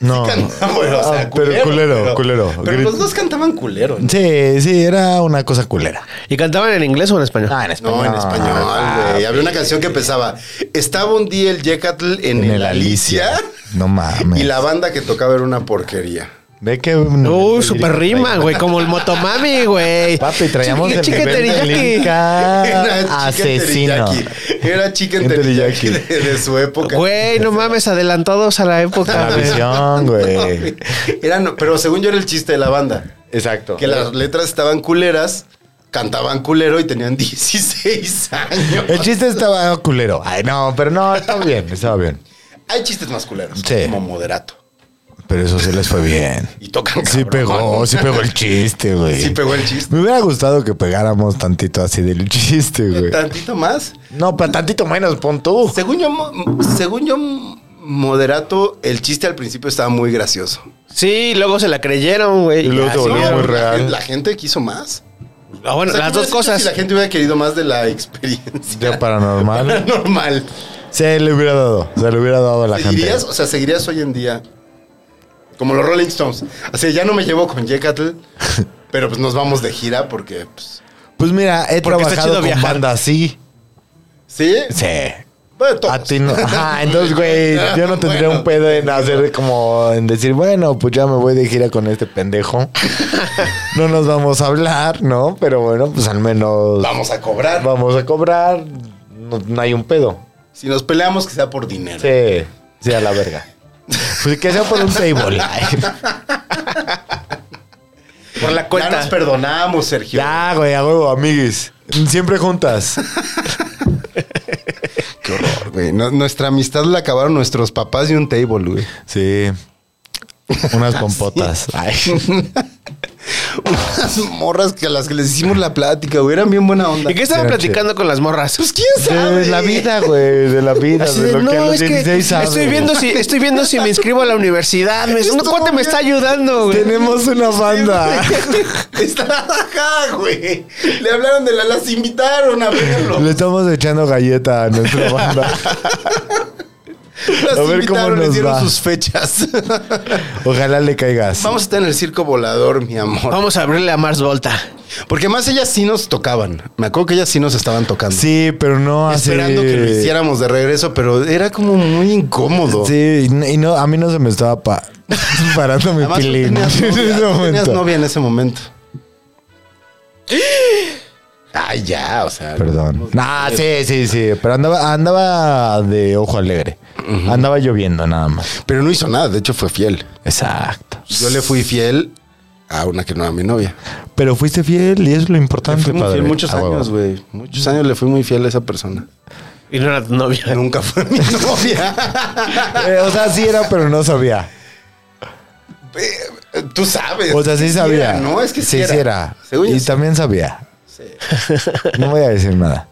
Speaker 6: No.
Speaker 5: Canta- bueno, o sea,
Speaker 6: Ah, pero culero, culero.
Speaker 5: Pero, los dos cantaban culero. ¿no?
Speaker 6: Sí, sí, era una cosa culera.
Speaker 4: ¿Y cantaban en inglés o en español?
Speaker 6: Ah, en
Speaker 5: No, en español, güey. Había una canción que empezaba. Estaba un día el Yecatl en, el Alicia.
Speaker 6: No mames.
Speaker 5: Y la banda que tocaba era una porquería.
Speaker 6: Ve que.
Speaker 4: Uy, Uh, super rima, güey, como el motomami, güey.
Speaker 6: Papi, traíamos
Speaker 4: Chique-
Speaker 6: el
Speaker 4: chique
Speaker 6: nivel de
Speaker 4: teriyaki.
Speaker 6: Inca
Speaker 5: Chicken
Speaker 6: Ah, asesino.
Speaker 5: Teriyaki. Era chicken
Speaker 6: Chicken
Speaker 5: teriyaki
Speaker 6: teriyaki.
Speaker 5: de, de su época.
Speaker 4: Güey, no mames, adelantados a la época.
Speaker 6: La
Speaker 4: güey.
Speaker 6: visión, güey.
Speaker 5: Era no- pero según yo era el chiste de la banda.
Speaker 6: Exacto.
Speaker 5: Que las letras estaban culeras, cantaban culero y tenían 16 años.
Speaker 6: El chiste estaba culero. Ay, no, pero no, estaba bien, estaba bien.
Speaker 5: Hay chistes más culeros,
Speaker 6: Sí.
Speaker 5: como moderato.
Speaker 6: Pero eso sí les fue bien.
Speaker 5: Y tocan
Speaker 6: Sí
Speaker 5: cabrón.
Speaker 6: pegó, sí pegó el chiste, güey.
Speaker 5: Sí pegó el chiste.
Speaker 6: Me hubiera gustado que pegáramos tantito así del chiste, güey.
Speaker 5: Tantito más.
Speaker 6: No, pero tantito menos, pon tú.
Speaker 5: Según yo, mo- según yo, moderato, el chiste al principio estaba muy gracioso.
Speaker 4: Sí, luego se la creyeron, güey.
Speaker 6: Y luego
Speaker 4: Ya,
Speaker 6: se
Speaker 4: sí.
Speaker 6: volvió
Speaker 5: No,
Speaker 6: muy
Speaker 5: la
Speaker 6: real.
Speaker 5: gente- La gente quiso más.
Speaker 4: Ah, bueno,
Speaker 5: O sea,
Speaker 4: las
Speaker 5: ¿qué hubieras
Speaker 4: dos
Speaker 5: hecho
Speaker 4: cosas.
Speaker 5: Si la gente hubiera querido más de la experiencia.
Speaker 6: Ya paranormal.
Speaker 5: Normal.
Speaker 6: Se le hubiera dado, se le hubiera dado a la gente.
Speaker 5: ¿Seguirías? O sea, seguirías hoy en día. Como los Rolling Stones. O sea, ya no me llevo con Jecatl, pero pues nos vamos de gira porque, pues.
Speaker 6: Pues mira, he
Speaker 4: Porque está chido
Speaker 6: trabajado con
Speaker 4: viajar.
Speaker 6: banda así.
Speaker 5: ¿Sí?
Speaker 6: Sí.
Speaker 5: Bueno, todos.
Speaker 6: A ti no. Ajá, entonces, güey, yo no tendría un pedo en hacer como en decir, bueno, pues ya me voy de gira con este pendejo. No nos vamos a hablar, ¿no? Pero bueno, pues al menos
Speaker 5: Vamos a cobrar.
Speaker 6: vamos a cobrar. No, no hay un pedo.
Speaker 5: Si nos peleamos, que sea por dinero.
Speaker 6: Sí, sí, a la verga. Pues que sea por un table.
Speaker 4: Por
Speaker 5: Ya
Speaker 4: la
Speaker 5: nos
Speaker 4: cuenta.
Speaker 5: perdonamos, Sergio.
Speaker 6: ya, güey, a huevo, amiguis. Siempre juntas.
Speaker 5: güey. No- nuestra amistad la acabaron nuestros papás y un table, güey.
Speaker 6: Sí. Unas compotas. Ay.
Speaker 5: Unas morras que a las que les hicimos la plática, güey. Eran bien buena onda.
Speaker 4: ¿Y qué estaba
Speaker 6: Era
Speaker 4: platicando con las morras?
Speaker 5: Pues quién sabe.
Speaker 6: De la vida, güey. De la vida.
Speaker 4: Así
Speaker 6: de
Speaker 4: de,
Speaker 6: lo que a
Speaker 4: no,
Speaker 6: los
Speaker 4: es que
Speaker 6: 16 sabes.
Speaker 4: estoy viendo, si, estoy viendo si me inscribo a la universidad. Me dice, no, cuate me está ayudando, güey.
Speaker 6: Tenemos una banda.
Speaker 5: Está acá, güey. Le hablaron de la. Las invitaron a verlo.
Speaker 6: Le estamos echando galleta a nuestra banda.
Speaker 5: Las
Speaker 6: a ver cómo
Speaker 5: invitaron, le
Speaker 6: nos
Speaker 5: dieron
Speaker 6: va.
Speaker 5: sus fechas.
Speaker 6: Ojalá le caigas.
Speaker 5: Vamos a estar en el circo volador, mi amor.
Speaker 4: Vamos a abrirle a Mars Volta.
Speaker 5: Porque más ellas sí nos tocaban. Me acuerdo que ellas sí nos estaban tocando.
Speaker 6: Sí, pero no así.
Speaker 5: Esperando que lo hiciéramos de regreso, pero era como muy incómodo.
Speaker 6: Sí, y no- y no, a mí no se me estaba pa- parando mi
Speaker 5: Además, tú
Speaker 6: pilín.
Speaker 5: tenías,
Speaker 6: en ese
Speaker 5: novia, tú tenías
Speaker 6: momento.
Speaker 5: novia en ese momento. Ay, ya, o sea.
Speaker 6: Perdón. Ah, sí, sí, sí. Pero andaba, andaba de ojo alegre. Andaba lloviendo nada más.
Speaker 5: Pero no hizo nada, de hecho fue fiel.
Speaker 6: Exacto.
Speaker 5: Yo le fui fiel a una que no era mi novia.
Speaker 6: Pero fuiste fiel y eso es lo importante,
Speaker 5: Fui muy
Speaker 6: padre.
Speaker 5: fiel muchos
Speaker 6: Ah, huevo.
Speaker 5: años, güey. Muchos años le fui muy fiel a esa persona.
Speaker 4: Y no era tu novia.
Speaker 5: Nunca fue mi novia.
Speaker 6: Eh, o sea, sí era, pero no sabía.
Speaker 5: Eh, Tú sabes.
Speaker 6: O sea, sí sabía.
Speaker 5: era, no, es que sí
Speaker 6: sí,
Speaker 5: era.
Speaker 6: sí era.
Speaker 5: Según yo
Speaker 6: y
Speaker 5: sí.
Speaker 6: también sabía. No voy a decir nada.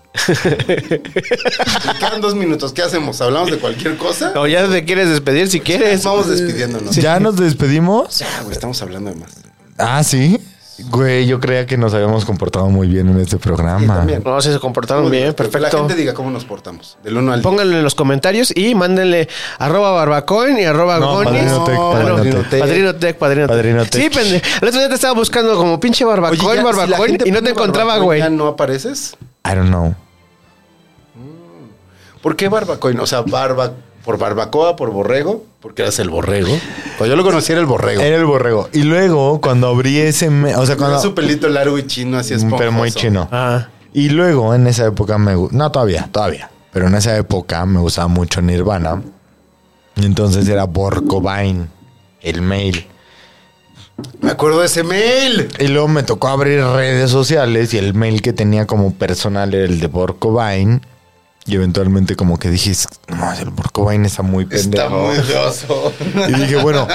Speaker 5: Quedan dos minutos. ¿Qué hacemos? ¿Hablamos de cualquier cosa?
Speaker 4: O ya te quieres despedir si quieres.
Speaker 5: Vamos despidiéndonos.
Speaker 6: ¿Ya nos despedimos?
Speaker 5: Ya, güey, estamos hablando de más.
Speaker 6: Ah, sí. Güey, yo creía que nos habíamos comportado muy bien en este programa.
Speaker 5: también.
Speaker 4: No, se comportaron bien,
Speaker 5: Que la
Speaker 4: perfecto.
Speaker 5: gente diga cómo nos portamos. Del uno al diez.
Speaker 4: Pónganlo en los comentarios y mándenle arroba barbacoin y arroba
Speaker 6: No,
Speaker 4: gonis.
Speaker 6: Padrino Tech,
Speaker 4: Ah, no,
Speaker 6: Padrino Tech.
Speaker 4: Padrino Tech, Padrino Tech.
Speaker 6: Padrino Tech.
Speaker 4: Sí, pende. El otro día te estaba buscando como pinche
Speaker 5: Oye,
Speaker 4: barbacoin,
Speaker 5: ya, si la
Speaker 4: barbacoin
Speaker 5: gente
Speaker 4: y no te
Speaker 5: pone
Speaker 4: encontraba,
Speaker 5: barbacoin,
Speaker 4: güey.
Speaker 5: ¿ya ¿No apareces?
Speaker 6: I don't know.
Speaker 5: ¿Por qué barbacoin? O sea, barba, por barbacoa, por borrego. Porque eras el borrego. Cuando yo lo conocí era el borrego.
Speaker 6: Era el borrego. Y luego, cuando abrí ese... me- o sea,
Speaker 5: Con
Speaker 6: cuando... Mm,
Speaker 5: su pelito largo y chino, así es.
Speaker 6: Pero muy chino.
Speaker 4: Ah.
Speaker 6: Y luego, en esa época me... gu- No, todavía, todavía. Pero en esa época me gustaba mucho Nirvana. Y entonces era Borcobain, el mail.
Speaker 5: Me acuerdo de ese mail.
Speaker 6: Y luego me tocó abrir redes sociales y el mail que tenía como personal era el de Borcobain. Y eventualmente como que dije, "Es- no, el Borcobain está muy pendejo.
Speaker 5: Está muy groso.
Speaker 6: Y dije, bueno,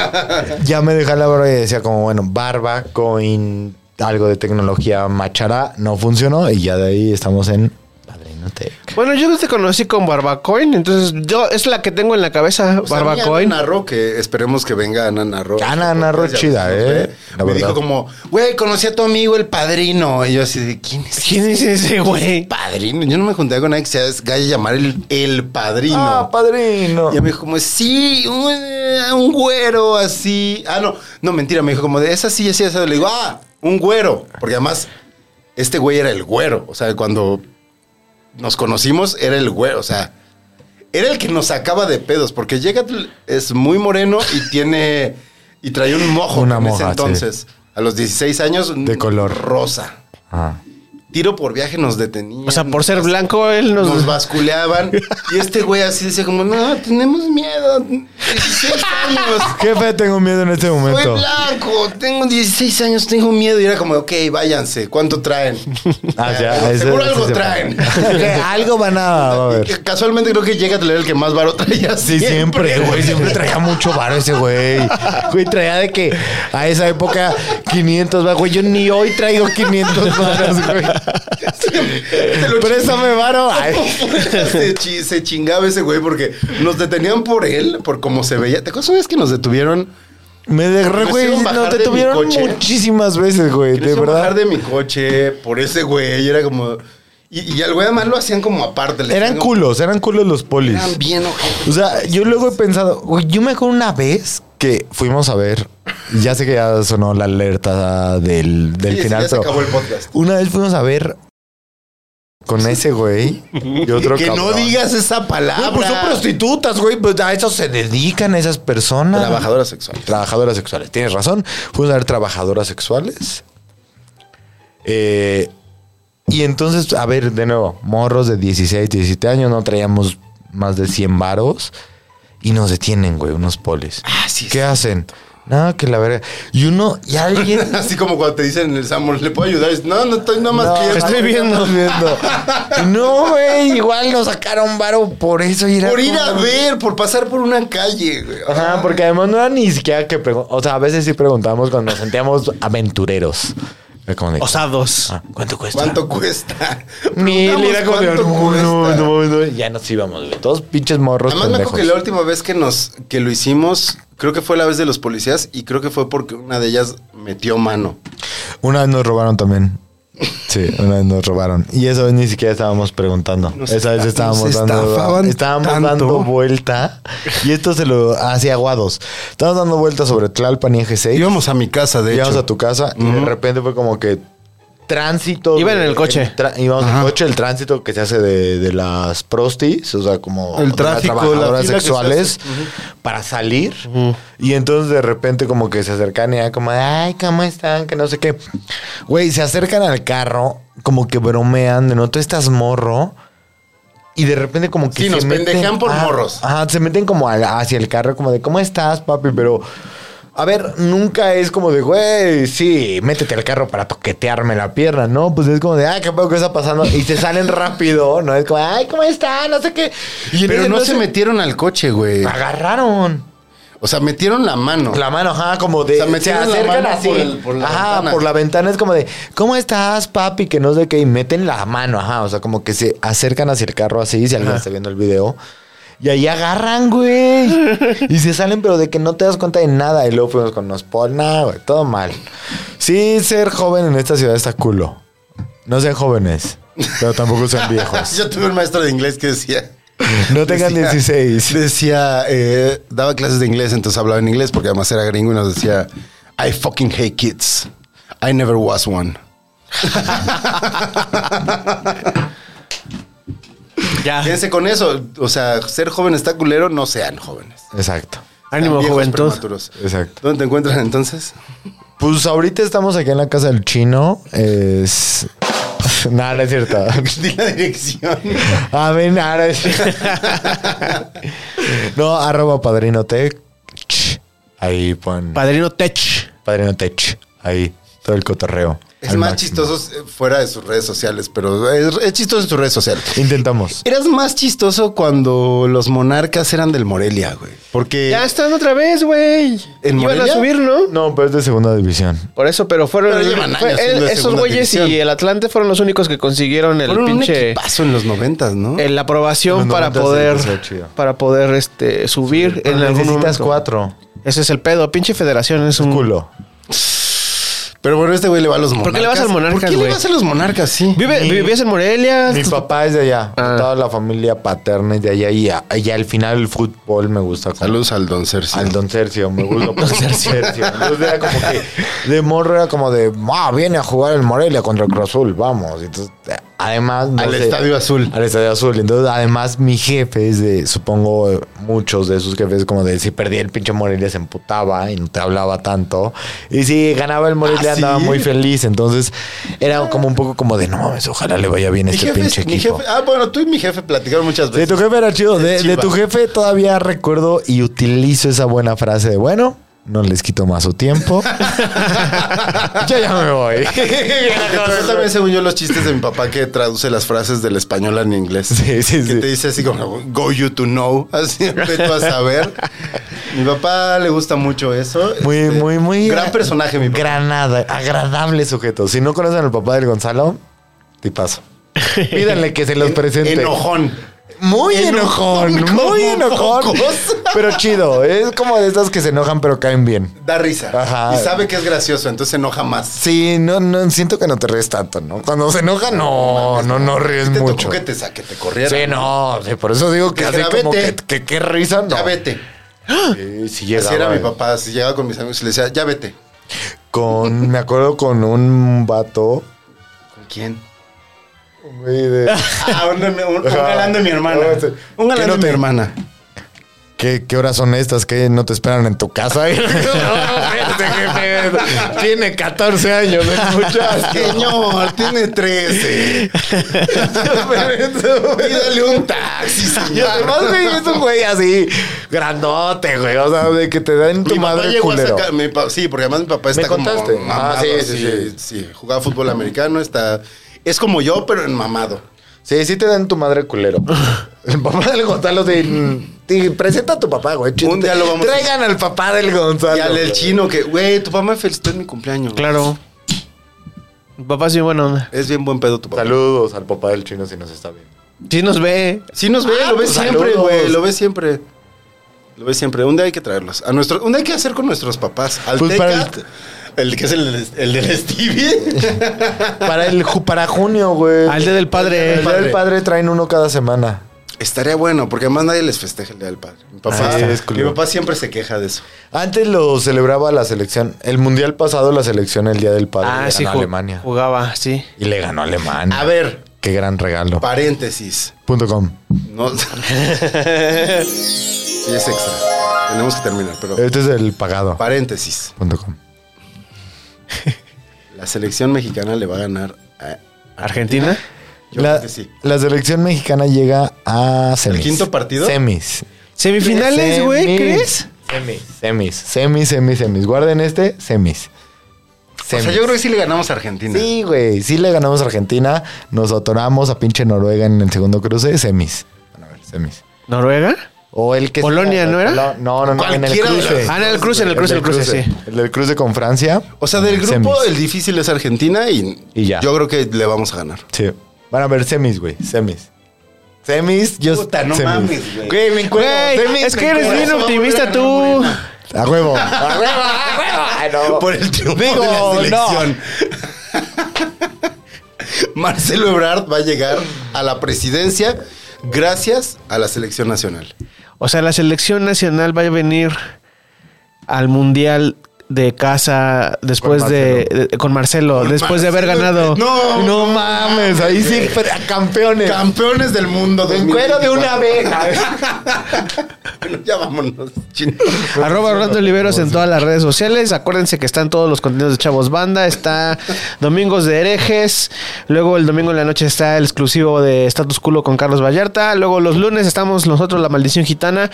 Speaker 6: ya me dejé la barba y decía como, bueno, barba, coin, algo de tecnología machará, no funcionó y ya de ahí estamos en Padrino Tech.
Speaker 4: Bueno, yo te conocí con barbacoin, entonces yo es la que tengo en la cabeza,
Speaker 5: Barbacoa y
Speaker 4: barbacoin.
Speaker 5: Narro, que esperemos que venga Ana Narro.
Speaker 6: Ana Narro
Speaker 5: Ya
Speaker 6: chida,
Speaker 5: ves,
Speaker 6: ¿eh?
Speaker 5: ¿eh?
Speaker 6: La
Speaker 5: Me
Speaker 6: verdad.
Speaker 5: dijo como, güey, conocí a tu amigo el padrino. Y yo así de, ¿quién es?
Speaker 4: ¿Quién es ese güey?
Speaker 5: Padrino. Yo no me junté con nadie que se galle llamar el, el padrino.
Speaker 4: Ah,
Speaker 6: Ah, padrino!
Speaker 5: Y ella me dijo como, sí, un, eh, un güero así. Ah, no, no, mentira, me dijo como de esa sí, esa, esa. Le digo, ah, un güero. Porque además, este güey era el güero. O sea, cuando nos conocimos, era el güero. O sea, era el que nos sacaba de pedos. Porque llega, es muy moreno y tiene. Y trae un mojo
Speaker 6: Una
Speaker 5: en ese
Speaker 6: moja, sí.
Speaker 5: entonces. A los 16 años.
Speaker 6: De color.
Speaker 5: Rosa.
Speaker 6: Ah.
Speaker 5: Tiro por viaje nos detenían.
Speaker 4: O sea, por ser blanco, él nos.
Speaker 5: Nos basculeaban. Y este güey así decía como, no, tenemos miedo. 16 años.
Speaker 6: Jefe, tengo miedo en este
Speaker 5: Soy
Speaker 6: momento.
Speaker 5: blanco, tengo 16 años, tengo miedo. Y era como, ok, váyanse, ¿cuánto traen?
Speaker 6: Ah, ya,
Speaker 5: Pero
Speaker 6: ese-
Speaker 5: Seguro
Speaker 6: ese
Speaker 5: algo
Speaker 6: se-
Speaker 5: traen.
Speaker 6: Algo van a, a ver.
Speaker 5: Casualmente creo que llega a tener el que más varo traía
Speaker 6: Sí, siempre, güey. Siempre traía mucho varo ese güey. Güey, traía de que a esa época 500 varos. Güey, yo ni hoy traigo 500 varos, güey.
Speaker 5: Te lo
Speaker 6: Préstame varo. Ay.
Speaker 5: se, chi- se chingaba ese güey porque nos detenían por él, por cómo se veía. ¿Te acuerdas una vez que nos detuvieron?
Speaker 6: Me derré,
Speaker 5: Me
Speaker 6: güey.
Speaker 5: hicieron
Speaker 6: No,
Speaker 5: bajar
Speaker 6: te
Speaker 5: de mi
Speaker 6: tuvieron
Speaker 5: coche.
Speaker 6: muchísimas veces, güey.
Speaker 5: Quería
Speaker 6: De
Speaker 5: bajar
Speaker 6: verdad.
Speaker 5: de mi coche por ese güey. Era como. Y, y al güey además lo hacían como aparte. le
Speaker 6: Eran
Speaker 5: hacían como-
Speaker 6: culos, eran culos los polis.
Speaker 5: Eran bien ojetes.
Speaker 6: O sea, yo luego he pensado, güey, yo me acuerdo una vez que fuimos a ver, ya sé que ya sonó la alerta del, del
Speaker 5: Sí,
Speaker 6: final,
Speaker 5: ya se
Speaker 6: pero
Speaker 5: acabó el podcast.
Speaker 6: una vez fuimos a ver con ese güey y otro
Speaker 5: Que no
Speaker 6: cabrón.
Speaker 5: digas esa palabra.
Speaker 6: Güey, pues son prostitutas, güey, pues a eso se dedican esas personas.
Speaker 5: Trabajadora sexual.
Speaker 6: Trabajadoras sexuales, tienes razón. Fuimos a ver trabajadoras sexuales. Eh, y entonces, a ver, de nuevo, morros de 16, 17 años, no traíamos más de 100 varos. Y nos detienen, güey, unos polis.
Speaker 5: Ah, sí,
Speaker 6: ¿Qué
Speaker 5: sí.
Speaker 6: hacen? No, que la verga. Y uno, y alguien.
Speaker 5: Así como cuando te dicen en el Samuel, ¿le puedo ayudar? Y dices, No, no estoy nada más
Speaker 6: No,
Speaker 5: que
Speaker 6: estoy viendo. viendo. No, güey, igual nos sacaron varo por eso. y era
Speaker 5: Por ir a
Speaker 6: como-
Speaker 5: ver, por pasar por una calle, güey. Ah,
Speaker 6: Ajá, porque además no era ni siquiera que pregun- O sea, a veces sí preguntamos cuando nos sentíamos aventureros. Era como de,
Speaker 4: Osados.
Speaker 6: ah, ¿cuánto cuesta?
Speaker 5: ¿Cuánto cuesta?
Speaker 6: Mil,
Speaker 5: Preguntamos
Speaker 6: era como de,
Speaker 5: cuánto
Speaker 6: no, no,
Speaker 5: cuesta.
Speaker 6: no, no, ya nos íbamos, güey. Todos pinches morros
Speaker 5: Además me acuerdo
Speaker 6: pendejos.
Speaker 5: que la última vez que nos que lo hicimos, creo que fue la vez de los policías y creo que fue porque una de ellas metió mano.
Speaker 6: Una vez nos robaron también. Sí, una vez nos robaron. Y esa vez ni siquiera estábamos preguntando.
Speaker 5: Nos
Speaker 6: esa vez
Speaker 5: esta-
Speaker 6: estábamos
Speaker 8: nos
Speaker 6: dando
Speaker 8: estafaban
Speaker 6: estábamos
Speaker 8: tanto.
Speaker 6: dando vuelta. Y esto se lo hacía aguados. Estábamos dando vuelta sobre Tlalpan y Eje 6.
Speaker 5: Íbamos a mi casa, de
Speaker 6: Llegamos
Speaker 5: hecho.
Speaker 6: a tu casa y de
Speaker 5: Ujú.
Speaker 6: repente fue como que tránsito.
Speaker 4: Iban en el
Speaker 6: de-
Speaker 4: coche.
Speaker 6: tra- íbamos en el
Speaker 8: Ajá.
Speaker 6: coche, el tránsito que se hace de, de las prostis, o sea, como
Speaker 8: El
Speaker 6: de las
Speaker 8: tráfico, la fila
Speaker 6: trabajadoras
Speaker 8: que se
Speaker 6: sexuales para salir. Y entonces de repente como que se acercan y era como, ay, ¿cómo están? Que no sé qué. Güey, se acercan al carro, como que bromean, de no, tú estás morro. Y de repente como que
Speaker 5: Sí, nos pendejean por
Speaker 6: Ah,
Speaker 5: morros.
Speaker 6: Ajá, se meten como al- hacia el carro, como de, ¿cómo estás, papi? Pero, a ver, nunca es como de, güey, sí, métete al carro para toquetearme la pierna, ¿no? Pues es como de, ay, ¿qué pedo que está pasando? Y se salen rápido, ¿no? Es como, ay, ¿cómo está? No sé qué. Y en
Speaker 5: Pero
Speaker 6: ese
Speaker 5: no se metieron al coche, güey.
Speaker 6: Agarraron.
Speaker 5: O sea, metieron la mano.
Speaker 6: La mano, ajá, como de.
Speaker 5: O sea,
Speaker 6: se
Speaker 5: metieron la
Speaker 6: acercan
Speaker 5: mano
Speaker 6: así.
Speaker 5: por el- por la
Speaker 6: ajá,
Speaker 5: ventana.
Speaker 6: por la ventana es como de, ¿cómo estás, papi? Que no sé qué. Y meten la mano, ajá. O sea, como que se acercan hacia el carro así, si alguien está viendo el video. Y ahí agarran, güey. Y se salen, pero de que no te das cuenta de nada. Y luego fuimos con los pol. No, güey, todo mal. Sí, ser joven en esta ciudad está culo. No sean jóvenes, pero tampoco sean viejos.
Speaker 5: Yo tuve un maestro de inglés que decía.
Speaker 6: No tengan
Speaker 5: Decía-
Speaker 6: 16.
Speaker 5: Decía, eh, daba clases de inglés, entonces hablaba en inglés porque además era gringo y nos decía, I fucking hate kids. I never was one.
Speaker 4: Ya.
Speaker 5: Quédense con eso. O sea, ser joven está culero, no sean jóvenes.
Speaker 6: Exacto,
Speaker 4: Ánimo,
Speaker 5: Sean viejos
Speaker 4: juventud.
Speaker 5: prematuros.
Speaker 6: exacto.
Speaker 5: ¿Dónde te encuentran entonces?
Speaker 6: Pues ahorita estamos aquí en la casa del chino. Es. Nada, no es cierto.
Speaker 5: Di la dirección.
Speaker 6: A ver, nada, no es cierto. No, arroba padrino tech. Ahí pon.
Speaker 4: Padrino Tech.
Speaker 6: Padrino tech. Ahí. Todo el cotorreo.
Speaker 5: Es
Speaker 6: Al
Speaker 5: más
Speaker 6: máximo.
Speaker 5: chistoso eh, fuera de sus redes sociales, pero es, es chistoso en sus redes sociales.
Speaker 6: Intentamos.
Speaker 5: Eras más chistoso cuando los monarcas eran del Morelia, güey. Porque
Speaker 4: Ya están otra vez, güey.
Speaker 5: ¿En
Speaker 4: Iban a
Speaker 5: Morelia?
Speaker 4: subir, ¿no?
Speaker 6: No, pero es de segunda división.
Speaker 4: Por eso, pero fueron.
Speaker 5: Pero llevan
Speaker 4: fue-
Speaker 5: años
Speaker 4: el-
Speaker 5: siendo de
Speaker 4: esos
Speaker 5: segunda
Speaker 4: güeyes
Speaker 5: división.
Speaker 4: y el Atlante fueron los únicos que consiguieron el
Speaker 5: fueron un
Speaker 4: pinche.
Speaker 5: equipazo en los noventas, ¿no?
Speaker 4: el- La aprobación
Speaker 6: Los
Speaker 4: para
Speaker 6: 90
Speaker 4: poder.
Speaker 6: se empezó chido.
Speaker 4: Para poder este, subir en
Speaker 6: Pero
Speaker 4: algún
Speaker 6: necesitas
Speaker 4: momento. Mm.
Speaker 6: cuatro.
Speaker 4: Ese es el pedo. Pinche federación es un.
Speaker 6: Culo.
Speaker 5: Pero bueno, este güey le va a los monarcas.
Speaker 4: ¿Por qué le vas al monarcas,
Speaker 5: ¿Por qué le
Speaker 4: güey?
Speaker 5: vas a los monarcas, sí?
Speaker 4: Vive,
Speaker 6: Mi-
Speaker 4: ¿Vivías en Morelia?
Speaker 6: Mi
Speaker 4: Tus-
Speaker 6: papá es de allá.
Speaker 4: Ah.
Speaker 6: Toda la familia paterna es de allá. Y, a- y al final el fútbol me gusta. como-
Speaker 5: Saludos al don Cercio.
Speaker 6: Al Don Sergio, me gusta por Don Sergio. Entonces era como que de morro era como de, ah, viene a jugar el Morelia contra el Cruz Azul, vamos. Entonces, además. no
Speaker 5: Al
Speaker 6: sé,
Speaker 5: Estadio Azul.
Speaker 6: Al Estadio Azul. Entonces, además, mi jefe es de, supongo, muchos de sus jefes, como de, si perdía el pinche Morelia se emputaba y no te hablaba tanto. Y si ganaba el
Speaker 5: ¿Ah, sí?
Speaker 6: Morelia andaba muy feliz. Entonces, era como un poco como de, no mames, ojalá le vaya bien a
Speaker 5: Mi
Speaker 6: este
Speaker 5: jefe es-
Speaker 6: pinche
Speaker 5: mi
Speaker 6: equipo.
Speaker 5: jefe- ah, bueno, tú y mi jefe platicaron muchas
Speaker 6: De
Speaker 5: veces.
Speaker 6: tu jefe era chido. De,
Speaker 5: Es
Speaker 6: de tu
Speaker 5: chiva.
Speaker 6: jefe todavía recuerdo y utilizo esa buena frase de bueno. No les quito más su tiempo. Yo ya me voy.
Speaker 5: Entonces, también, según yo, los chistes de mi papá que traduce las frases del español al inglés.
Speaker 6: Sí, sí,
Speaker 5: que
Speaker 6: sí.
Speaker 5: te dice así como, go you to know. Así, vete tú a saber. Mi papá le gusta mucho eso.
Speaker 6: Muy,
Speaker 5: Este,
Speaker 6: muy, muy.
Speaker 5: Gran personaje, mi papá.
Speaker 6: Granada, agradable sujeto. Si no conocen al papá del Gonzalo, te paso. Pídanle que se los presente.
Speaker 5: Enojón.
Speaker 6: Muy enojón,
Speaker 5: Enojón
Speaker 6: muy
Speaker 5: como
Speaker 6: enojón.
Speaker 5: pocos.
Speaker 6: Pero chido. Es como de esas que se enojan pero caen bien.
Speaker 5: Da risa.
Speaker 6: Ajá.
Speaker 5: Y sabe que es gracioso, entonces se enoja más.
Speaker 6: Sí, no, no siento que no te ríes tanto, ¿no? Cuando se enoja, no, no, no ríes
Speaker 5: te
Speaker 6: mucho.
Speaker 5: tocó que te saque, te corriera.
Speaker 6: Sí, no, sí, por eso digo que
Speaker 5: Te
Speaker 6: así
Speaker 5: dijera,
Speaker 6: como que,
Speaker 5: "Vete".
Speaker 6: que qué risa, no.
Speaker 5: Ya vete.
Speaker 6: Sí, sí
Speaker 5: Así
Speaker 6: llegaba,
Speaker 5: era mi
Speaker 6: eh.
Speaker 5: papá. Si llegaba con mis amigos y le decía, ya vete.
Speaker 6: Con, me acuerdo con un vato,
Speaker 5: ¿Con quién?
Speaker 6: güey, de-
Speaker 5: Ah, un, un- un galán de mi hermana.
Speaker 6: Ah, sí.
Speaker 5: Un
Speaker 6: Que
Speaker 5: galán
Speaker 6: no
Speaker 5: de mi
Speaker 6: te-
Speaker 5: hermana.
Speaker 6: ¿qué, qué horas son estas? que no te esperan en tu casa? este jefe. Tiene 14 años, ¿me escuchaste?
Speaker 5: Señor, tiene 13. Pídale un taxi, señor.
Speaker 6: Y además, güey, es un güey así, grandote, güey. O sea, de que te den tu
Speaker 5: Mi papá
Speaker 6: madre
Speaker 5: llegó a
Speaker 6: culero.
Speaker 5: sacar- mi pa- sí, porque además mi papá está
Speaker 6: contaste?
Speaker 5: como mamado,
Speaker 6: Ah, sí, sí, sí.
Speaker 5: Jugaba fútbol americano, está... Es como yo, pero en mamado.
Speaker 6: Sí, sí te dan tu madre culero. El papá del Gonzalo de. y presenta a tu papá, güey.
Speaker 5: Un día lo vamos a-
Speaker 6: Traigan al papá del Gonzalo.
Speaker 5: Y al del
Speaker 6: güey.
Speaker 5: chino que, güey, tu papá me felicitó en mi cumpleaños.
Speaker 4: Claro. Papá sí, bueno.
Speaker 5: Es bien buen pedo tu papá.
Speaker 6: Saludos al papá del chino si nos está viendo.
Speaker 4: Sí nos ve.
Speaker 5: Sí nos ve,
Speaker 6: Ah,
Speaker 5: lo ve
Speaker 6: pues,
Speaker 5: siempre,
Speaker 6: saludos.
Speaker 5: güey. Lo ve siempre. Lo ve siempre. Un día hay que traerlos. A nuestro, un día hay que hacer con nuestros papás. Al
Speaker 6: Pues,
Speaker 5: Teca,
Speaker 6: para
Speaker 5: el que es el, el del Stevie.
Speaker 6: Para, el, ju- para junio, güey.
Speaker 4: Al día del padre.
Speaker 6: El día del padre traen uno cada semana.
Speaker 5: Estaría bueno, porque además nadie les festeja el día del padre. Mi papá,
Speaker 6: Ah, sí, es
Speaker 5: mi
Speaker 6: culero.
Speaker 5: papá siempre se queja de eso.
Speaker 6: Antes lo celebraba la selección. El mundial pasado, la selección el día del padre. le
Speaker 4: Ah,
Speaker 6: ganó
Speaker 4: sí,
Speaker 6: a
Speaker 4: ju- Ah.
Speaker 6: Alemania.
Speaker 4: jugaba, sí.
Speaker 6: Y le ganó a Alemania.
Speaker 5: A ver,
Speaker 6: Qué gran regalo.
Speaker 5: paréntesis.
Speaker 6: Punto com.
Speaker 5: No. sí, es extra. Tenemos que terminar, pero.
Speaker 6: Este es el pagado.
Speaker 5: Paréntesis.
Speaker 6: Punto com.
Speaker 5: La selección mexicana le va a ganar a.
Speaker 4: Argentina.
Speaker 5: Yo
Speaker 6: la,
Speaker 5: creo que sí.
Speaker 6: la selección mexicana llega a semis.
Speaker 5: quinto partido?
Speaker 6: Semis.
Speaker 4: Semifinales, güey,
Speaker 6: Semis.
Speaker 4: ¿crees?
Speaker 6: Semis. Semis. Semis, semis, semis. Guarden este, semis.
Speaker 5: O
Speaker 6: Semis.
Speaker 5: sea, yo creo que sí le ganamos a Argentina.
Speaker 6: Sí, güey. Sí le ganamos a Argentina. Nos atoramos a pinche Noruega en el segundo cruce. Semis. Bueno, a ver, semis.
Speaker 4: ¿Noruega?
Speaker 6: O el que...
Speaker 4: Polonia, ¿no era?
Speaker 6: No, no, no. en el
Speaker 5: Cualquiera de
Speaker 6: cruce.
Speaker 5: las-
Speaker 4: Ah, en el cruce, en el
Speaker 6: El
Speaker 4: cruce, en
Speaker 6: del
Speaker 4: el cruce, sí.
Speaker 6: El del cruce con Francia.
Speaker 5: O sea, del grupo
Speaker 6: Semis.
Speaker 5: el difícil es Argentina y,
Speaker 6: Y ya.
Speaker 5: yo creo que le vamos a ganar.
Speaker 6: Sí. Van a ver semis, güey. Semis. Semis, yo.
Speaker 5: Puta, no
Speaker 6: semis.
Speaker 5: mames, güey.
Speaker 6: Güey, me encuentro.
Speaker 4: Güey,
Speaker 6: Semis,
Speaker 4: es
Speaker 6: me
Speaker 4: que eres
Speaker 6: encuentro.
Speaker 4: bien optimista tú. Ah,
Speaker 6: A huevo. A huevo, a huevo. Ay, no.
Speaker 5: Por el triunfo
Speaker 6: Digo,
Speaker 5: de la
Speaker 6: no.
Speaker 5: selección. Marcelo Ebrard va a llegar a la presidencia gracias a la selección nacional.
Speaker 4: O sea, la selección nacional va a venir al mundial de casa después de, de- con Marcelo,
Speaker 5: Con
Speaker 4: después de haber
Speaker 5: Marcelo.
Speaker 4: ganado.
Speaker 5: No,
Speaker 6: No mames, ahí sí,
Speaker 5: güey.
Speaker 6: pero campeones.
Speaker 5: Campeones del mundo.
Speaker 6: En cuero de una abeja.
Speaker 5: Bueno, ya vámonos, chino.
Speaker 4: Arroba Orlando Oliveros en todas las redes sociales. Acuérdense que están todos los contenidos de Chavos Banda. Está Domingos de Herejes. Luego el domingo en la noche está el exclusivo de Status Culo con Carlos Vallarta. Luego los lunes estamos nosotros, La Maldición Gitana.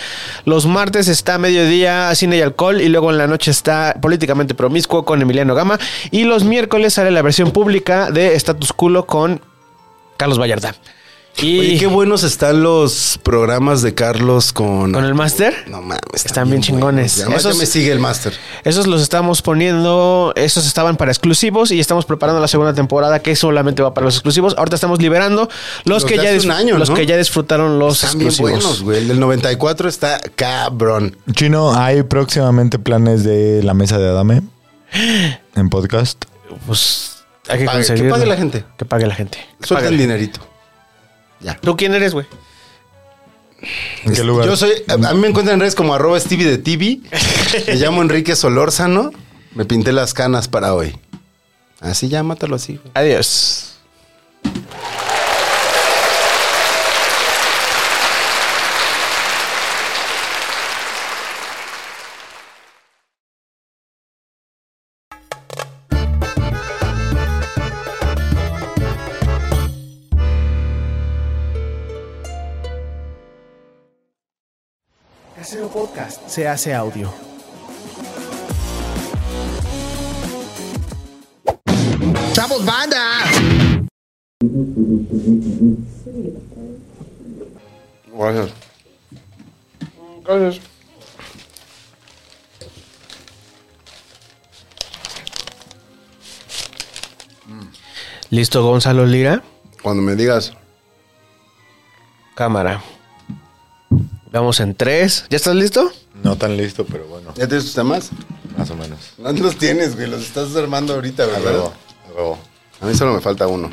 Speaker 4: Los martes está Mediodía, Cine y Alcohol. Y luego en la noche está Políticamente Promiscuo con Emiliano Gama. Y los miércoles sale la versión pública de Status Culo con Carlos Vallarta. Y
Speaker 5: Oye, qué buenos están los programas de Carlos con...
Speaker 4: con el máster.
Speaker 5: No mames.
Speaker 4: Están bien
Speaker 5: buenos.
Speaker 4: chingones.
Speaker 5: Y Además,
Speaker 4: Esos-
Speaker 5: ya me sigue el máster.
Speaker 4: Esos los estamos poniendo, esos estaban para exclusivos y estamos preparando la segunda temporada que solamente va para los exclusivos. Ahorita estamos liberando los,
Speaker 5: Los
Speaker 4: que
Speaker 5: de
Speaker 4: ya
Speaker 5: hace un
Speaker 4: disfr-
Speaker 5: año,
Speaker 4: los
Speaker 5: ¿no?
Speaker 4: que ya disfrutaron los
Speaker 5: Están bien
Speaker 4: exclusivos.
Speaker 5: buenos, güey. El del 94 está cabrón.
Speaker 6: Chino, hay próximamente planes de la mesa de Adame en podcast.
Speaker 4: Pues hay que
Speaker 5: Pague- que
Speaker 4: conseguirlo.
Speaker 5: pague la gente.
Speaker 4: Que pague la gente.
Speaker 5: Suelta el dinerito.
Speaker 4: ¿Tú quién eres, güey?
Speaker 6: ¿En qué lugar?
Speaker 5: Yo soy, a a mí me encuentran en redes como arroba Stevie de TV. Me llamo Enrique Solórzano. Me pinté las canas para hoy. Así ya, mátalo así. güey.
Speaker 4: Adiós.
Speaker 2: Casero Podcast se hace audio.
Speaker 3: ¡Chavos, banda!
Speaker 5: Gracias.
Speaker 4: Listo, Gonzalo Lira.
Speaker 5: Cuando me digas,
Speaker 4: Cámara. Vamos en tres. ¿Ya estás listo?
Speaker 6: No tan listo, pero bueno,
Speaker 5: ¿ya tienes tus temas?
Speaker 6: más o menos.
Speaker 5: No los tienes, güey. Los estás armando ahorita, ¿verdad?
Speaker 6: a huevo.
Speaker 5: A mí solo me falta uno.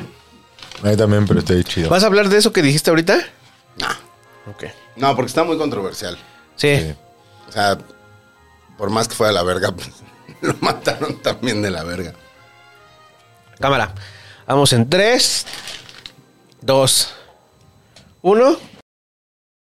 Speaker 6: A mí también, pero estoy chido.
Speaker 4: ¿Vas a hablar de eso que dijiste ahorita? Ok.
Speaker 5: No, porque está muy controversial.
Speaker 4: sí.
Speaker 6: Sí.
Speaker 5: O sea, por más que fuera de la verga, lo mataron también de la verga.
Speaker 4: Cámara. Vamos en 3, 2, 1.